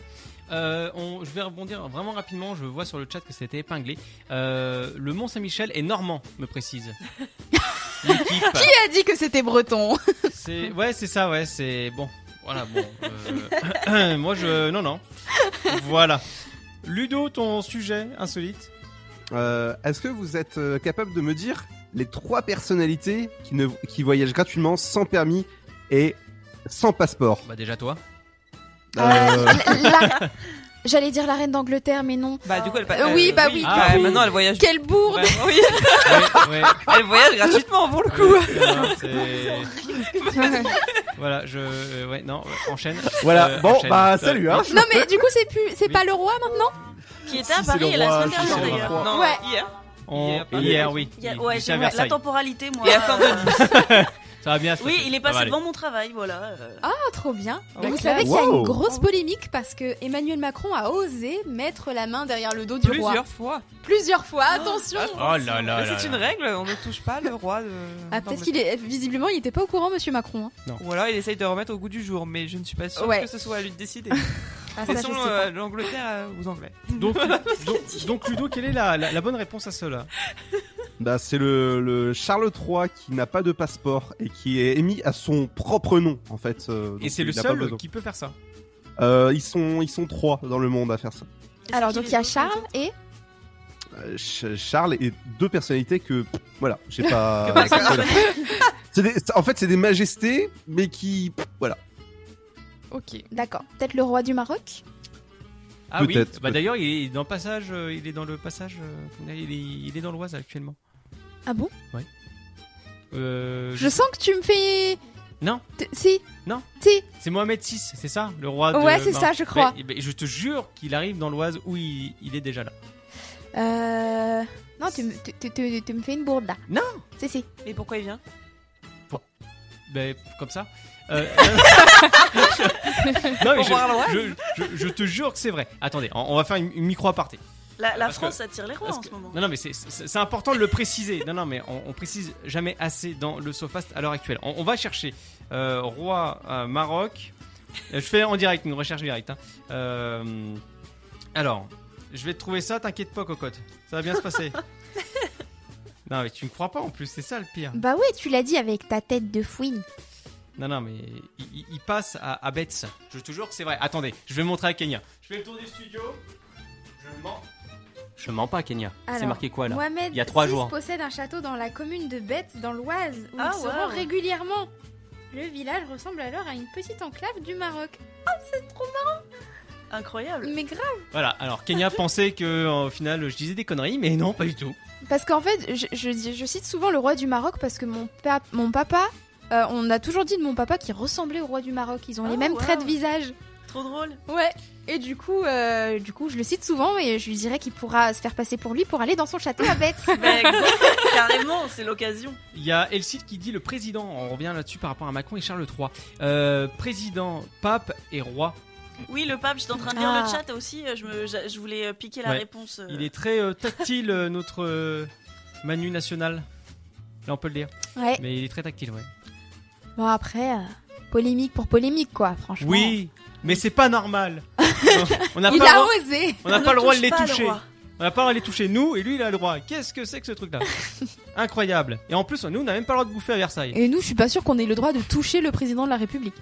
Speaker 2: Euh, on- je vais rebondir vraiment rapidement. Je vois sur le chat que c'était épinglé. Euh, le Mont Saint-Michel est normand, me précise. L'équipe.
Speaker 3: *laughs* Qui a dit que c'était breton
Speaker 2: C'est ouais, c'est ça, ouais, c'est bon. Voilà, bon. euh, *coughs* Moi, je non, non. Voilà. Ludo, ton sujet insolite.
Speaker 4: Euh, Est-ce que vous êtes euh, capable de me dire les trois personnalités qui, ne, qui voyagent gratuitement, sans permis et sans passeport
Speaker 2: Bah déjà toi.
Speaker 4: Euh,
Speaker 3: *laughs* La- J'allais dire la reine d'Angleterre, mais non.
Speaker 6: Bah, du coup, elle pa-
Speaker 3: Euh, oui,
Speaker 6: euh,
Speaker 3: bah
Speaker 6: oui.
Speaker 3: oui.
Speaker 6: Ah,
Speaker 3: du coup.
Speaker 6: maintenant, elle voyage-
Speaker 3: Quelle bourde
Speaker 6: oui. *laughs* Elle voyage gratuitement pour
Speaker 2: *laughs*
Speaker 6: le coup.
Speaker 2: Euh, c'est- voilà, je euh, ouais, non, euh, enchaîne.
Speaker 4: Voilà,
Speaker 2: Euh,
Speaker 4: bon,
Speaker 2: enchaîne.
Speaker 4: bah, salut, hein.
Speaker 3: Non, mais du coup, c'est plus, c'est pas le roi maintenant
Speaker 5: Qui était à
Speaker 2: c'est Paris le la roi, semaine si, c'est dernière, le d'ailleurs. roi.
Speaker 6: Non,
Speaker 3: Ouais.
Speaker 6: hier.
Speaker 2: On-
Speaker 6: Hier,
Speaker 2: hier,
Speaker 6: pardon.
Speaker 2: oui.
Speaker 5: Il y a-
Speaker 2: Il-
Speaker 5: ouais,
Speaker 2: il était à
Speaker 5: j'ai- la
Speaker 2: Versailles.
Speaker 5: temporalité, moi.
Speaker 6: Et à saint
Speaker 5: euh,
Speaker 2: Ça va bien. se
Speaker 5: Oui,
Speaker 2: passer.
Speaker 5: il est
Speaker 2: Ça va
Speaker 5: passé
Speaker 2: aller.
Speaker 5: devant mon travail, voilà. euh.
Speaker 3: Ah, trop bien.
Speaker 5: Ouais,
Speaker 3: vous
Speaker 5: classe.
Speaker 3: savez qu'il y a
Speaker 2: Wow.
Speaker 3: une grosse polémique parce que Emmanuel Macron a osé mettre la main derrière le dos du roi.
Speaker 6: Plusieurs fois.
Speaker 3: Plusieurs fois, attention
Speaker 2: Oh là là.
Speaker 6: Mais
Speaker 2: là
Speaker 6: C'est une
Speaker 2: là.
Speaker 6: règle, on ne touche pas le roi de.
Speaker 3: Ah, peut-être qu'il est. Visiblement, il était pas au courant, monsieur Macron. hein.
Speaker 6: Ou alors il essaye de remettre au goût du jour, mais je ne suis pas sûre
Speaker 3: Ouais.
Speaker 6: que ce soit à lui de décider.
Speaker 3: Ah, ça,
Speaker 6: Laissons
Speaker 3: je sais
Speaker 6: euh,
Speaker 3: pas.
Speaker 6: l'Angleterre euh, aux Anglais.
Speaker 2: Donc, donc, donc, Ludo, quelle est la, la- la bonne réponse à cela
Speaker 4: Bah, c'est le, le Charles III qui n'a pas de passeport et qui est émis à son propre nom en fait. euh,
Speaker 2: Et
Speaker 4: donc
Speaker 2: c'est le
Speaker 4: il a pas
Speaker 2: seul
Speaker 4: besoin.
Speaker 2: qui peut faire ça.
Speaker 4: Euh, ils sont ils sont trois dans le monde à faire ça.
Speaker 3: Alors, donc il y a Charles et.
Speaker 4: Euh, Ch- Charles et deux personnalités que pff, voilà j'ai pas.
Speaker 3: *laughs*
Speaker 4: *laughs*
Speaker 3: Que personne
Speaker 4: voilà. C'est des- en fait c'est des majestés mais qui pff, voilà.
Speaker 3: Ok. D'accord. Peut-être le roi du Maroc
Speaker 2: Ah oui.
Speaker 4: Peut-être,
Speaker 2: Bah
Speaker 4: peut-être.
Speaker 2: d'ailleurs, il est dans le passage. euh, Il est dans le passage. euh, Il est, il est dans l'Oise actuellement.
Speaker 3: Ah bon
Speaker 2: Euh,
Speaker 3: Je sens que tu me fais.
Speaker 2: Non.
Speaker 3: T- Si.
Speaker 2: Non.
Speaker 3: Si.
Speaker 2: C'est Mohamed VI, c'est ça, le roi. de-
Speaker 3: Ouais, c'est
Speaker 2: Maroc.
Speaker 3: ça, je crois.
Speaker 2: Mais- mais je te jure qu'il arrive dans l'Oise où il, il est déjà là.
Speaker 3: Euh. Non, tu me, tu, tu- tu- tu me fais une bourde là.
Speaker 2: Non
Speaker 3: Si, si.
Speaker 6: Et pourquoi il vient
Speaker 2: Ben, comme ça. Euh, *laughs* non, mais
Speaker 6: Pour voir
Speaker 2: je, je- je- je te jure que c'est vrai. Attendez, on, on va faire une, une micro aparté.
Speaker 5: La, la
Speaker 2: Parce que-
Speaker 5: France attire les rois
Speaker 2: parce
Speaker 5: en
Speaker 2: que-
Speaker 5: ce moment.
Speaker 2: Non, non, mais c'est- c'est c'est important de le préciser. Non, non, mais on, on précise jamais assez dans le SoFast à l'heure actuelle. On, on va chercher euh, roi euh, Maroc. Euh, Je fais en direct, une recherche directe. hein. Euh, alors, je vais te trouver ça, t'inquiète pas, cocotte. Ça va bien se passer. non, mais tu me crois pas en plus, c'est ça le pire.
Speaker 12: Bah ouais, tu l'as dit avec ta tête de fouine.
Speaker 2: Non, non, mais il, il- il passe à, à Betz. Je te jure que c'est vrai. Attendez, je vais montrer à Kenya. Je fais le tour du studio. Je mens. Je mens pas, Kenya. C'est
Speaker 12: Alors,
Speaker 2: marqué quoi là
Speaker 12: Mohamed
Speaker 2: Il y a trois
Speaker 12: VI
Speaker 2: jours.
Speaker 12: possède un château dans la commune de Bette, dans l'Oise, où
Speaker 5: Ah,
Speaker 12: il se
Speaker 5: wow.
Speaker 12: rend régulièrement. Le village ressemble alors à une petite enclave du Maroc. Oh, c'est trop marrant
Speaker 3: Mm.
Speaker 5: Incroyable.
Speaker 12: Mais grave
Speaker 2: Voilà, alors
Speaker 5: *laughs*
Speaker 2: Kenya pensait que euh, au final je disais des conneries, mais non, pas du tout.
Speaker 12: Parce qu'en fait, je, je dis- je cite souvent le roi du Maroc parce que mon, pa- mon papa, euh, on a toujours dit de mon papa qu'il ressemblait au roi du Maroc. Ils ont les
Speaker 5: Oh,
Speaker 12: mêmes
Speaker 5: wow.
Speaker 12: traits de visage.
Speaker 5: Trop drôle.
Speaker 12: Ah, Ouais. Et du coup, euh, du coup, je le cite souvent et je lui dirais qu'il pourra se faire passer pour lui pour aller dans son château à Bête.
Speaker 5: Mais *laughs* carrément, c'est l'occasion.
Speaker 2: Il y a Elcide qui dit le président, on revient là-dessus par rapport à Macron et Charles III. Euh, président, pape et roi.
Speaker 5: Oui, le pape, j'étais en train de lire
Speaker 12: Ah.
Speaker 5: le chat aussi. euh, Je, me, j'a- je voulais euh, piquer la
Speaker 2: Ouais.
Speaker 5: réponse. euh.
Speaker 2: Il est très euh, tactile, euh, notre euh, Manu national. Là, on peut le dire.
Speaker 12: *laughs* Ouais.
Speaker 2: Mais il est très tactile, ouais.
Speaker 12: Bon après, euh, polémique pour polémique quoi, franchement.
Speaker 2: Oui, mais c'est pas
Speaker 5: *laughs*
Speaker 2: normal. on n'a
Speaker 12: Il
Speaker 2: pas,
Speaker 12: a
Speaker 2: le droit-
Speaker 12: osé.
Speaker 2: on n'a
Speaker 5: On
Speaker 2: pas
Speaker 5: ne
Speaker 2: le droit de
Speaker 5: touche
Speaker 2: les
Speaker 5: pas le
Speaker 2: toucher.
Speaker 5: roi.
Speaker 2: On n'a pas le droit de les toucher, nous, et lui, il a le droit. Qu'est-ce que c'est que ce
Speaker 5: *laughs*
Speaker 2: truc-là Incroyable. Et en plus, nous, on n'a même pas le droit de bouffer à Versailles.
Speaker 13: Et nous, je suis pas sûr qu'on ait le droit de toucher le président de la République.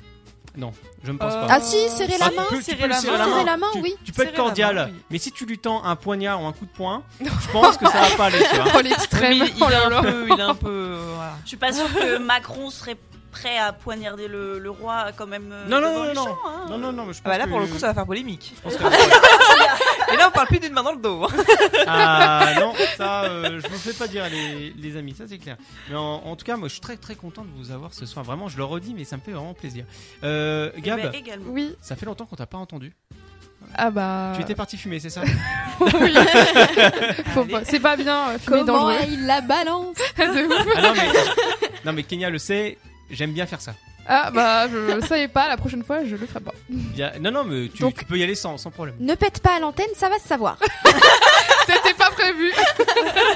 Speaker 2: Non, je ne pense pas.
Speaker 6: Euh,
Speaker 13: Ah si, serrer la
Speaker 2: Ah, tu
Speaker 13: main,
Speaker 2: peux- tu
Speaker 6: serrer
Speaker 2: peux le
Speaker 6: la
Speaker 2: serrer
Speaker 6: main. Serrer
Speaker 13: la main,
Speaker 2: Tu-
Speaker 13: oui.
Speaker 2: Tu peux être
Speaker 6: Serrer Ah la main,
Speaker 2: cordial,
Speaker 6: oui.
Speaker 2: mais si tu lui tends un poignard ou un coup de
Speaker 6: *laughs*
Speaker 2: poing, je pense que ça va pas aller, tu vois.
Speaker 7: Pour
Speaker 6: Oui, mais
Speaker 7: l'extrême.
Speaker 6: il, il
Speaker 7: Oh
Speaker 6: est
Speaker 7: là
Speaker 6: un
Speaker 7: là.
Speaker 6: peu, il est un peu, euh, voilà.
Speaker 5: Je suis pas sûre que Macron serait prêt à poignarder le, le roi quand même. euh,
Speaker 2: Non,
Speaker 5: devant
Speaker 2: non, non,
Speaker 5: les
Speaker 2: non.
Speaker 5: gens, hein.
Speaker 2: Non, non, non, mais je
Speaker 6: Ah
Speaker 2: pense
Speaker 6: bah là, pour
Speaker 2: que-
Speaker 6: le coup, ça va faire polémique.
Speaker 2: je pense que-
Speaker 6: Et là, on parle plus d'une main dans le dos. hein.
Speaker 2: Ah non, ça, euh, je vous fais pas dire, les, les amis, ça c'est clair. Mais en, en tout cas, moi, je suis très très content de vous avoir ce soir. Vraiment, je le redis, mais ça me fait vraiment plaisir. Euh,
Speaker 5: Eh
Speaker 2: Gab,
Speaker 5: ben, également.
Speaker 7: Oui.
Speaker 2: ça fait longtemps qu'on t'a pas entendu.
Speaker 7: Ah bah.
Speaker 2: Tu étais parti fumer, c'est
Speaker 6: *laughs*
Speaker 2: ça
Speaker 7: *laughs*
Speaker 2: *laughs*
Speaker 7: Oui. Faut pas- C'est pas bien euh, fumer dans
Speaker 13: Comment
Speaker 7: le
Speaker 13: il la balance
Speaker 7: *laughs* De ouf.
Speaker 2: Ah non mais, non, mais Kenya le sait. J'aime bien faire ça.
Speaker 7: Ah bah je savais pas, la prochaine fois je le ferai pas.
Speaker 2: Il y a- Non, non, mais tu,
Speaker 12: Donc-
Speaker 2: tu peux y aller sans, sans problème.
Speaker 12: *laughs* Ne pète pas à l'antenne, ça va se savoir.
Speaker 7: C'était pas prévu.
Speaker 2: Ah,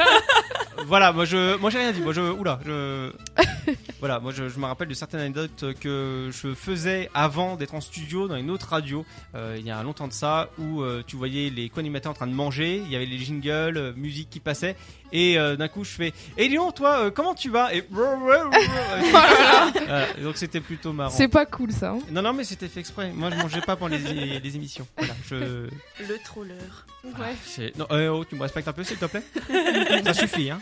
Speaker 2: voilà, moi je, moi j'ai rien dit. Moi je, oula, je, *laughs* voilà, moi je, je me rappelle de certaines anecdotes que je faisais avant d'être en studio dans une autre radio. euh, il y a longtemps de ça, où euh, tu voyais les co-animateurs en train de manger, il y avait les jingles, euh, musique qui passait, et euh, d'un coup je fais, et Léon, toi, euh, comment tu vas Et *laughs* Voilà, Euh, donc c'était plutôt marrant.
Speaker 7: C'est pas cool ça. hein.
Speaker 2: Non, non, mais c'était fait exprès. Moi, je mangeais pas pendant les, les émissions. Voilà, je.
Speaker 5: Le trolleur.
Speaker 2: Ah, c'est- non, euh, oh, tu me respectes un peu, s'il te plaît. Ça suffit, hein.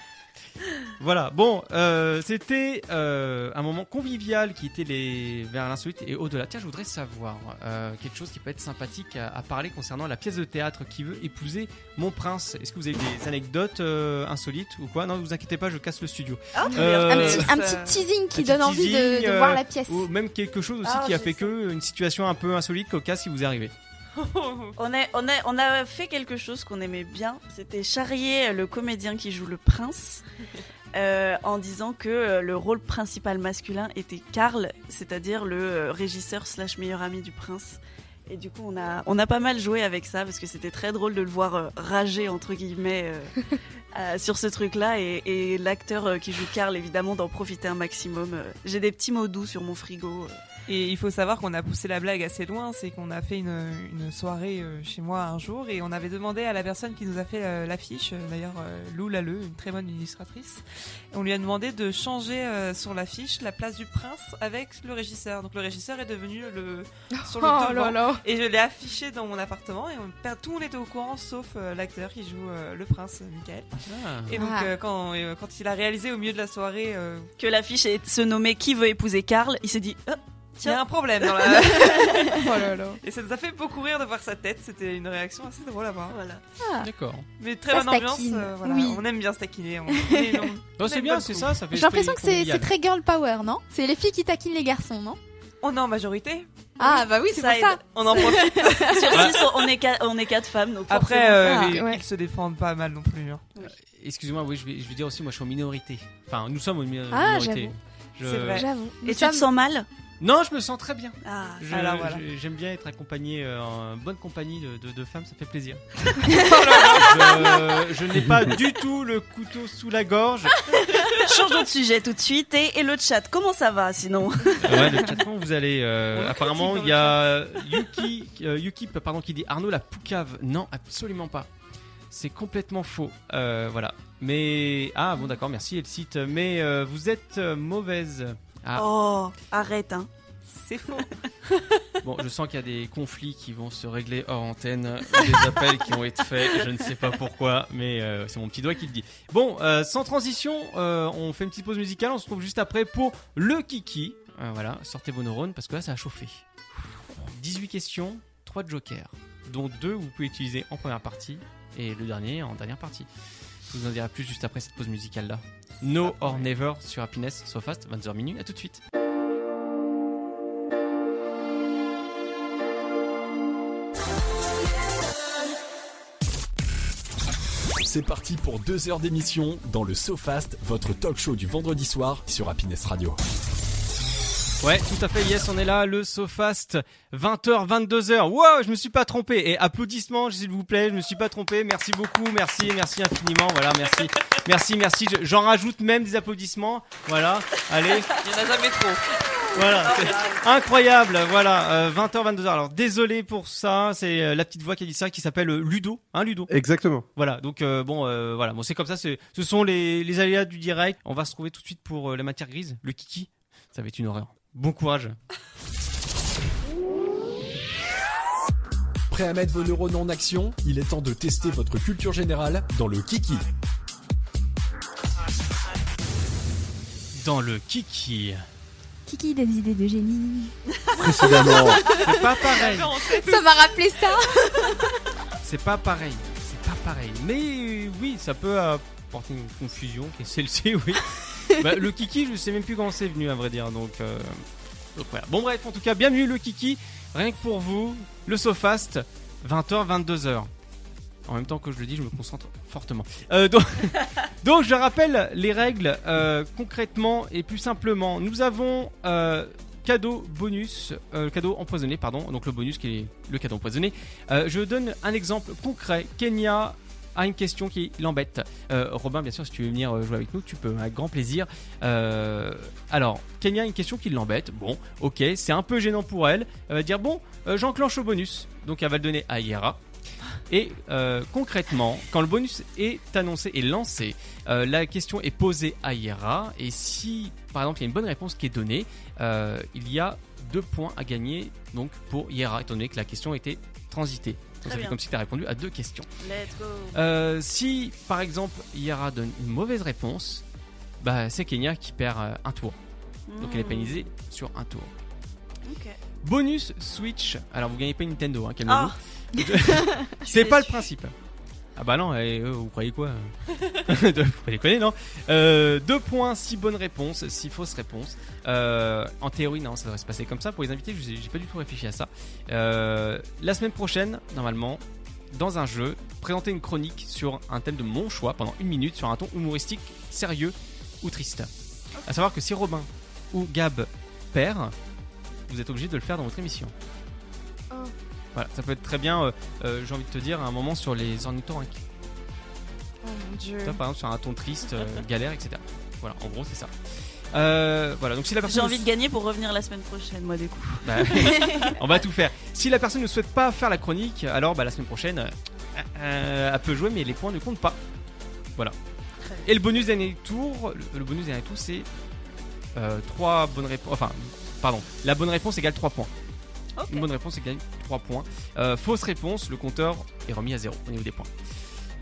Speaker 2: Voilà, bon, euh, c'était euh, un moment convivial qui était les... vers l'insolite et au-delà. Tiens, je voudrais savoir euh, quelque chose qui peut être sympathique à, à parler concernant la pièce de théâtre qui veut épouser mon prince. Est-ce que vous avez des anecdotes euh, insolites ou quoi Non, ne vous inquiétez pas, je casse le studio.
Speaker 5: Ah,
Speaker 2: Euh,
Speaker 12: un, petit,
Speaker 2: Euh,
Speaker 12: un petit teasing qui
Speaker 2: petit
Speaker 12: donne envie de,
Speaker 2: teasing,
Speaker 12: de
Speaker 2: euh,
Speaker 12: voir la pièce.
Speaker 2: Ou même quelque chose aussi
Speaker 5: Ah,
Speaker 2: qui a
Speaker 5: j'ai
Speaker 2: fait
Speaker 5: ça.
Speaker 2: que une situation un peu insolite, cocasse qui vous est arrivée.
Speaker 5: On, est, on, est, on a fait quelque chose qu'on aimait bien. C'était charrier le comédien qui joue le prince euh, en disant que euh, le rôle principal masculin était Karl, c'est-à-dire le euh, régisseur slash meilleur ami du prince. Et du coup, on a, on a pas mal joué avec ça parce que c'était très drôle de le voir euh, rager, entre guillemets, euh, euh, sur ce truc-là. Et, et l'acteur euh, qui joue Karl, évidemment, d'en profiter un maximum. Euh, J'ai des petits mots doux sur mon frigo. euh,
Speaker 6: Et il faut savoir qu'on a poussé la blague assez loin, c'est qu'on a fait une, une soirée euh, chez moi un jour et on avait demandé à la personne qui nous a fait euh, l'affiche, euh, d'ailleurs euh, Lou Laleu, une très bonne illustratrice, on lui a demandé de changer euh, sur l'affiche la place du prince avec le régisseur. Donc le régisseur est devenu le sur *laughs* le
Speaker 7: Oh
Speaker 6: devant.
Speaker 7: là *laughs* là.
Speaker 6: Et je l'ai affiché dans mon appartement et on, tout le monde était au courant sauf euh, l'acteur qui joue euh, le prince, euh, Michael. Et donc
Speaker 12: Ah.
Speaker 6: euh, quand, euh, quand il a réalisé au milieu de la soirée, euh,
Speaker 5: Que l'affiche est- se nommait Qui veut épouser Karl Il s'est dit. Ah,
Speaker 6: il y a
Speaker 5: Tiens,
Speaker 6: un problème dans la...
Speaker 7: Oh là là.
Speaker 6: Et ça nous a fait beaucoup rire de voir sa tête, c'était une réaction assez drôle à voir.
Speaker 5: voilà.
Speaker 2: D'accord.
Speaker 6: Mais très
Speaker 12: Ça
Speaker 6: bonne
Speaker 12: se
Speaker 6: ambiance,
Speaker 12: taquine.
Speaker 6: euh, voilà.
Speaker 12: Oui.
Speaker 6: on aime bien se taquiner. On, on est- on-
Speaker 2: Non, Oh, c'est
Speaker 6: Même
Speaker 2: bien,
Speaker 6: pas
Speaker 2: c'est
Speaker 6: cool.
Speaker 2: ça, ça fait.
Speaker 12: J'ai l'impression que c'est
Speaker 2: esprit
Speaker 12: c'est très girl power, non C'est les filles qui taquinent les garçons, non
Speaker 6: on est en majorité,
Speaker 12: Ah bah oui, c'est
Speaker 5: Ça
Speaker 12: pour ça.
Speaker 5: aide.
Speaker 6: on en profite.
Speaker 5: Sur
Speaker 2: Ouais.
Speaker 5: 6, on est quatre, on est quatre femmes. Donc
Speaker 6: Après,
Speaker 5: forcément,
Speaker 6: euh,
Speaker 5: ça-
Speaker 6: les-
Speaker 7: ouais.
Speaker 6: ils se défendent pas mal non plus. hein.
Speaker 2: Excusez-moi, oui, je vais, je vais dire aussi, moi je suis en minorité. Enfin, nous sommes en mi-
Speaker 12: Ah,
Speaker 2: minorité. Je-
Speaker 6: C'est vrai.
Speaker 12: J'avoue.
Speaker 5: Et Ah.
Speaker 12: Nous
Speaker 5: tu te
Speaker 12: sommes-
Speaker 5: sens mal
Speaker 2: Non, je me sens très bien. Je-
Speaker 6: Alors, Ah, voilà.
Speaker 2: j'ai- J'aime bien être accompagné euh, en bonne compagnie de, de- de femmes, ça fait
Speaker 6: *laughs*
Speaker 2: plaisir. je, je n'ai pas du tout le couteau sous la gorge.
Speaker 5: Changeons de sujet tout de suite. Et, et le chat, comment ça va sinon
Speaker 2: Ouais, le chat, comment vous allez euh, Apparemment, il y a Yuki, euh, Yuki, pardon, qui dit Arnaud la poucave. Non, absolument pas. C'est complètement faux. Euh, voilà. Mais ah bon, d'accord, merci Elsite. Mais euh, vous êtes euh, mauvaise. Ah.
Speaker 5: Oh, arrête, hein.
Speaker 6: C'est faux.
Speaker 2: Bon, je sens qu'il y a des conflits qui vont se régler hors antenne, des appels qui ont été faits, je ne sais pas pourquoi, mais euh, c'est mon petit doigt qui le dit. Bon, euh, sans transition, euh, on fait une petite pause musicale, on se retrouve juste après pour le kiki. Euh, voilà, sortez vos neurones parce que là ça a chauffé. 18 questions, 3 jokers, dont 2 vous pouvez utiliser en première partie et le dernier en dernière partie. Je vous en dirai plus juste après cette pause musicale là. No or never sur Happiness, so fast, 22h minuit, à tout de suite.
Speaker 1: C'est parti pour deux heures d'émission dans le SoFast, votre talk show du vendredi soir sur Happiness Radio.
Speaker 2: Ouais, tout à fait, yes, on est là, le SoFast, 20h, 22h. Wow, je me suis pas trompé. Et applaudissements, s'il vous plaît, je me suis pas trompé. Merci beaucoup, merci, merci infiniment. Voilà, merci, merci, merci. Je- J'en rajoute même des applaudissements. Voilà, allez.
Speaker 6: *laughs* Il n'y en a jamais trop.
Speaker 2: Voilà, c'est incroyable. Voilà, euh, 20h, 22h. Alors, désolé pour ça, c'est euh, la petite voix qui a dit ça, qui s'appelle euh, Ludo. Hein, Ludo
Speaker 4: Exactement.
Speaker 2: Voilà, donc euh, bon, euh, voilà, bon, c'est comme ça, c'est- ce sont les, les aléas du direct. On va se retrouver tout de suite pour euh, la matière grise, le kiki. Ça va être une horreur. Bon courage.
Speaker 1: Prêt à mettre vos neurones en action Il est temps de tester votre culture générale dans le Kiki.
Speaker 2: Dans le kiki.
Speaker 12: Kiki des idées de génie.
Speaker 2: Précédemment. C'est pas pareil.
Speaker 12: Ça m'a rappelé ça.
Speaker 2: C'est pas pareil. C'est pas pareil. Mais oui, ça peut apporter une confusion qui est celle-ci, *laughs* oui. Bah, le kiki, je sais même plus quand c'est venu, à vrai dire. Donc, euh, donc voilà. Bon, bref, en tout cas, bienvenue le kiki. Rien que pour vous, le SoFast, 20h, 22h. En même temps que je le dis, je me concentre fortement. Euh, donc, *laughs* donc, je rappelle les règles euh, concrètement et plus simplement. Nous avons euh, cadeau bonus, euh, cadeau empoisonné, pardon. Donc le bonus qui est le cadeau empoisonné. Euh, je donne un exemple concret. Kenya a une question qui l'embête. Euh, Robin, bien sûr, si tu veux venir euh, jouer avec nous, tu peux, avec grand plaisir. Euh, alors, Kenya a une question qui l'embête. Bon, ok, c'est un peu gênant pour elle. Elle va dire, bon, euh, j'enclenche au bonus. Donc elle va le donner à Yera. Et euh, concrètement, quand le bonus est annoncé et lancé, euh, la question est posée à Yera. Et si, par exemple, il y a une bonne réponse qui est donnée, euh, il y a deux points à gagner donc pour Yera, étant donné que la question était transitée.
Speaker 5: Très
Speaker 2: Donc, ça fait
Speaker 5: bien.
Speaker 2: comme si tu as répondu à deux questions.
Speaker 5: Let's go.
Speaker 2: Euh, si, par exemple, Yara donne une mauvaise réponse, bah, c'est Kenya qui perd euh, un tour. Donc elle est
Speaker 5: Mm.
Speaker 2: pénalisée sur un tour.
Speaker 5: Ok.
Speaker 2: Bonus Switch. Alors vous gagnez pas une Nintendo, hein,
Speaker 5: Ah.
Speaker 2: calmez-vous. Ah.
Speaker 5: *laughs*
Speaker 2: C'est pas le principe. Ah bah non, et, euh, vous croyez quoi euh, *laughs* Vous déconnez, non euh, Deux points, six bonnes réponses, six fausses réponses. Euh, en théorie, non, ça devrait se passer comme ça. Pour les invités, je- j'ai pas du tout réfléchi à ça. Euh, la semaine prochaine, normalement, dans un jeu, présenter une chronique sur un thème de mon choix pendant une minute sur un ton humoristique, sérieux ou triste. À savoir que si Robin ou Gab perd, vous êtes obligé de le faire dans votre émission.
Speaker 7: Oh.
Speaker 2: Voilà, ça peut être très bien, euh, euh, j'ai envie de te dire, à un moment sur les ornithorynques.
Speaker 7: Oh mon dieu.
Speaker 2: Tu vois, par exemple, sur un ton triste, euh, galère, etc. Voilà, en gros, c'est ça. Euh, voilà, donc si la personne.
Speaker 5: J'ai envie de gagner pour revenir la semaine prochaine, moi, du coup.
Speaker 2: *laughs* Bah, on va tout faire. Si la personne ne souhaite pas faire la chronique, alors bah, la semaine prochaine, euh, euh, elle peut jouer, mais les points ne comptent pas. Voilà. Et le bonus dernier tour, le, le bonus dernier tour, c'est 3 bonnes réponses. Enfin, pardon, la bonne réponse égale 3 points. Une bonne réponse égale 3 points. Euh, fausse réponse, le compteur est remis à 0 au niveau des points.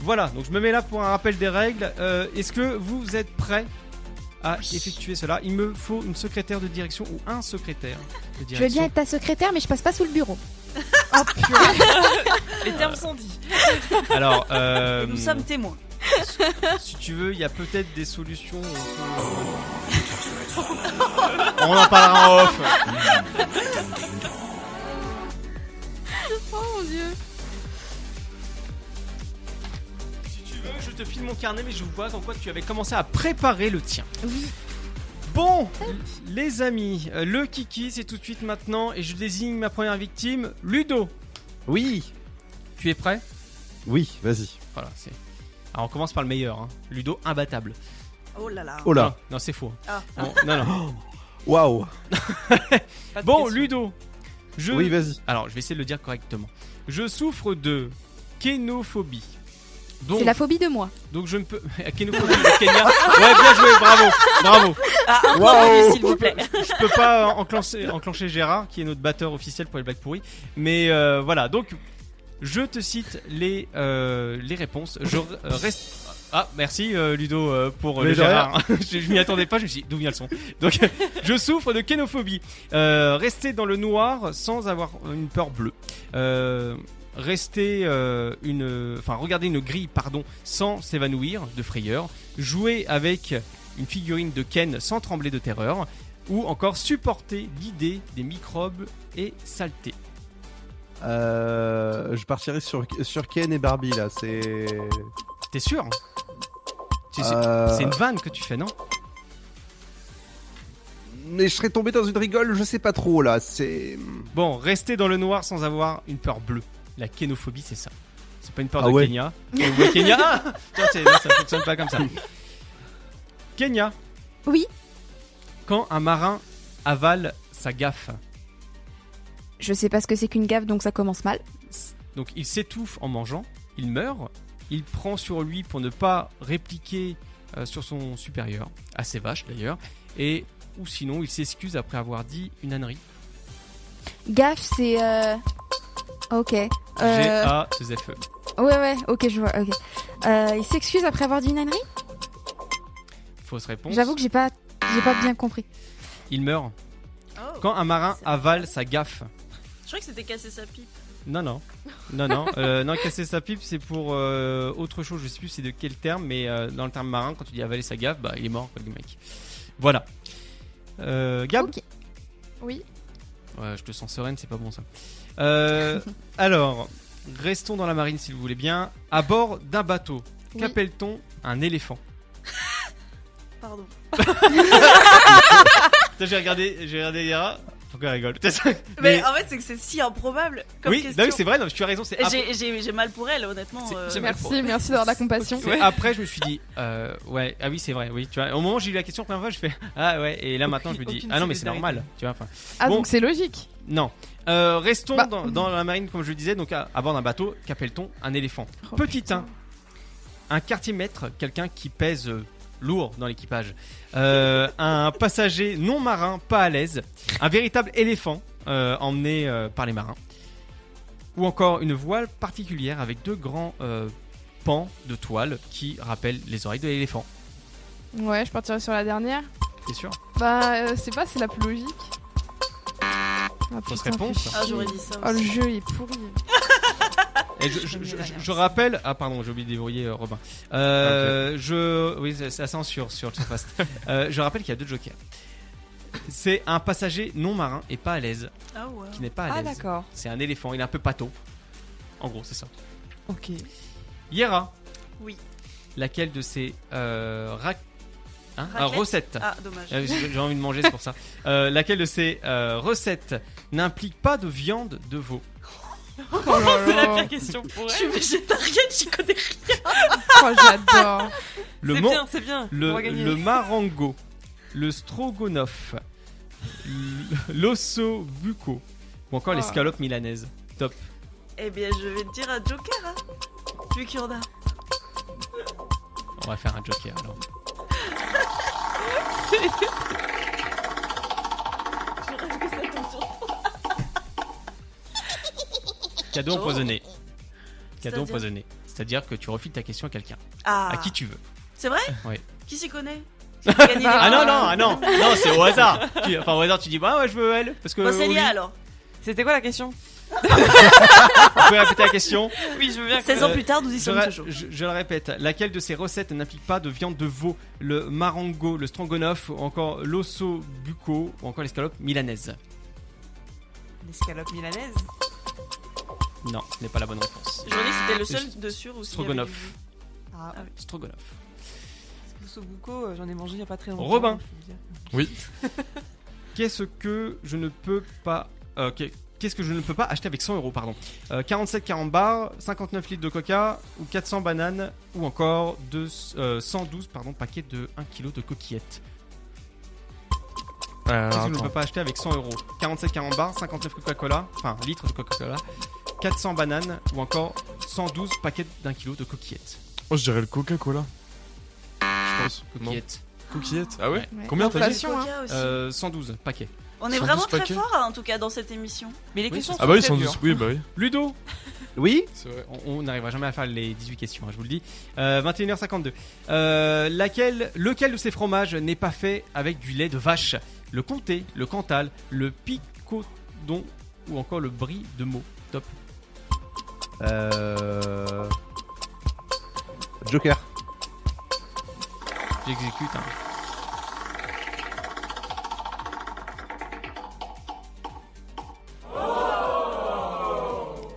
Speaker 2: Voilà, donc je me mets là pour un rappel des règles. Euh, Est-ce que vous êtes prêts à effectuer cela Il me faut une secrétaire de direction ou un secrétaire de
Speaker 12: Je veux
Speaker 2: direction.
Speaker 12: bien être ta secrétaire, mais je passe pas sous le bureau.
Speaker 6: Les termes sont dits.
Speaker 2: Alors, euh,
Speaker 5: Nous sommes témoins.
Speaker 2: si tu veux, il y a peut-être des solutions. *laughs* On en parlera en off.
Speaker 7: Oh mon dieu.
Speaker 2: Si tu veux, je te file mon carnet, mais je vois en quoi tu avais commencé à préparer le tien.
Speaker 12: Oui.
Speaker 2: Bon, les amis, euh, le kiki, c'est tout de suite maintenant et je désigne ma première victime, Ludo.
Speaker 4: Oui.
Speaker 2: Tu es prêt
Speaker 4: Oui, vas-y.
Speaker 2: Voilà, c'est. Alors on commence par le meilleur, hein. Ludo imbattable.
Speaker 5: Oh là là.
Speaker 4: Oh là.
Speaker 2: Non, non, c'est faux.
Speaker 5: Ah.
Speaker 2: Bon,
Speaker 12: *laughs*
Speaker 2: non, non.
Speaker 4: Waouh.
Speaker 2: bon, Ludo. Je...
Speaker 4: Oui, vas-y.
Speaker 2: Alors, je vais essayer de le dire correctement. Je souffre de kénophobie. Donc-
Speaker 12: C'est la phobie de moi.
Speaker 2: Donc je ne peux. *laughs* Kénophobie, le Kenya. Ouais, bien joué, bravo, bravo.
Speaker 5: Ah, un point
Speaker 2: Waouh.
Speaker 5: bonus, s'il vous plaît.
Speaker 2: Je peux- Je peux pas euh, enclencher, enclencher Gérard, qui est notre batteur officiel pour les blagues pourries. Mais euh, voilà, donc je te cite les, euh, les réponses. Je re- euh, reste. Ah, merci euh, Ludo euh, pour euh,
Speaker 4: Mais
Speaker 2: le
Speaker 4: de rien.
Speaker 2: Gérard. *laughs* je je m'y attendais pas, je me suis dit, d'où vient le son Donc, *laughs* je souffre de kénophobie. Euh, rester dans le noir sans avoir une peur bleue. Euh, rester euh, une. Enfin, regarder une grille, pardon, sans s'évanouir de frayeur. Jouer avec une figurine de Ken sans trembler de terreur. Ou encore supporter l'idée des microbes et saletés.
Speaker 4: Euh, je partirai sur, sur Ken et Barbie là, c'est.
Speaker 2: T'es sûr Tu sais-
Speaker 4: Euh.
Speaker 2: C'est une vanne que tu fais, non
Speaker 4: Mais je serais tombé dans une rigole, je sais pas trop là, c'est. hmm,
Speaker 2: Bon, rester dans le noir sans avoir une peur bleue. La kénophobie, c'est ça. C'est pas une peur
Speaker 4: Ah
Speaker 2: de
Speaker 4: ouais.
Speaker 2: Kenya. Euh, ouais, Kenya
Speaker 4: *laughs*
Speaker 2: Ah Tiens, c'est- non, ça fonctionne pas comme ça. Kenya
Speaker 12: Oui.
Speaker 2: Quand un marin avale sa gaffe,
Speaker 12: Je sais pas ce que c'est qu'une gaffe, donc ça commence mal.
Speaker 2: donc il s'étouffe en mangeant, il meurt, il prend sur lui pour ne pas répliquer euh, sur son supérieur, à ses vaches d'ailleurs, et ou sinon il s'excuse après avoir dit une ânerie.
Speaker 12: Gaffe, c'est. euh, Ok. Euh,
Speaker 2: G-A-2-F-E.
Speaker 12: Ouais, ouais, ok, je vois. ok. Euh, il s'excuse après avoir dit une ânerie
Speaker 2: Fausse réponse.
Speaker 12: J'avoue que j'ai pas, j'ai pas bien compris.
Speaker 2: Il meurt. Quand un marin avale sa gaffe.
Speaker 5: Oh. Je croyais que c'était casser sa pipe.
Speaker 2: Non, non. Non,
Speaker 5: *laughs*
Speaker 2: non. Euh, non, casser sa pipe, c'est pour euh, autre chose. Je sais plus c'est de quel terme, mais euh, dans le terme marin, quand tu dis avaler sa gaffe, bah il est mort, quoi, le mec. Voilà. Euh, Gab
Speaker 7: Oui.
Speaker 2: Ouais, je te sens sereine, c'est pas bon ça.
Speaker 5: *laughs*
Speaker 2: Euh, alors, restons dans la marine si vous voulez bien. À bord d'un bateau,
Speaker 7: Oui.
Speaker 2: qu'appelle-t-on un éléphant
Speaker 5: Pardon.
Speaker 2: Putain, J'ai regardé, j'ai regardé Yara. Pourquoi elle *laughs* rigole
Speaker 5: Mais, en fait, c'est que c'est si improbable comme
Speaker 2: oui,
Speaker 5: question.
Speaker 2: non, oui, c'est vrai, non, tu as raison. C'est
Speaker 5: Et
Speaker 2: ap-
Speaker 5: j'ai- J'ai j'ai mal pour elle, honnêtement. euh,
Speaker 2: j'ai mal pour
Speaker 7: Merci, merci d'avoir la compassion.
Speaker 2: C'est Après, je me suis dit, euh, ouais, ah oui, c'est vrai, oui, tu vois. Au moment où j'ai eu la question la première fois, je fais, ah ouais, et là maintenant, je me dis,
Speaker 7: aucune
Speaker 2: ah non, mais c'est
Speaker 7: solidarité.
Speaker 2: normal, tu vois. enfin.
Speaker 7: Ah,
Speaker 2: Bon,
Speaker 7: donc c'est logique.
Speaker 2: Non. Euh, restons
Speaker 7: Bah.
Speaker 2: dans, dans la marine, comme je le disais, donc à, à bord d'un bateau, qu'appelle-t-on un éléphant
Speaker 7: Oh,
Speaker 2: Oh, Petit 1. Un quartier maître, quelqu'un qui pèse euh, lourd dans l'équipage. Euh, un passager non marin, pas à l'aise. Un véritable éléphant euh, emmené euh, par les marins. Ou encore une voile particulière avec deux grands euh, pans de toile qui rappellent les oreilles de l'éléphant.
Speaker 7: Ouais, je partirai sur la dernière.
Speaker 2: T'es sûr
Speaker 7: Bah, euh, c'est pas, c'est la plus logique. Ah,
Speaker 2: Fausse
Speaker 7: putain,
Speaker 2: réponse. hein.
Speaker 7: fais
Speaker 5: Ah,
Speaker 7: chier.
Speaker 5: j'aurais dit ça
Speaker 7: Oh, le
Speaker 5: aussi.
Speaker 7: jeu est *laughs* pourri.
Speaker 2: Et je, je- je- je rappelle, ah pardon, j'ai oublié de débrouiller euh, Robin. Euh, Je, oui, ça, ça censure sur le Fast. Euh, je rappelle qu'il y a deux jokers. C'est un passager non marin et pas à l'aise,
Speaker 5: Ah ouais.
Speaker 2: qui n'est pas à
Speaker 6: Ah,
Speaker 2: l'aise.
Speaker 6: d'accord.
Speaker 2: C'est un éléphant, il est un peu pâteau. En gros, c'est ça.
Speaker 6: Ok.
Speaker 2: Yera,
Speaker 5: Oui.
Speaker 2: laquelle de ces euh, rac- hein,
Speaker 5: Raclette
Speaker 2: euh, recettes
Speaker 5: Ah, dommage.
Speaker 2: Euh, J'ai j'ai envie de manger, c'est pour ça. Euh, laquelle de ces euh, recettes n'implique pas de viande de veau
Speaker 7: Oh
Speaker 6: C'est la pire
Speaker 5: question pour elle. Oh. Je suis végétarienne, j'y connais rien.
Speaker 7: Oh, j'adore.
Speaker 2: Le
Speaker 6: C'est
Speaker 2: mot-
Speaker 6: bien, c'est bien. On
Speaker 2: Le,
Speaker 6: va gagner.
Speaker 2: le marango, le strogonoff, l'osso buco ou encore
Speaker 7: Ah.
Speaker 2: l'escalope milanaise. Top.
Speaker 5: Eh bien, je vais te dire à Joker, hein. Vu qu'il y en a.
Speaker 2: On va faire un joker alors.
Speaker 5: Je rêve que ça tombe sur toi.
Speaker 2: Cadeau
Speaker 5: Oh.
Speaker 2: empoisonné. Cadeau
Speaker 5: C'est-à-dire
Speaker 2: empoisonné. C'est-à-dire que tu refiles ta question à quelqu'un.
Speaker 5: Ah.
Speaker 2: À qui tu veux.
Speaker 5: C'est vrai
Speaker 2: Ouais.
Speaker 5: Qui s'y connaît
Speaker 2: *laughs*
Speaker 5: J'ai gagné des
Speaker 2: Ah non,
Speaker 5: points.
Speaker 2: non, ah non, non, c'est au hasard. Tu- enfin, au hasard, tu dis, bah ouais, je veux elle. Parce que.
Speaker 5: Bon, c'est
Speaker 2: oui.
Speaker 5: Lia alors.
Speaker 6: C'était quoi la question
Speaker 2: On peut répéter la question.
Speaker 6: Oui, je veux bien.
Speaker 5: 16 ans
Speaker 2: Euh,
Speaker 5: plus tard, nous y
Speaker 2: Je,
Speaker 5: sommes
Speaker 2: ra-
Speaker 5: toujours.
Speaker 2: je- je le répète, laquelle de ces recettes n'implique pas de viande de veau Le marango, le stroganoff, ou encore l'osso buco, ou encore l'escalope milanaise
Speaker 6: L'escalope milanaise.
Speaker 2: Non, ce n'est pas la bonne réponse.
Speaker 5: J'aurais dit que c'était le seul de sûr ou s'il y avait
Speaker 2: Stroganoff.
Speaker 5: du-
Speaker 6: Ah,
Speaker 5: Ah oui.
Speaker 2: Stroganoff.
Speaker 6: Buko, euh, j'en ai mangé il n'y a pas très longtemps.
Speaker 2: Robin.
Speaker 6: je peux
Speaker 9: Oui.
Speaker 2: Qu'est-ce que je ne peux pas. euh, qu'est- Qu'est-ce que je ne peux pas acheter avec 100 euros, pardon Euh, 47 40 bars, 59 litres de coca ou 400 bananes ou encore deux- euh, 112 pardon, paquets de 1 kg de coquillettes.
Speaker 9: Euh,
Speaker 2: Qu'est-ce que je ne
Speaker 9: attends.
Speaker 2: peux pas acheter avec 100 euros 47 40 bars, 59 Coca-Cola, enfin litres de Coca-Cola, 400 bananes ou encore 112 paquets d'un kilo de coquillettes.
Speaker 9: Oh, je dirais le Coca-Cola. Je pense.
Speaker 2: Coquillettes.
Speaker 9: Coquillettes Ah ouais,
Speaker 5: Ouais.
Speaker 9: Combien t'as dit
Speaker 5: Inflation, hein. Coca aussi.
Speaker 2: Euh, 112 paquets.
Speaker 5: On est
Speaker 9: 112
Speaker 5: vraiment très
Speaker 9: paquets.
Speaker 5: fort hein, en tout cas dans cette émission.
Speaker 6: Mais les
Speaker 2: Oui, questions
Speaker 9: c'est- Ah bah oui, sans doute, oui, bah oui. *laughs*
Speaker 2: Ludo
Speaker 4: Oui
Speaker 2: On on n'arrivera jamais à faire les 18 questions, hein, je vous le dis. Euh, 21h52. Euh, laquelle, lequel de ces fromages n'est pas fait avec du lait de vache Le comté, le cantal, le picodon ou encore le brie de Meaux Top.
Speaker 4: Euh... Joker.
Speaker 2: J'exécute. hein.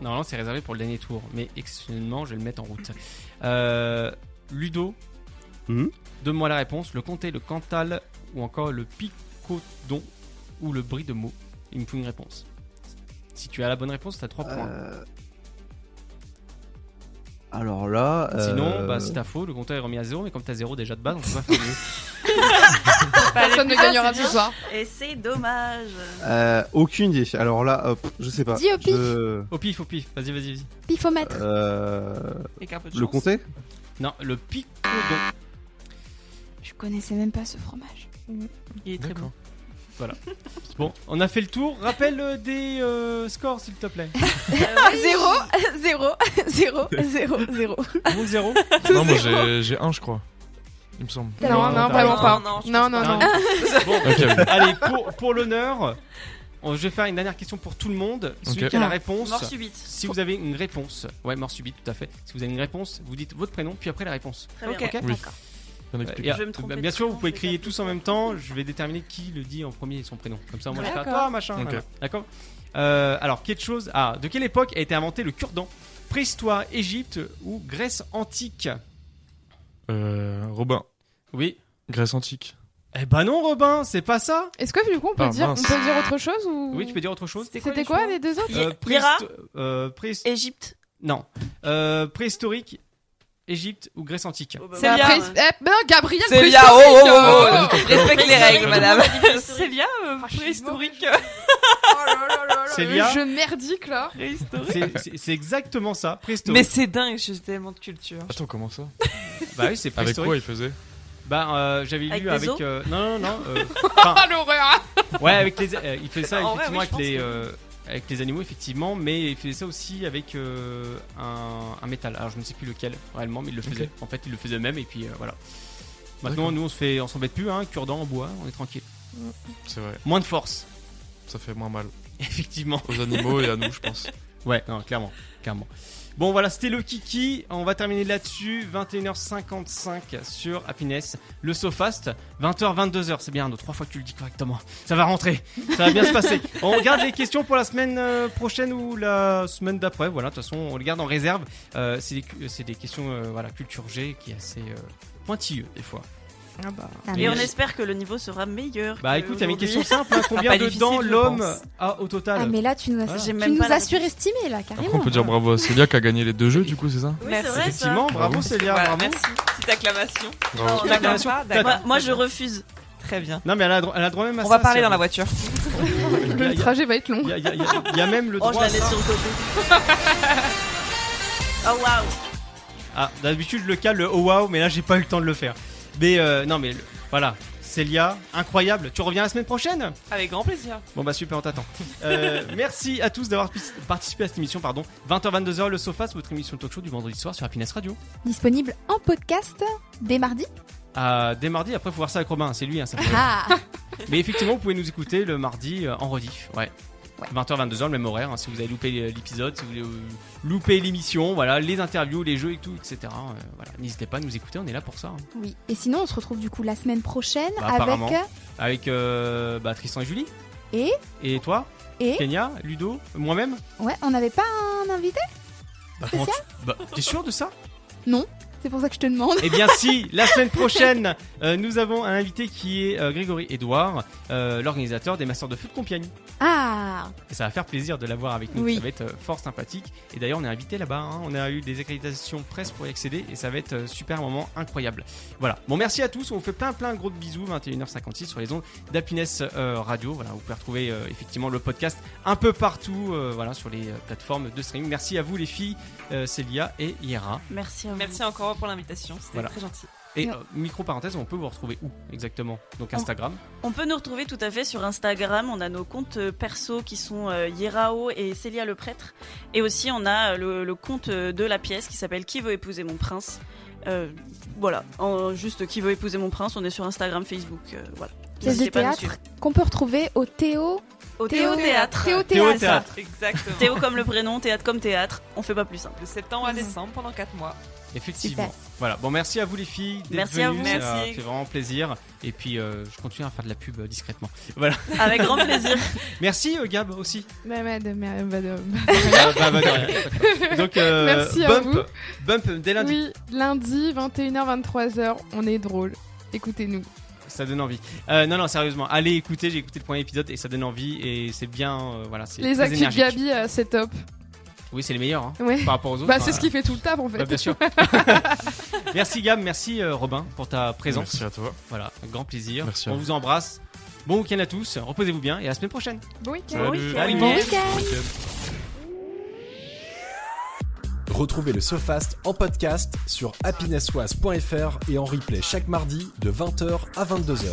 Speaker 2: Normalement, c'est réservé pour le dernier tour, mais exceptionnellement, je vais le mettre en route. Euh, Ludo,
Speaker 4: Mhm.
Speaker 2: donne-moi la réponse. Le comté, le cantal ou encore le picodon ou le brie de Meaux Il me faut une réponse. Si tu as la bonne réponse, tu as 3 points.
Speaker 4: Euh, Alors là.
Speaker 2: Sinon,
Speaker 4: euh,
Speaker 2: bah, si t'as faux, le compteur est remis à zéro, mais comme t'as zéro déjà de base, on
Speaker 4: *laughs*
Speaker 2: peut pas faire mieux.
Speaker 7: Personne ne gagnera
Speaker 5: c'est
Speaker 7: ce
Speaker 5: bien.
Speaker 7: soir.
Speaker 5: Et
Speaker 2: *laughs*
Speaker 5: c'est dommage.
Speaker 4: euh, aucune idée. Alors là, hop, je sais pas.
Speaker 5: Dis au pif.
Speaker 4: Je-
Speaker 2: Au pif, au pif, vas-y, vas-y, vas-y.
Speaker 12: Pifomètre.
Speaker 4: Euh...
Speaker 6: Avec un peu de
Speaker 4: Le
Speaker 6: chance.
Speaker 4: comté
Speaker 2: Non, le picodon.
Speaker 12: Je connaissais même pas ce fromage.
Speaker 6: Il est très bon.
Speaker 2: Voilà. Bon, on a fait le tour. Rappelle euh, des euh, scores, s'il te
Speaker 9: *laughs*
Speaker 2: plaît.
Speaker 5: Ah,
Speaker 2: *laughs*
Speaker 12: 0,
Speaker 5: *laughs*
Speaker 12: 0, 0, 0, 0.
Speaker 2: Vous, zéro
Speaker 9: Non, moi j'ai j'ai un, je crois. Il me semble.
Speaker 7: Non, non, vraiment pas. Non, non, non.
Speaker 2: Bon,
Speaker 9: *laughs* Ok, oui.
Speaker 2: allez, pour, pour l'honneur, on- je vais faire une dernière question pour tout le monde. Celui
Speaker 9: Ok.
Speaker 2: qui a la
Speaker 9: Ah.
Speaker 2: réponse.
Speaker 5: Mort subite.
Speaker 2: Si vous avez une réponse, ouais, mort subite, tout à fait. Si vous avez une réponse, vous dites votre prénom, puis après la réponse.
Speaker 5: Très bien.
Speaker 2: Ok
Speaker 5: Oui. D'accord.
Speaker 9: Bien
Speaker 2: Euh,
Speaker 9: expliqué.
Speaker 2: et,
Speaker 5: Je vais me tromper
Speaker 2: bien
Speaker 5: de
Speaker 2: sûr, vous
Speaker 5: prénom,
Speaker 2: pouvez
Speaker 5: je vais
Speaker 2: crier tous en même temps. Je vais déterminer qui le dit en premier son prénom. Comme ça, moi, je fais à
Speaker 5: D'accord.
Speaker 2: toi, machin.
Speaker 9: Ok.
Speaker 2: voilà. D'accord. Euh, alors, quelque chose. Ah, de quelle époque a été inventé le cure-dent Préhistoire, Égypte ou Grèce antique
Speaker 9: Euh, Robin.
Speaker 2: Oui.
Speaker 9: Grèce antique.
Speaker 2: Eh ben non, Robin, c'est pas ça.
Speaker 7: Est-ce que du coup on peut,
Speaker 9: Ah,
Speaker 7: dire, on
Speaker 9: mince.
Speaker 7: peut dire autre chose ou...
Speaker 2: Oui, tu peux dire autre chose.
Speaker 7: C'était quoi les deux autres
Speaker 2: Euh, préhisto- euh, préhist-
Speaker 5: Égypte.
Speaker 2: Non. Euh, préhistorique, Égypte ou Grèce antique
Speaker 6: Oh
Speaker 7: C'est la préhis- eh, mais non, Gabriel
Speaker 6: Célia, oh, oh,
Speaker 7: préhistorique,
Speaker 6: oh,
Speaker 7: euh,
Speaker 6: oh,
Speaker 2: oh, oh.
Speaker 6: respecte les
Speaker 5: Ah,
Speaker 6: règles, madame. *laughs*
Speaker 2: *laughs*
Speaker 6: Célia, euh,
Speaker 7: préhistorique.
Speaker 2: Célia
Speaker 7: Le jeu merdique là.
Speaker 2: C'est- c'est- C'est exactement ça, préhistorique.
Speaker 6: Mais c'est dingue, j'ai tellement de culture.
Speaker 9: Attends, comment ça
Speaker 2: Bah oui, c'est
Speaker 9: Avec
Speaker 2: préhistorique.
Speaker 9: quoi il faisait
Speaker 2: Bah, euh, j'avais
Speaker 6: Avec
Speaker 2: lu
Speaker 6: des
Speaker 2: avec.
Speaker 6: os
Speaker 2: euh, non, non, non. euh,
Speaker 7: Ah
Speaker 2: enfin,
Speaker 7: l'horreur
Speaker 2: ouais, avec les. euh, il fait ça
Speaker 6: En vrai,
Speaker 2: effectivement
Speaker 6: oui, je
Speaker 2: avec les.
Speaker 6: pense que-
Speaker 2: euh, avec les animaux, effectivement, mais il faisait ça aussi avec euh, un, un métal. Alors, je ne sais plus lequel réellement, mais il le faisait.
Speaker 9: Ok.
Speaker 2: En fait, il le faisait même, et puis euh, voilà.
Speaker 9: D'accord.
Speaker 2: Maintenant, nous, on se fait, on s'embête plus, hein, cure-dent en bois, on est tranquille.
Speaker 9: C'est vrai,
Speaker 2: Moins de force, *laughs*
Speaker 9: ça fait moins mal.
Speaker 2: effectivement.
Speaker 9: Aux animaux et à nous, je *laughs* pense.
Speaker 2: Ouais, non, clairement, clairement. Bon, voilà, c'était le Kiki. On va terminer là-dessus. 21h55 sur Happiness. Le SoFast, 20h, 22h. C'est bien, nos trois fois que tu le dis correctement. Ça va rentrer. Ça va bien se
Speaker 6: *laughs*
Speaker 2: passer. On regarde les questions pour la semaine euh, prochaine ou la semaine d'après. Voilà, de toute façon, on les garde en réserve. Euh, c'est des, cu- c'est des questions, euh, voilà, culture G qui est assez euh, pointilleux, des fois.
Speaker 7: Ah bah.
Speaker 5: Et on espère que le niveau sera meilleur.
Speaker 2: Bah
Speaker 5: que
Speaker 2: écoute, il y avait une
Speaker 5: aujourd'hui.
Speaker 2: question simple.
Speaker 6: *laughs*
Speaker 2: hein.
Speaker 6: Euh, Pas
Speaker 2: Combien de
Speaker 6: difficile,
Speaker 2: dents
Speaker 6: je
Speaker 2: l'homme
Speaker 6: pense.
Speaker 2: a au total
Speaker 12: Ah, mais là, tu nous as,
Speaker 2: Voilà.
Speaker 5: J'ai
Speaker 12: tu
Speaker 5: même
Speaker 12: nous
Speaker 5: pas la
Speaker 12: as surestimé, là,
Speaker 9: Après,
Speaker 12: carrément.
Speaker 9: on peut dire bravo à Célia qui a gagné les deux jeux, du coup, c'est ça
Speaker 5: Oui, c'est vrai, ça.
Speaker 2: Effectivement, bravo Célia,
Speaker 6: Voilà,
Speaker 2: bravo.
Speaker 6: merci. Petite acclamation.
Speaker 9: Bravo.
Speaker 6: Tu
Speaker 2: T'as-
Speaker 6: l'as pas
Speaker 2: t'as-
Speaker 5: Moi,
Speaker 6: D'accord.
Speaker 5: moi, je refuse.
Speaker 6: Très bien.
Speaker 2: Non mais elle a, dro- elle a droit même à
Speaker 6: On
Speaker 2: ça.
Speaker 6: va parler
Speaker 2: si
Speaker 6: dans
Speaker 2: elle-
Speaker 6: la voiture.
Speaker 7: Le trajet va être long.
Speaker 2: Il y, a- il y a- il y a- il y a même le
Speaker 5: Oh,
Speaker 2: droit.
Speaker 5: je la
Speaker 2: à
Speaker 5: laisse
Speaker 2: ça.
Speaker 5: sur le côté. oh waouh.
Speaker 2: Ah, d'habitude je le cale le oh wow, mais là j'ai pas eu le temps de le faire. Mais euh, non, mais le- voilà, Célia, incroyable. Tu reviens la semaine prochaine
Speaker 6: Avec grand plaisir.
Speaker 2: Bon bah super, on t'attend.
Speaker 5: *laughs*
Speaker 2: Euh, merci à tous d'avoir pis- participé à cette émission, pardon. 20h-22h le Sofas, votre émission de talk-show du vendredi soir sur Happiness Radio.
Speaker 12: Disponible en podcast dès mardi.
Speaker 2: Ah, dès mardi, après faut voir ça avec Robin, c'est lui, hein,
Speaker 5: *laughs*
Speaker 2: ça. fait-
Speaker 12: Ah
Speaker 2: mais effectivement, vous pouvez nous écouter le mardi euh, en rediff, ouais.
Speaker 12: Ouais.
Speaker 2: 20h-22h le même horaire. hein, si vous avez loupé euh, l'épisode, si vous voulez euh, louper l'émission, voilà, les interviews, les jeux et tout, etc. euh, voilà, n'hésitez pas à nous écouter, on est là pour ça. hein.
Speaker 12: *laughs* oui. Et sinon, on se retrouve du coup la semaine prochaine
Speaker 2: Bah, apparemment.
Speaker 12: avec.
Speaker 2: Avec euh, bah, Tristan et Julie.
Speaker 12: Et
Speaker 2: Et toi
Speaker 12: Et
Speaker 2: Kenya, Ludo, moi-même
Speaker 12: Ouais, on n'avait pas un invité
Speaker 2: Bah, comment tu- bah, T'es sûr de ça
Speaker 12: Non.
Speaker 3: C'est pour ça que je te demande.
Speaker 2: Eh bien si, la semaine prochaine, euh, nous avons un invité qui est euh, Grégory Edouard, euh, l'organisateur des Masters de Feu de Compiègne.
Speaker 12: Ah
Speaker 2: Et ça va faire plaisir de l'avoir avec nous,
Speaker 12: Oui.
Speaker 2: ça va être euh, fort sympathique. Et d'ailleurs, on est invité là-bas, hein. on a eu des accréditations presse pour y accéder et ça va être euh, super, un moment incroyable. Voilà, bon merci à tous, on vous fait plein plein de gros bisous, 21h56 sur les ondes d'Happiness euh, Radio. Voilà, vous pouvez retrouver euh, effectivement le podcast un peu partout, euh, voilà, sur les euh, plateformes de streaming. Merci à vous les filles, euh, Célia et Yera.
Speaker 5: Merci à vous.
Speaker 6: Merci encore pour l'invitation, c'était
Speaker 2: Voilà.
Speaker 6: très gentil.
Speaker 2: Et euh, micro parenthèse, on peut vous retrouver où exactement Donc Instagram.
Speaker 5: On peut nous retrouver tout à fait sur Instagram. On a nos comptes euh, perso qui sont euh, Yerao et Célia le prêtre. Et aussi, on a euh, le, le compte euh, de la pièce qui s'appelle Qui veut épouser mon prince. Euh, voilà, En- juste Qui veut épouser mon prince. On est sur Instagram, Facebook. euh, voilà.
Speaker 3: Pièce de
Speaker 5: N'hésitez pas à nous
Speaker 3: théâtre
Speaker 5: suivre.
Speaker 3: qu'on peut retrouver au Théo.
Speaker 5: Au Théo Théâtre.
Speaker 3: Théo Théâtre.
Speaker 6: Exactement.
Speaker 5: Théo comme le prénom, théâtre comme théâtre. On fait pas plus hein. simple.
Speaker 6: De septembre à décembre, pendant 4 mois.
Speaker 2: Effectivement.
Speaker 6: Super.
Speaker 2: Voilà. Bon, merci à vous les filles. d'être
Speaker 6: Merci à
Speaker 2: venues,
Speaker 6: vous.
Speaker 2: Ça
Speaker 6: Merci.
Speaker 2: fait vraiment plaisir. Et puis, euh, je continue à faire de la pub euh, discrètement. Voilà.
Speaker 5: Avec *laughs* grand plaisir.
Speaker 2: merci euh, Gab aussi.
Speaker 7: *laughs* Bah, bah, de- bah, bah, de-
Speaker 2: Ah, bah, bah, de rien. Donc, euh,
Speaker 7: Merci à
Speaker 2: bump,
Speaker 7: vous.
Speaker 2: bump euh, dès lundi.
Speaker 7: Oui, lundi 21h-23h, on est drôle. Écoutez-nous.
Speaker 2: Ça donne envie. Euh, non, non, sérieusement. Allez écouter. J'ai écouté le premier épisode et ça donne envie. Et c'est bien. euh, voilà. C'est
Speaker 7: Les
Speaker 2: très
Speaker 7: actus de
Speaker 2: énergique.
Speaker 7: Gabi, euh, c'est top.
Speaker 2: Oui, c'est les meilleurs. hein,
Speaker 7: Ouais.
Speaker 2: Par rapport aux autres.
Speaker 7: Bah,
Speaker 2: hein,
Speaker 7: c'est ce qui fait tout le taf en fait.
Speaker 2: Bah, bien
Speaker 7: *laughs*
Speaker 2: sûr. merci Gab, merci euh, Robin pour ta présence.
Speaker 9: Merci à toi.
Speaker 2: Voilà, un grand plaisir.
Speaker 9: Merci à
Speaker 2: On
Speaker 9: vous.
Speaker 2: vous embrasse. Bon week-end à tous. Reposez-vous bien et à la semaine prochaine.
Speaker 7: Bon week-end.
Speaker 2: Salut.
Speaker 1: Bon
Speaker 2: Week-end.
Speaker 1: Retrouvez le SoFast en podcast sur happinesswas.fr et en replay chaque mardi de 20h à 22h.